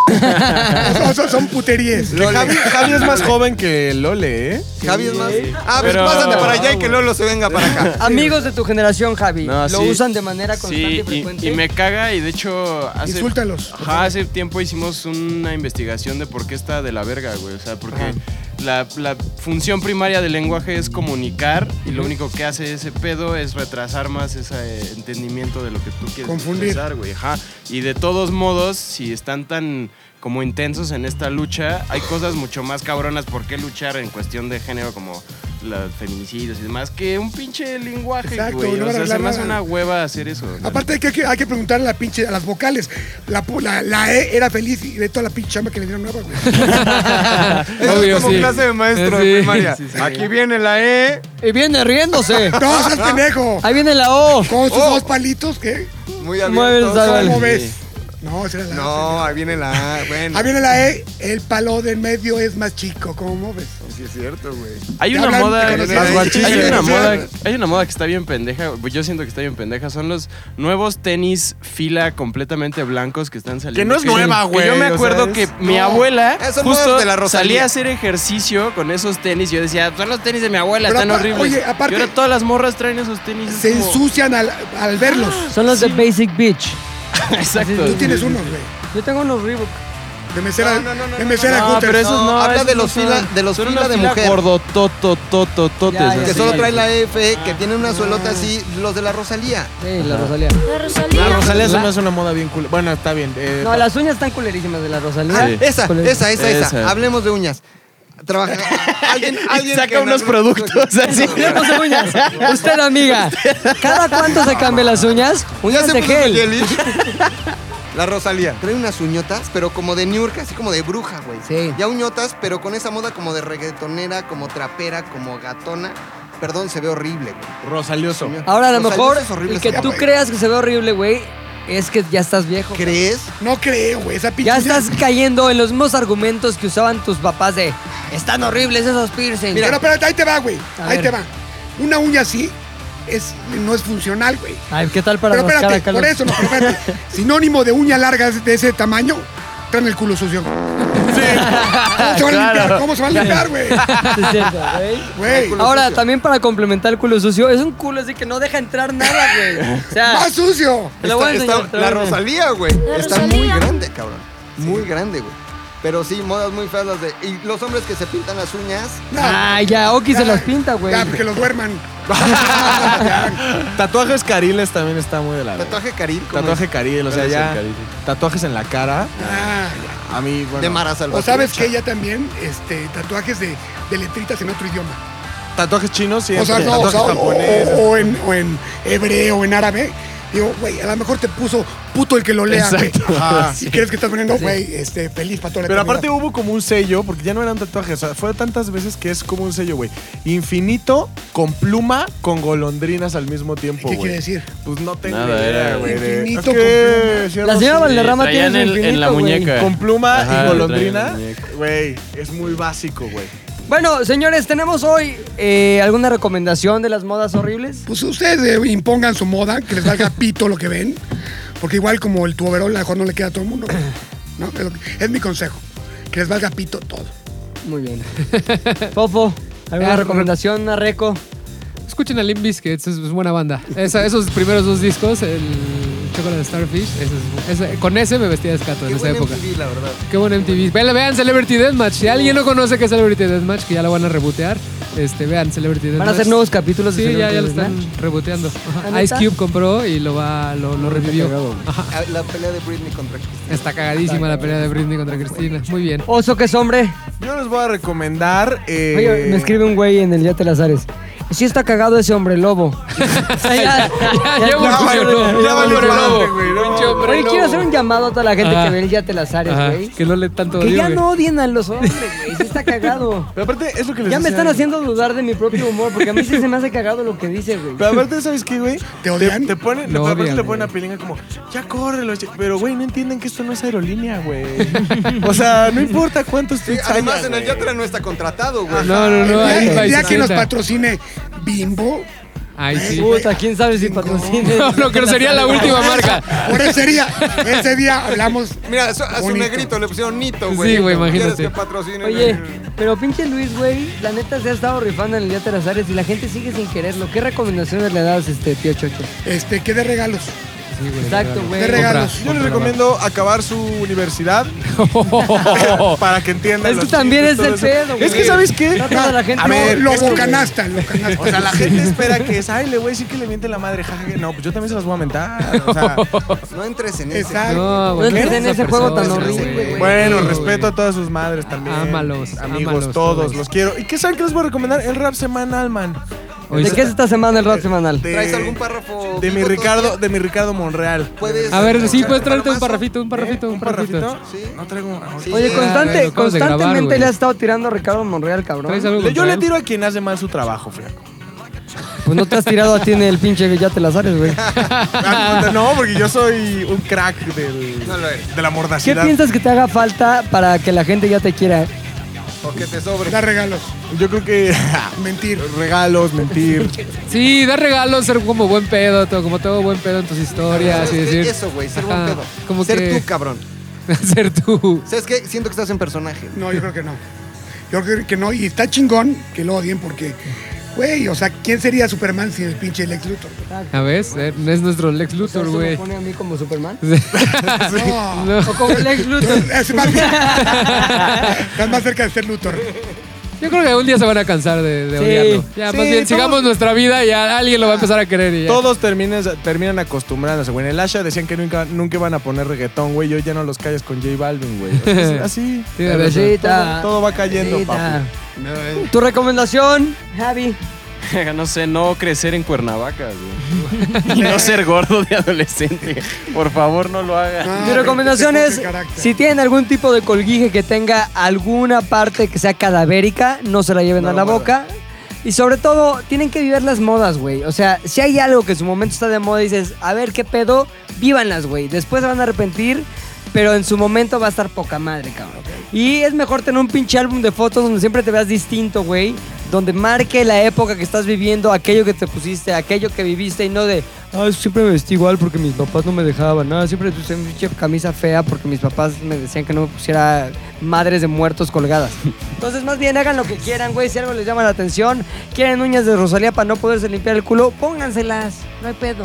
S3: O sea, son puterías.
S4: Lole.
S8: Javi, Javi es más joven que Lole, ¿eh?
S4: Javi es más. Ah, pues
S5: Pero-
S4: pásate para allá y que Lolo se venga para acá.
S2: Amigos de tu generación, Javi,
S5: No,
S2: lo
S5: sí.
S2: usan de manera constante
S5: Sí,
S2: y frecuente.
S5: y, y me caga y de hecho hace,
S3: Insúltalos.
S5: Ajá, hace tiempo hicimos una investigación de por qué está de la verga, güey. O sea, porque la, la función primaria del lenguaje es comunicar y lo único que hace ese pedo es retrasar más ese eh, entendimiento de lo que tú quieres
S3: Confundir.
S5: expresar, güey. Ajá. Y de todos modos, si están tan como intensos en esta lucha, hay cosas mucho más cabronas por qué luchar en cuestión de género como los feminicidios y demás que un pinche lenguaje,
S3: Exacto,
S5: güey.
S3: no
S5: O
S3: van a
S5: sea, se
S3: hablar
S5: me hace
S3: nada.
S5: una hueva hacer eso. la
S3: Aparte hay que, hay que preguntar a la pinche, a las vocales. La, pu- la, la E era feliz y de toda la pinche chamba que le dieron nueva, güey.
S4: Eso
S6: Obvio,
S4: es como
S6: sí.
S4: clase de maestro
S6: Sí,
S4: de primaria.
S6: sí, sí.
S4: Aquí viene la E.
S2: Y viene riéndose.
S3: No, seas pendejo.
S2: Ahí viene la O.
S3: Con sus
S4: Oh.
S3: dos palitos, ¿qué?
S4: Muy
S2: Mueve el
S4: abierto.
S2: sábado.
S3: ¿Cómo
S2: Vale.
S3: ves? No, esa era la
S4: No, ahí viene la A. Bueno,
S3: Ahí viene la E, el palo del medio es más chico, ¿cómo ves?
S4: sí es cierto, güey.
S5: Hay
S3: Ya
S5: una
S3: hablan-
S5: moda.
S3: ya
S4: conocen- Las guachiches.
S5: Hay una
S3: Sí.
S5: moda. Hay una moda que está bien pendeja. pues Yo siento que está bien pendeja. Son los nuevos tenis fila completamente blancos que están saliendo.
S8: Que no es nueva,
S5: que
S8: güey,
S5: Yo me
S8: o sea,
S5: acuerdo
S8: es-
S5: que mi abuela
S4: Esas modas
S5: justo
S4: de la Rosalía.
S5: salía a hacer ejercicio con esos tenis. Yo decía, son los tenis de mi abuela,
S3: Pero
S5: están
S3: apa-
S5: horribles.
S3: oye, aparte-
S5: Y ahora todas las morras traen esos tenis. es
S3: Se
S5: como-
S3: ensucian al, al verlos.
S2: Son los de Basic Beach.
S5: Exacto.
S3: Tú tienes unos, güey.
S2: Yo tengo unos Reebok.
S3: De mesera,
S4: No, no, no, no,
S3: de
S4: no,
S3: mesera
S5: No,
S3: Guter.
S5: pero esos no.
S4: No, habla
S5: esos
S4: de
S5: no
S4: los
S5: son-
S4: fila- de los
S5: son
S4: fila
S5: una
S4: de
S5: fila
S4: mujer.
S5: gordototototototes,
S2: Ya, ya,
S5: así.
S4: Que
S2: sí,
S4: solo
S2: ya,
S4: trae la F, que tiene una suelota así, los de la Rosalía.
S2: Sí, la Rosalía.
S7: La
S8: La
S7: Rosalía.
S8: Rosalía se me hace una moda bien cool. Bueno, está bien. eh,
S2: No, las uñas están culerísimas de la Rosalía.
S4: Ah, esa,
S2: Culer-
S4: esa, esa, esa.
S5: Esa.
S4: Hablemos de uñas. Trabaja. Alguien, alguien
S5: Saca
S4: que
S5: unos
S4: no-
S5: productos así.
S2: Hablemos de uñas. Usted, amiga, ¿cada cuánto se cambia las uñas?
S4: Ya
S2: Uñas
S4: se
S2: de
S4: puso su
S2: gel.
S4: gel. La Rosalía. Trae unas uñotas, pero como de Niurka, así como de bruja, güey.
S2: Sí.
S4: Ya uñotas, pero con esa moda como de reggaetonera, como trapera, como gatona. Perdón, se ve horrible, güey.
S8: Rosalioso.
S2: Ahora, a lo
S4: Los
S2: mejor,
S4: años es horrible
S2: el que
S4: esa
S2: tú
S4: madre.
S2: creas que se ve horrible, güey, es que ya estás viejo.
S4: ¿Crees?
S3: No creo, güey. Esa pinche.
S2: Ya estás cayendo en los mismos argumentos que usaban tus papás de están horribles esos piercings.
S3: Pero espérate, ahí te va, güey.
S2: A
S3: Ahí
S2: ver.
S3: te va. Una uña así es, no es funcional, güey.
S2: Ay, ¿qué tal para
S3: pero
S2: rascar
S3: espérate,
S2: acá
S3: por
S2: los-
S3: eso, no, pero espérate. Sinónimo de uña larga de ese tamaño, traen el culo sucio. ¿Cómo se van a limpiar? ¿Cómo se van a limpiar, güey?
S2: Sí, es cierto, güey.
S3: Güey.
S2: Ahora, también para complementar el culo sucio, es un culo así que no deja entrar nada, güey. O sea,
S3: ¡Más sucio!
S2: te lo voy a
S4: Está-
S2: enseñar.
S4: está-
S2: te lo
S4: la
S2: voy a enseñar.
S4: Rosalía, güey.
S7: La
S4: Está muy
S7: Rosalía.
S4: grande, cabrón. Muy grande, güey. Pero sí, modas muy feas las de. Y los hombres que se pintan las uñas.
S3: No,
S2: Ah, ya, Oki se las pinta, güey.
S3: Ya, que los duerman.
S8: Tatuajes cariles también está muy de la verga.
S4: Tatuaje caril. como
S8: Tatuaje
S4: es,
S8: caril, o sea,
S5: ¿Cuál es
S8: ya.
S5: el caril?
S8: Tatuajes en la cara.
S3: Ah, ya.
S8: A mí, bueno.
S4: De Mara
S3: O
S4: Salvatrucha.
S3: sabes que ella también, este, tatuajes de, de letritas en otro idioma.
S8: Tatuajes chinos, sí. este,
S3: O sea, no, o,
S8: tatuajes
S3: sea, o-
S8: japoneses.
S3: o- o en, o en hebreo, en árabe. Digo, güey, a lo mejor te puso puto el que lo lea, güey.
S8: Ajá.
S3: Si crees que estás poniendo, güey, este, feliz para toda la
S8: Pero aparte
S3: eternidad.
S8: hubo como un sello, porque ya no eran tatuajes, o sea, fue tantas veces que es como un sello, güey. Infinito, con pluma, con golondrinas al mismo tiempo,
S3: ¿Qué
S8: güey.
S3: quiere decir?
S8: Pues no tengo
S5: Nada,
S8: idea,
S5: era
S8: güey. de-
S3: infinito
S8: Ok,
S3: con pluma.
S8: cierro
S2: La señora
S8: así.
S2: Valderrama tiene
S5: traían
S2: su
S5: en- en
S2: infinito,
S5: la
S2: güey.
S5: muñeca.
S8: Con pluma
S5: Ajá,
S8: y
S5: lo
S8: golondrina,
S5: traían en la muñeca.
S8: güey, es muy básico, güey.
S2: Bueno, señores, tenemos hoy eh, alguna recomendación de las modas horribles.
S3: Pues ustedes eh, impongan su moda, que les valga pito lo que ven. Porque igual como el tu overol, a lo mejor no le queda a todo el mundo. güey. ¿no? Es, lo que- es mi consejo. Que les valga pito todo.
S2: Muy bien. Popo, ¿alguna
S6: Eh,
S2: recomendación, una reco?
S6: Escuchen a Limp Bizkit, es, es buena banda. Esa- esos primeros dos discos, el Chocolate Starfish, ese es- ese- con ese me vestía de escato
S4: Qué
S6: en esa
S4: buen
S6: época.
S4: MTV, la verdad.
S6: Qué buen MTV. Ve- vean Celebrity Deathmatch. Si alguien no conoce qué es Celebrity Deathmatch, que ya lo van a rebotear, este, vean Celebrity Deathmatch.
S2: Van a hacer nuevos capítulos. de
S6: Sí, ya,
S2: Celebrity
S6: ya lo
S2: Deathmatch.
S6: están reboteando. Ajá.
S2: ¿Ah, neta?
S6: Ice Cube compró y lo va, lo, lo revivió. Ajá.
S4: Ah, La pelea de Britney contra Cristina.
S6: Está cagadísima la pelea de Britney contra Cristina. Muy bien.
S2: Oso que es hombre.
S8: Yo les voy a recomendar. eh,
S2: Oye, me escribe un güey en el Yate Lazares. Sí está cagado ese hombre lobo. O sea, ya- ya-
S6: Ya evolucionó.
S8: ya valió
S6: Hombre
S8: madre,
S6: lobo.
S8: güey, no.
S6: Pinche hombre
S2: Oye, quiero
S6: lobo.
S2: hacer un llamado a toda la gente
S6: Ajá.
S2: que ve el Yate Lazares,
S6: Ajá,
S2: güey.
S6: Que no le tanto
S2: Que
S6: odio,
S2: ya
S6: güey.
S2: no odien a los hombres, güey. Sí está cagado.
S8: Pero aparte, es lo que les
S2: Ya me
S8: decía.
S2: están haciendo dudar de mi propio humor, porque a mí sí se me hace cagado lo que dice, güey.
S8: Pero aparte, ¿sabes qué, güey?
S3: ¿Te odian?
S8: Te, ponen,
S6: Lo
S8: pero aparte
S6: odian,
S8: te ponen
S6: güey.
S8: a pilinga como, ya córrelo. che-". Pero, güey, no entienden que esto no es aerolínea, güey. o sea, no importa cuántos
S4: Sí,
S8: tweets
S4: además,
S8: haya,
S4: en el
S8: güey.
S4: Yatra no está contratado, güey.
S6: No, no, no.
S3: Ya-
S6: ahí
S3: el
S6: va y
S3: día
S6: se
S3: que nos
S6: sienta.
S3: patrocine Bimbo,
S6: Ay, sí.
S2: Puta, quién sabe si patrocina.
S6: No, no, que sería la última marca.
S3: por ese día, ese día hablamos.
S4: Mira, su- a su
S3: Bonito.
S4: negrito le pusieron Nito, güey.
S6: Sí, güey,
S4: ¿Quieres
S6: imagínate.
S4: que patrocine?
S2: Oye, pero pinche Luis, güey, la neta se ha estado rifando en el Yate Lazares y la gente sigue sin quererlo. ¿Qué recomendaciones le das, este, tío Chocho?
S3: Este, ¿qué de regalos?
S2: Exacto, güey.
S3: De regalos.
S8: Yo les recomiendo acabar su universidad para que entiendan.
S2: Es que
S8: los
S2: también
S8: chistes,
S2: es
S8: todo
S2: el
S8: eso.
S2: pedo,
S8: Es que,
S2: güey.
S8: ¿sabes qué?
S2: No toda la gente-
S8: A ver,
S3: lo
S8: es que-
S3: bocanasta, lo canasta.
S8: O sea, la gente espera que es, ay, le voy a decir que le miente la madre, jajaja. No, pues yo también se las voy a mentar. O sea,
S4: No entres en ese.
S3: Exacto.
S6: No,
S2: No
S6: güey,
S2: entres
S6: ¿qué
S2: en
S6: es esa
S2: ese juego tan
S6: persona,
S2: horrible, güey.
S8: Bueno,
S6: güey.
S8: respeto a todas sus madres también.
S6: Ámalos,
S8: Amigos,
S6: ámalos,
S8: todos,
S6: todos.
S8: los quiero. ¿Y qué saben que les voy a recomendar? El rap semanal, man.
S6: Oye,
S2: ¿De qué es esta semana el rap semanal?
S8: De-
S4: ¿Traes algún eh, párrafo?
S8: De mi
S4: vivo
S8: Ricardo,
S4: todavía?
S8: de mi Ricardo Monreal.
S4: Puedes.
S6: A ver, sí,
S4: ¿traer
S6: puedes traerte
S4: palomazo?
S6: un parrafito, un parrafito,
S8: ¿Eh? ¿Un
S6: un parrafito.
S8: parrafito?
S4: Sí.
S8: No traigo. ahorita.
S4: Sí.
S2: Oye,
S4: Ya,
S2: constante,
S6: güey, lo acabas de grabar,
S2: constantemente
S6: güey.
S2: le ha estado tirando a Ricardo Monreal, cabrón.
S6: ¿Traes algo
S8: Le- Yo
S6: contra
S8: le
S6: él?
S8: tiro a quien hace mal su trabajo, flaco.
S2: Pues no te has tirado a ti en el pinche Yate Lazares, güey.
S8: No, porque yo soy un crack del,
S4: No lo eres.
S8: de la
S2: ¿Qué
S8: mordacidad.
S2: piensas que te haga falta para que la gente ya te quiera?
S4: O que te sobre.
S3: Dar regalos,
S8: Yo creo que
S3: mentir.
S8: regalos, mentir.
S6: Sí, dar regalos, ser como buen pedo, todo, como todo buen pedo en tus historias y
S4: ¿Sabes
S6: decir.
S4: qué? Eso, güey, ser buen
S6: Ajá,
S4: pedo.
S6: Como
S4: ser
S6: que,
S4: tú, cabrón.
S6: ser tú.
S4: ¿Sabes qué? Siento que estás en personaje.
S3: No, yo creo que no. Yo creo que no. Y está chingón que lo odien porque, güey, o sea, ¿quién sería Superman sin el pinche Lex Luthor?
S6: ¿A ves? Eh, no es nuestro Lex Luthor, güey.
S2: pone a mí como Superman?
S8: Ah,
S3: No.
S6: No.
S2: O como Lex Luthor.
S3: Es más- Estás más cerca de ser Luthor.
S6: Yo creo que un día se van a cansar de, de
S2: Sí.
S6: odiarlo. Ya,
S8: Sí,
S6: más bien,
S8: todos-
S6: sigamos nuestra vida y ya alguien lo va a empezar a querer. Y ya.
S8: Todos terminas- terminan acostumbrándose, güey. En el Asha decían que nunca, nunca iban a poner reggaetón, güey. Yo ya no los calles con J Balvin, güey. O sea, es Así.
S6: Sí,
S8: Todo-
S2: Bebecita.
S8: todo, va cayendo,
S2: Bebecita.
S8: papu.
S2: ¿Tu recomendación, Javi?
S5: no sé, no crecer en Cuernavaca, güey. Y no ser gordo de adolescente. Por favor, no lo hagan.
S3: No,
S2: Mi recomendación
S3: te
S2: es,
S3: forja Ah, este carácter.
S2: si tienen algún tipo de colguije que tenga alguna parte que sea cadavérica, no se la lleven a la boca. Y sobre todo, tienen que vivir las modas, güey. O sea, si hay algo que en su momento está de moda y dices, a ver qué pedo, vívanlas, güey. Después se van a arrepentir, pero en su momento va a estar poca madre, cabrón. Y es mejor tener un pinche álbum de fotos donde siempre te veas distinto, güey. donde marque la época que estás viviendo, aquello que te pusiste, aquello que viviste y no de, ah, siempre me vestí igual porque mis papás no me dejaban, ah, siempre usé mi camisa fea porque mis papás me decían que no me pusiera madres de muertos colgadas. Entonces, más bien hagan lo que quieran, güey, si algo les llama la atención, quieren uñas de Rosalía para no poderse limpiar el culo, pónganselas, no hay pedo.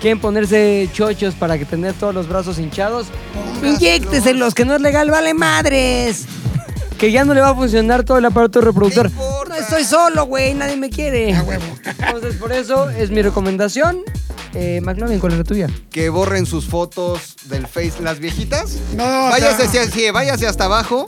S2: Quieren ponerse chochos para que tener todos los brazos hinchados, inyécteselos, que no es legal, vale madres que ya no le va a funcionar todo el aparato reproductor. No estoy solo, güey, nadie me quiere. Entonces, por eso es mi recomendación. Eh, McLovin, ¿cuál es la tuya?
S4: que borren sus fotos del Face. ¿Las viejitas?
S3: No,
S4: Váyase,
S3: o sea-
S4: hacia, sí, váyase hasta abajo.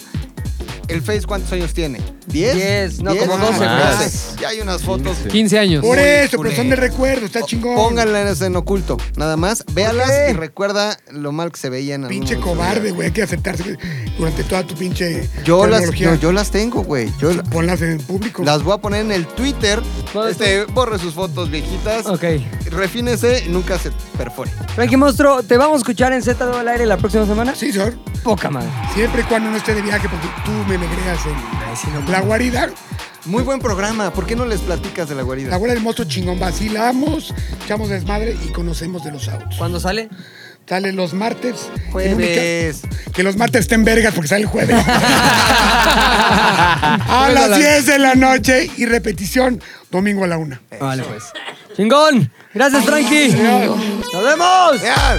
S4: ¿El Face cuántos años tiene? ¿10?
S2: Diez, no, como
S5: doce,
S4: Ah,
S5: güey.
S4: doce. Ya hay unas fotos.
S6: 15 años.
S3: Por
S4: Muy
S3: eso, pero son de
S4: culero.
S3: recuerdo, está chingón.
S4: Pónganlas en oculto, nada más. Véalas
S2: qué?
S4: y recuerda lo mal que se veían. en algún
S3: Pinche
S4: momento.
S3: cobarde, güey, hay que aceptarse que durante toda tu pinche
S4: Yo las,
S3: tecnología.
S4: no, yo las tengo, güey. Yo la-
S3: Ponlas en público.
S4: las voy a poner en el Twitter.
S2: No,
S4: Este, borre sus fotos viejitas.
S2: Ok.
S4: Refínese, nunca se perfore.
S2: Frankie Monstruo, te vamos a escuchar en Z al aire la próxima semana.
S3: Sí, señor.
S2: Poca madre.
S3: Siempre y cuando no esté de viaje, porque tú me negreas en la guarida.
S4: Muy buen programa. ¿Por qué no les platicas de la
S3: La
S4: guarida?
S3: guarida del monstruo chingón. Vacilamos, echamos desmadre y conocemos de los autos.
S2: ¿Cuándo sale?
S3: Sale los martes.
S4: Jueves.
S3: Que los martes estén vergas porque sale el jueves. a las 10 de la noche y repetición domingo a la 1.
S2: Vale, pues. ¡Chingón! ¡Gracias, Frankie! ¡Nos vemos!
S4: Ya.